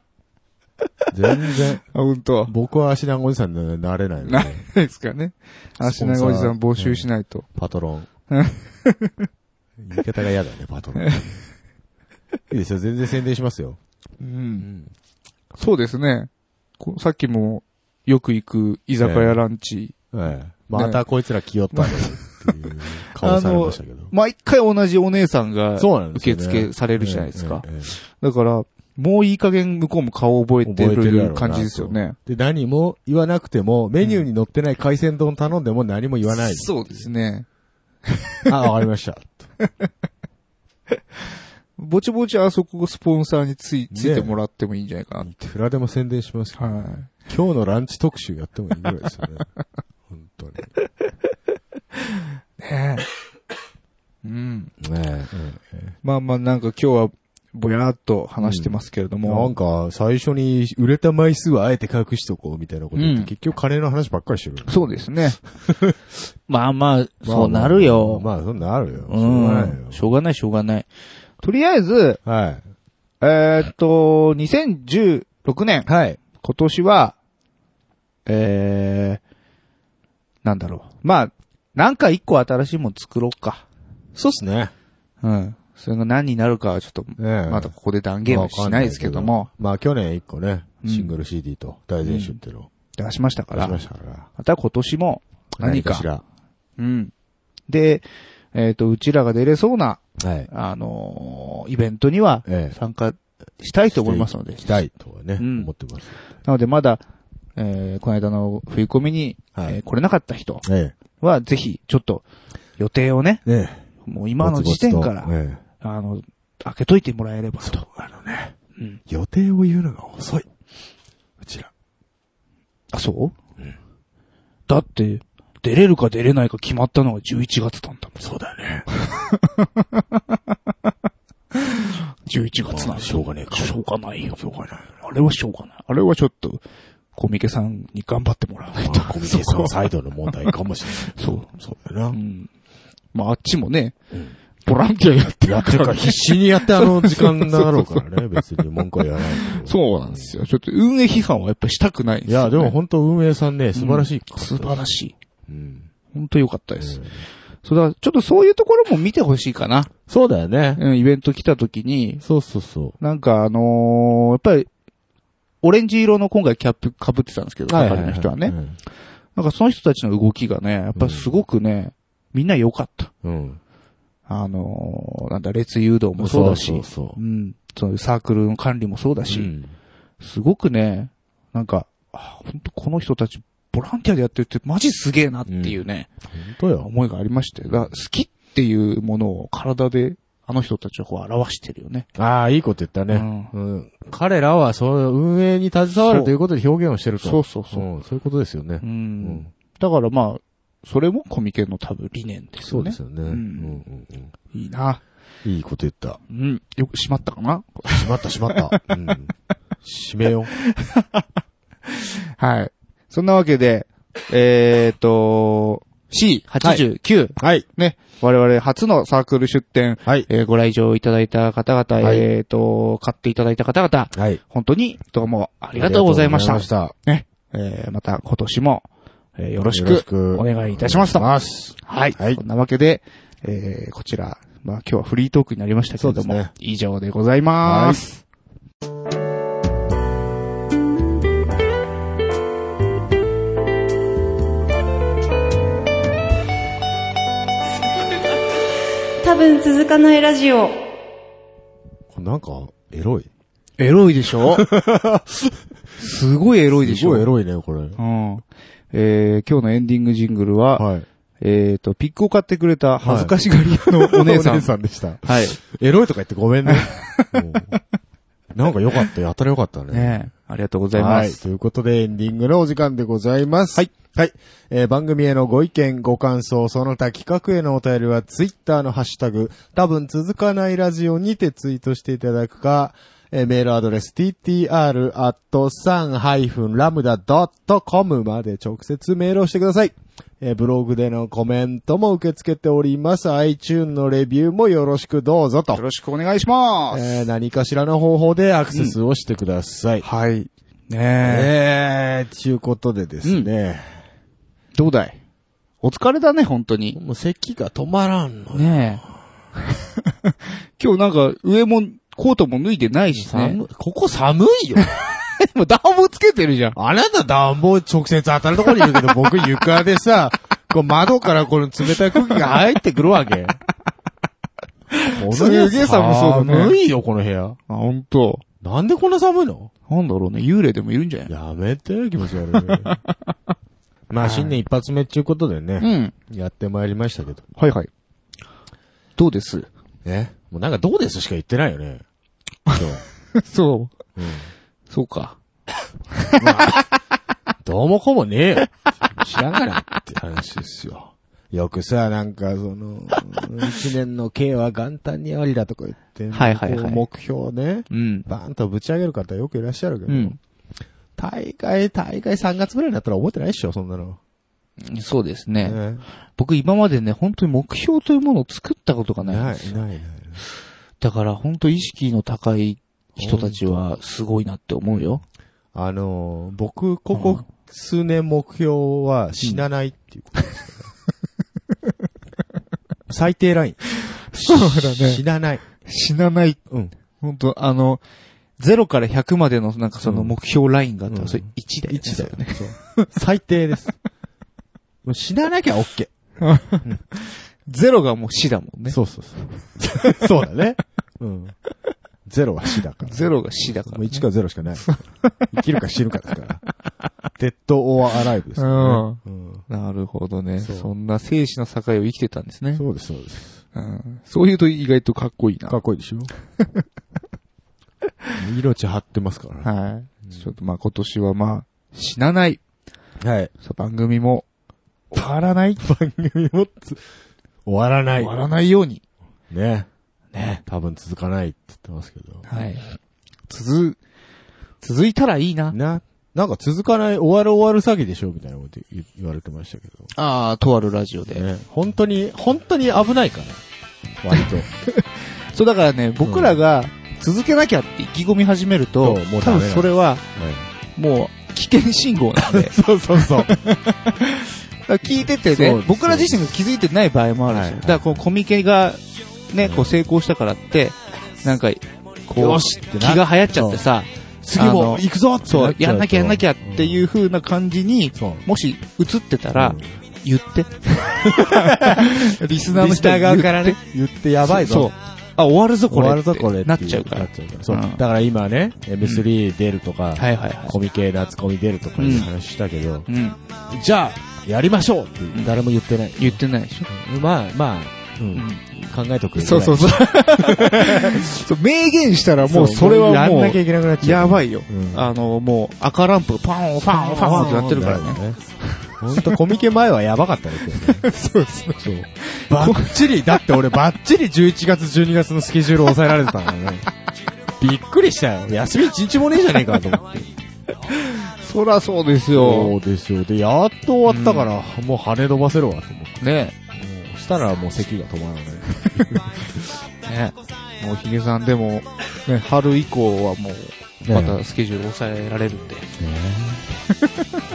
S6: 全然。
S7: あ、本当。
S6: 僕は足長おじさんになれないので
S7: な。いですからね。足長おじさん募集しないと。
S6: パト ロン。言い方が嫌だね、パトロン。いいですよ、全然宣伝しますよ。
S7: うん。そうですね。こさっきも、よく行く居酒屋ランチ。
S6: ええまたこいつら来よったねっていう顔
S7: あ
S6: されま
S7: の
S6: したけど。、
S7: 毎回同じお姉さんが
S6: そうなんです
S7: 受
S6: よね
S7: 付されるじゃないですか
S6: えええ。
S7: だから、もういい加減向こうも顔覚えて
S6: 覚えてるやろう
S7: る
S6: な
S7: 感じですよね。
S6: で、何も言わなくても、メニューに載ってない海鮮丼頼んでも何も言わない。
S7: そうですね。
S6: あ、わかりました。
S7: ぼちぼちあそこがスポンサーについついてもらってもいいんじゃないかなって。
S6: いくらでも宣伝しますけど、今日のランチ特集やってもいいぐらいですよ ね。本当に。
S7: ねえ。うん。
S6: ねえええ
S7: まあまあなんか今日はぼやーっと話してますけれども。
S6: なんか、最初に売れた枚数はあえて隠しとこうみたいなこと言って、
S7: うん
S6: 結局カレーの話ばっかりしてる。
S7: そうです ね。
S6: まあまあ、
S7: そうなるよ
S6: まあ、そうなるよ。
S7: うん。しょうがない、しょうがない。とりあえず、
S6: はい。
S7: えーっと、2016年。
S6: はい。
S7: 今年は、えー、なんだろう。まあ、なんか一個新しいもの作ろうか。
S6: そうっすね。
S7: うん。それが何になるかはちょっと、まだここで断言はしないですけども、。
S6: まあ去年一個ね、
S7: うん
S6: シングル CD と大全集っていうのを
S7: 出しましたから、
S6: 出しましたから。
S7: また今年も何か、
S6: 何かしら
S7: うん。で、えっ、と、うちらが出れそうな、あのーイベントには参加したいと思いますので。したいとはね、思ってます。なのでまだ、えーこの間の冬込みに、えー来れなかった人は、ぜひ、ちょっと、予定をね、もう今の時点から、
S6: ぼつぼつとえ
S7: あの、開けといてもらえればと。あのね、
S6: 予定を言うのが遅い。うちら。
S7: あ、そう、だって、出れるか出れないか決まったのが11月だったもん。そうだ ね。11月なんだ。しょうがねえか。しょうがないよ。しょうがない。あれはしょうがない。あれはちょっと、コミケさんに頑張ってもらわないと。コミ。
S6: ケさんサイドの問題かもしれない
S7: そう。そうだな。うん。まあ、あっちもね、ボランティアやってる
S6: やってるから必死にやってあの時間だろうからね 別に文句は言わない。
S7: そうなんですよ。ちょっと運営批判はやっぱりしたくないいや、
S6: でも本当運営さんね、素晴らしい。
S7: 素晴らしい。本当良かったです。そうだ、ちょっとそういうところも見てほしいかな。
S6: そうだよね。
S7: うん、イベント来た時に。
S6: そうそうそう。
S7: なんかあのーやっぱり、オレンジ色の今回キャップ被ってたんですけど、
S6: はいはい
S7: 係
S6: はい
S7: の人はね。なんかその人たちの動きがね、やっぱすごくね、みんな良かった。あのーなんだ、列誘導もそうだし、
S6: そうそうそ
S7: うん、そういうサークルの管理もそうだし、すごくね、なんか、あ本当この人たち、ボランティアでやってるってマジすげえなっていうね、
S6: 本当よ。
S7: 思いがありまして、だから好きっていうものを体で、あの人たちはこう表してるよね。
S6: ああ、いいこと言ったね。うん彼らはそう、運営に携わ
S7: そ
S6: る
S7: う
S6: ということで表現をしてると。
S7: そうそうそう
S6: うんそういうことですよね。
S7: うん。だからまあ、それもコミケの多分理念です
S6: そ
S7: よ
S6: うで
S7: ね。
S6: すよね。
S7: う
S6: うん
S7: ん
S6: うんうん
S7: いいな。
S6: いいこと言った。
S7: うん。よく閉まったかな
S6: 閉まった閉まった。うん。閉めよう。
S7: はい。そんなわけで、えーっと、C89。
S6: はい。
S7: ね。我々初のサークル出展。えーご来場いただいた方々、
S6: はい
S7: えーっと、買っていただいた方々。本当にどうもありがとうございました。
S6: ありがとうござい
S7: ね。えーまた今年も、えーよろし
S6: よろし
S7: く
S6: く
S7: お願いいたしますと。はい。そんなわけで、えーこちら、まあ今日はフリートークになりましたけれども、以上でございます。
S22: 多分続かないラジオ。
S6: これなんか、エロい。
S7: エロいでしょすごいエロいでしょ
S6: すごいエロいね、これ。
S7: うん。えー今日のエンディングジングルは、えっ、と、ピックを買ってくれた恥ずかしがり屋の お姉さん。
S6: お姉さんでした
S7: はい。
S6: エロいとか言ってごめん ね。なんか良かったよ。やたら良かったね。
S7: ねありがとうございます
S6: はい。ということで、エンディングのお時間でございます。はい。はい。えー番組へのご意見、ご感想、その他企画へのお便りは、ツイッターのハッシュタグ、多分続かないラジオにてツイートしていただくか、えーメールアドレス ttr.san-lambda.com まで直接メールをしてください。えーブログでのコメントも受け付けております。iTune のレビューもよろしくどうぞと。よ。
S7: ろしくお願いします
S6: えー何かしらの方法でアクセスをしてください。
S7: はい。ね
S6: え。ちゅうことでですね。
S7: どうだいお疲れだね、本当に。
S6: もう咳が止まらんの
S7: ねえ。 今日なんか、上も、コートも脱いでないしね。
S6: ここ寒いよ。
S7: もう暖房つけてるじゃん。
S6: あなた暖房直接当たるところにいるけど、僕床で さ、こう窓からこの冷たい空気が入ってくるわ け。
S7: すげえ寒そうだね
S6: 寒いよ、この部屋。あ、
S7: ほんと。
S6: なんでこんな寒いの
S7: なんだろうね、幽霊でもいるんじゃない
S6: やめて、気持ち悪い。 まあ、新年一発目っていうことでね。やってまいりましたけど。
S7: はいはい。どうです
S6: えもうなんかどうですしか言ってないよね。
S7: そう。そうか。
S6: どうもこうもねえよ。 知らんからって話ですよ。よくさ、なんかその、一年の計は元旦にありだとか言って、
S7: はいはいはい
S6: こう目標をね、バーンとぶち上げる方よくいらっしゃるけど、
S7: うん
S6: 大会、大会3月ぐらいになったら覚えてないっしょ、そんなの。
S7: そうですね。僕今までね、本当に目標というものを作ったことがないんですよ。
S6: ない、ない。
S7: だから本当意識の高い人たちはすごいなって思うよ。
S6: あのー、僕、ここ数年目標 は死なないっていうことですよね。最低ライン。
S7: そうだね。
S6: 死なない。
S7: 死なない。
S6: うん。
S7: 本当あの、0から100までの、なんかその目標ラインがあったら、それ1だよね。
S6: 1だよ ね
S7: それ
S6: 最低です。もう死ななきゃ OK。
S7: ゼロがもう死だもんね。
S6: そうそうそう。そうだね。うん。ゼロは死だから。
S7: ゼロが死だから、
S6: もう1かゼロしかない。生きるか死ぬかですから。デッドオアアライブです
S7: う
S6: からね。
S7: ん。なるほどね。そんな生死の境を生きてたんですね。
S6: そうです、そうです。
S7: うん。そういうと意外とかっこいいな。か
S6: っこいいでしょ命張ってますからね。
S7: はい。ちょっとまあ今年はまあ、死なない。
S6: はい。
S7: 番組も、終わらない。
S6: 番組もつ、終わらない。
S7: 終わらないように。
S6: ね。ね。多分続かないって言ってますけど。
S7: はい。続、続いたらいいな。
S6: な。なんか続かない、終わる終わる詐欺でしょみたいなこと言言われてましたけど。
S7: ああ、とあるラジオで。
S6: 本当に、本当に危ないから。割 と。
S7: そうだからね、僕らが続けなきゃって意気込み始めると、
S6: そうもうダメな
S7: 多
S6: の
S7: 分それは、もう危険信号なんで。
S6: そうそうそう。
S7: 聞いてて
S6: そう
S7: ね
S6: です、
S7: 僕ら自身が気づいてない場合もあるんですよ。だからこうコミケが、ね、こう成功したからって、なんか、こう、
S6: よしってな
S7: 気が流行っちゃってさ、
S6: 次も
S7: あの
S6: 行くぞってなっちゃ
S7: そうう、
S6: と
S7: やんなきゃやんなきゃっていう風な感じに、もし映ってたら、言って。リスナー
S6: リ
S7: の人に言って
S6: スナー側からね。言ってやばいぞ
S7: そう。あ、終わるぞこれ。
S6: 終わるぞこれっていう
S7: なっちゃうから。
S6: そう。
S7: うん
S6: だから今ね、M3 出るとか、
S7: はいはいはい
S6: コミケ、夏コミ出るとかいう話したけど、
S7: うん。
S6: じゃあ、やりましょうって誰も言ってない。
S7: 言ってないでしょ。
S6: まあまあ、うん考えとくよね
S7: そうそうそう。そう明言したらもうそれはもう。
S6: やんなきゃいけなくなっちゃう。
S7: やばいよ。あの、もう赤ランプがパン、パン、パンってなってるからね。
S6: ね。本当コミケ前はやばかったですよね。
S7: そうですね。
S6: そう。 バッチリ、だって俺バッチリ11月12月のスケジュール抑えられてた からね。びっくりしたよ。休み一日もねえじゃねえかと思って。
S7: そらそうです
S6: そう。ですよ。で、やっと終わったから、もう跳ね飛ばせるわと思って。
S7: ね
S6: そしたらもう席が止まらない。
S7: ねもうヒゲさんでも、ね、春以降はもう、またスケジュール抑えられるんで。
S6: や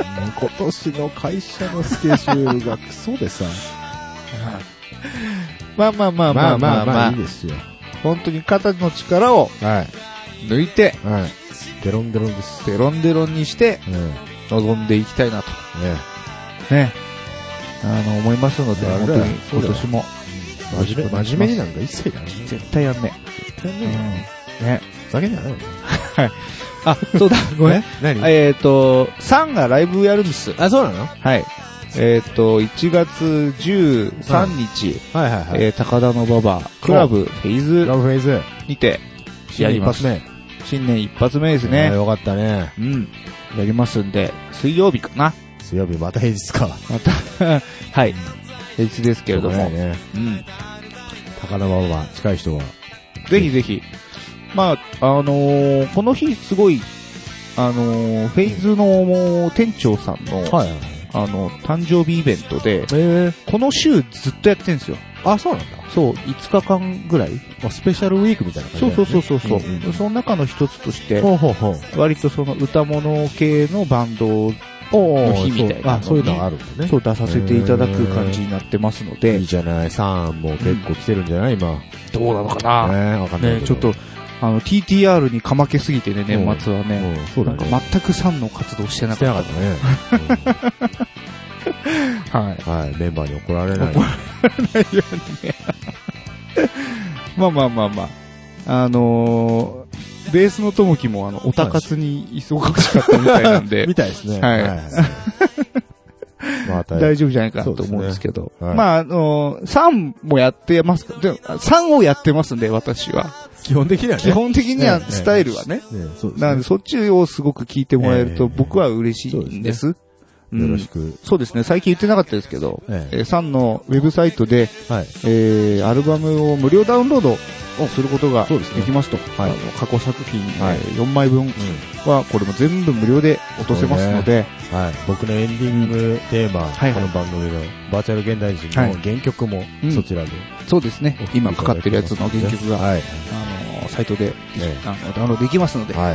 S6: だなもう今年の会社のスケジュールがクソでさ。
S7: まあまあ まあまあまあまあ
S6: いい、ですよ。
S7: 本当に肩の力を抜いて、
S6: デロンデロンです。
S7: デロンデロンにして、望んでいきたいなと。ね。あの、思いますので、
S6: あれ
S7: 本
S6: だ
S7: 当
S6: よ
S7: に今年も。
S6: 真面目、真面目になんか一切やらない。
S7: 絶対やんねえ。ね。
S6: ふざけんじゃないの
S7: はい。あ、そうだ、 ごめん。
S6: 何
S7: えっと、サンがライブやるんです。
S6: あ、そうなの
S7: はい。えっと、1月13日、
S6: はいはいはい。
S7: えー高田の馬場、クラブフェイズ
S6: ラブフェイズ。
S7: にて、やります
S6: 新年一。
S7: 新年一発目です
S6: えー
S7: ね。
S6: よかったね。
S7: うん。やりますんで、水曜日かな。
S6: 水曜日また平日か。
S7: また、 はい。平日ですけれど
S6: しょうが
S7: も。
S6: ないね
S7: うん。
S6: 高田馬場、近い人は。
S7: ぜひぜひ。まあ、あのーこの日すごい、あのーフェイズのもう店長さんの、
S6: はいはい
S7: あの、誕生日イベントで、この週ずっとやってんですよ。
S6: あ、そうなんだ。
S7: そう、5日間ぐらい。
S6: あスペシャルウィークみたいな感じ
S7: そ
S6: だ
S7: う
S6: よね
S7: そうそうそう。そう
S6: うん
S7: その中の一つとして、
S6: ほうほうほう。
S7: 割とその歌物系のバンドの日みたいなのに
S6: あ、そういうのがあるんだね。
S7: そう出させていただく感じになってますので
S6: いいじゃない。サーンも結構来てるんじゃない今。
S7: どうなのかな
S6: ねえわかんないけ
S7: ね
S6: ど
S7: ちょっと、あの、TTR にかまけすぎてね、
S6: うん
S7: 年末はね。
S6: そうだね
S7: なんか全く3の活動してなかっ
S6: して な
S7: た。はい。
S6: はい、メンバーに怒られない。
S7: 怒られないようにね。まあまあまあまあ。あのー、ベースのともきも、あの、オタ活に忙しかったみたいなんで。
S6: みたいですね。
S7: はい。
S6: まあ
S7: 大丈夫じゃないかなと思うんですけど。まあ、あのー、3もやってますか、で3をやってますんで、私は。
S6: 基本的にはね
S7: 基本的にはスタイルはね。
S6: ねそうですね
S7: なので、そっちをすごく聞いてもらえると、僕は嬉しいんです。うん
S6: よろしく。
S7: そうですね、最近言ってなかったですけど、
S6: え
S7: えーサンのウェブサイトで、えーアルバムを無料ダウンロードをすることができますと、あの過去作品、えー4枚分はこれも全部無料で落とせますので、
S6: はい、僕のエンディングテーマ、この番組のバーチャル現代人の原曲も
S7: うん
S6: そちらで。
S7: そうですね、今かかってるやつの原曲が、
S6: はい
S7: あのサイトで、あのダウンロードできますので、あ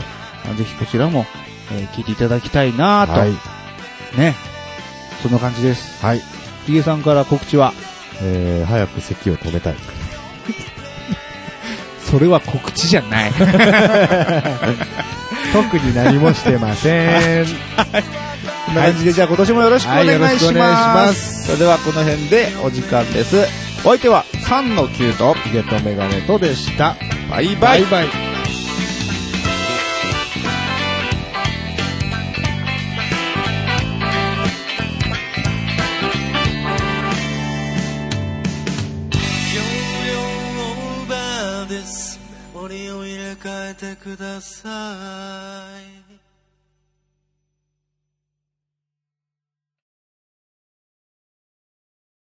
S7: ぜひこちらも、えー聞いていただきたいなと、
S6: はい
S7: ね、そんな感じです。
S6: はい。
S7: ヒゲさんから告知は
S6: えー早く席を止めたい。
S23: それは告知じゃない
S6: 特に何もしてませ ん。
S7: こんな感じで、じゃあ今年もよろしくお願い
S23: はい
S7: します。
S23: よろしくお願いします
S7: それではこの辺でお時間です。お相手は3の9と、ヒゲとメガネとでした。バイバイ。バイバイ
S1: オーバーです。森を入れ替えてください。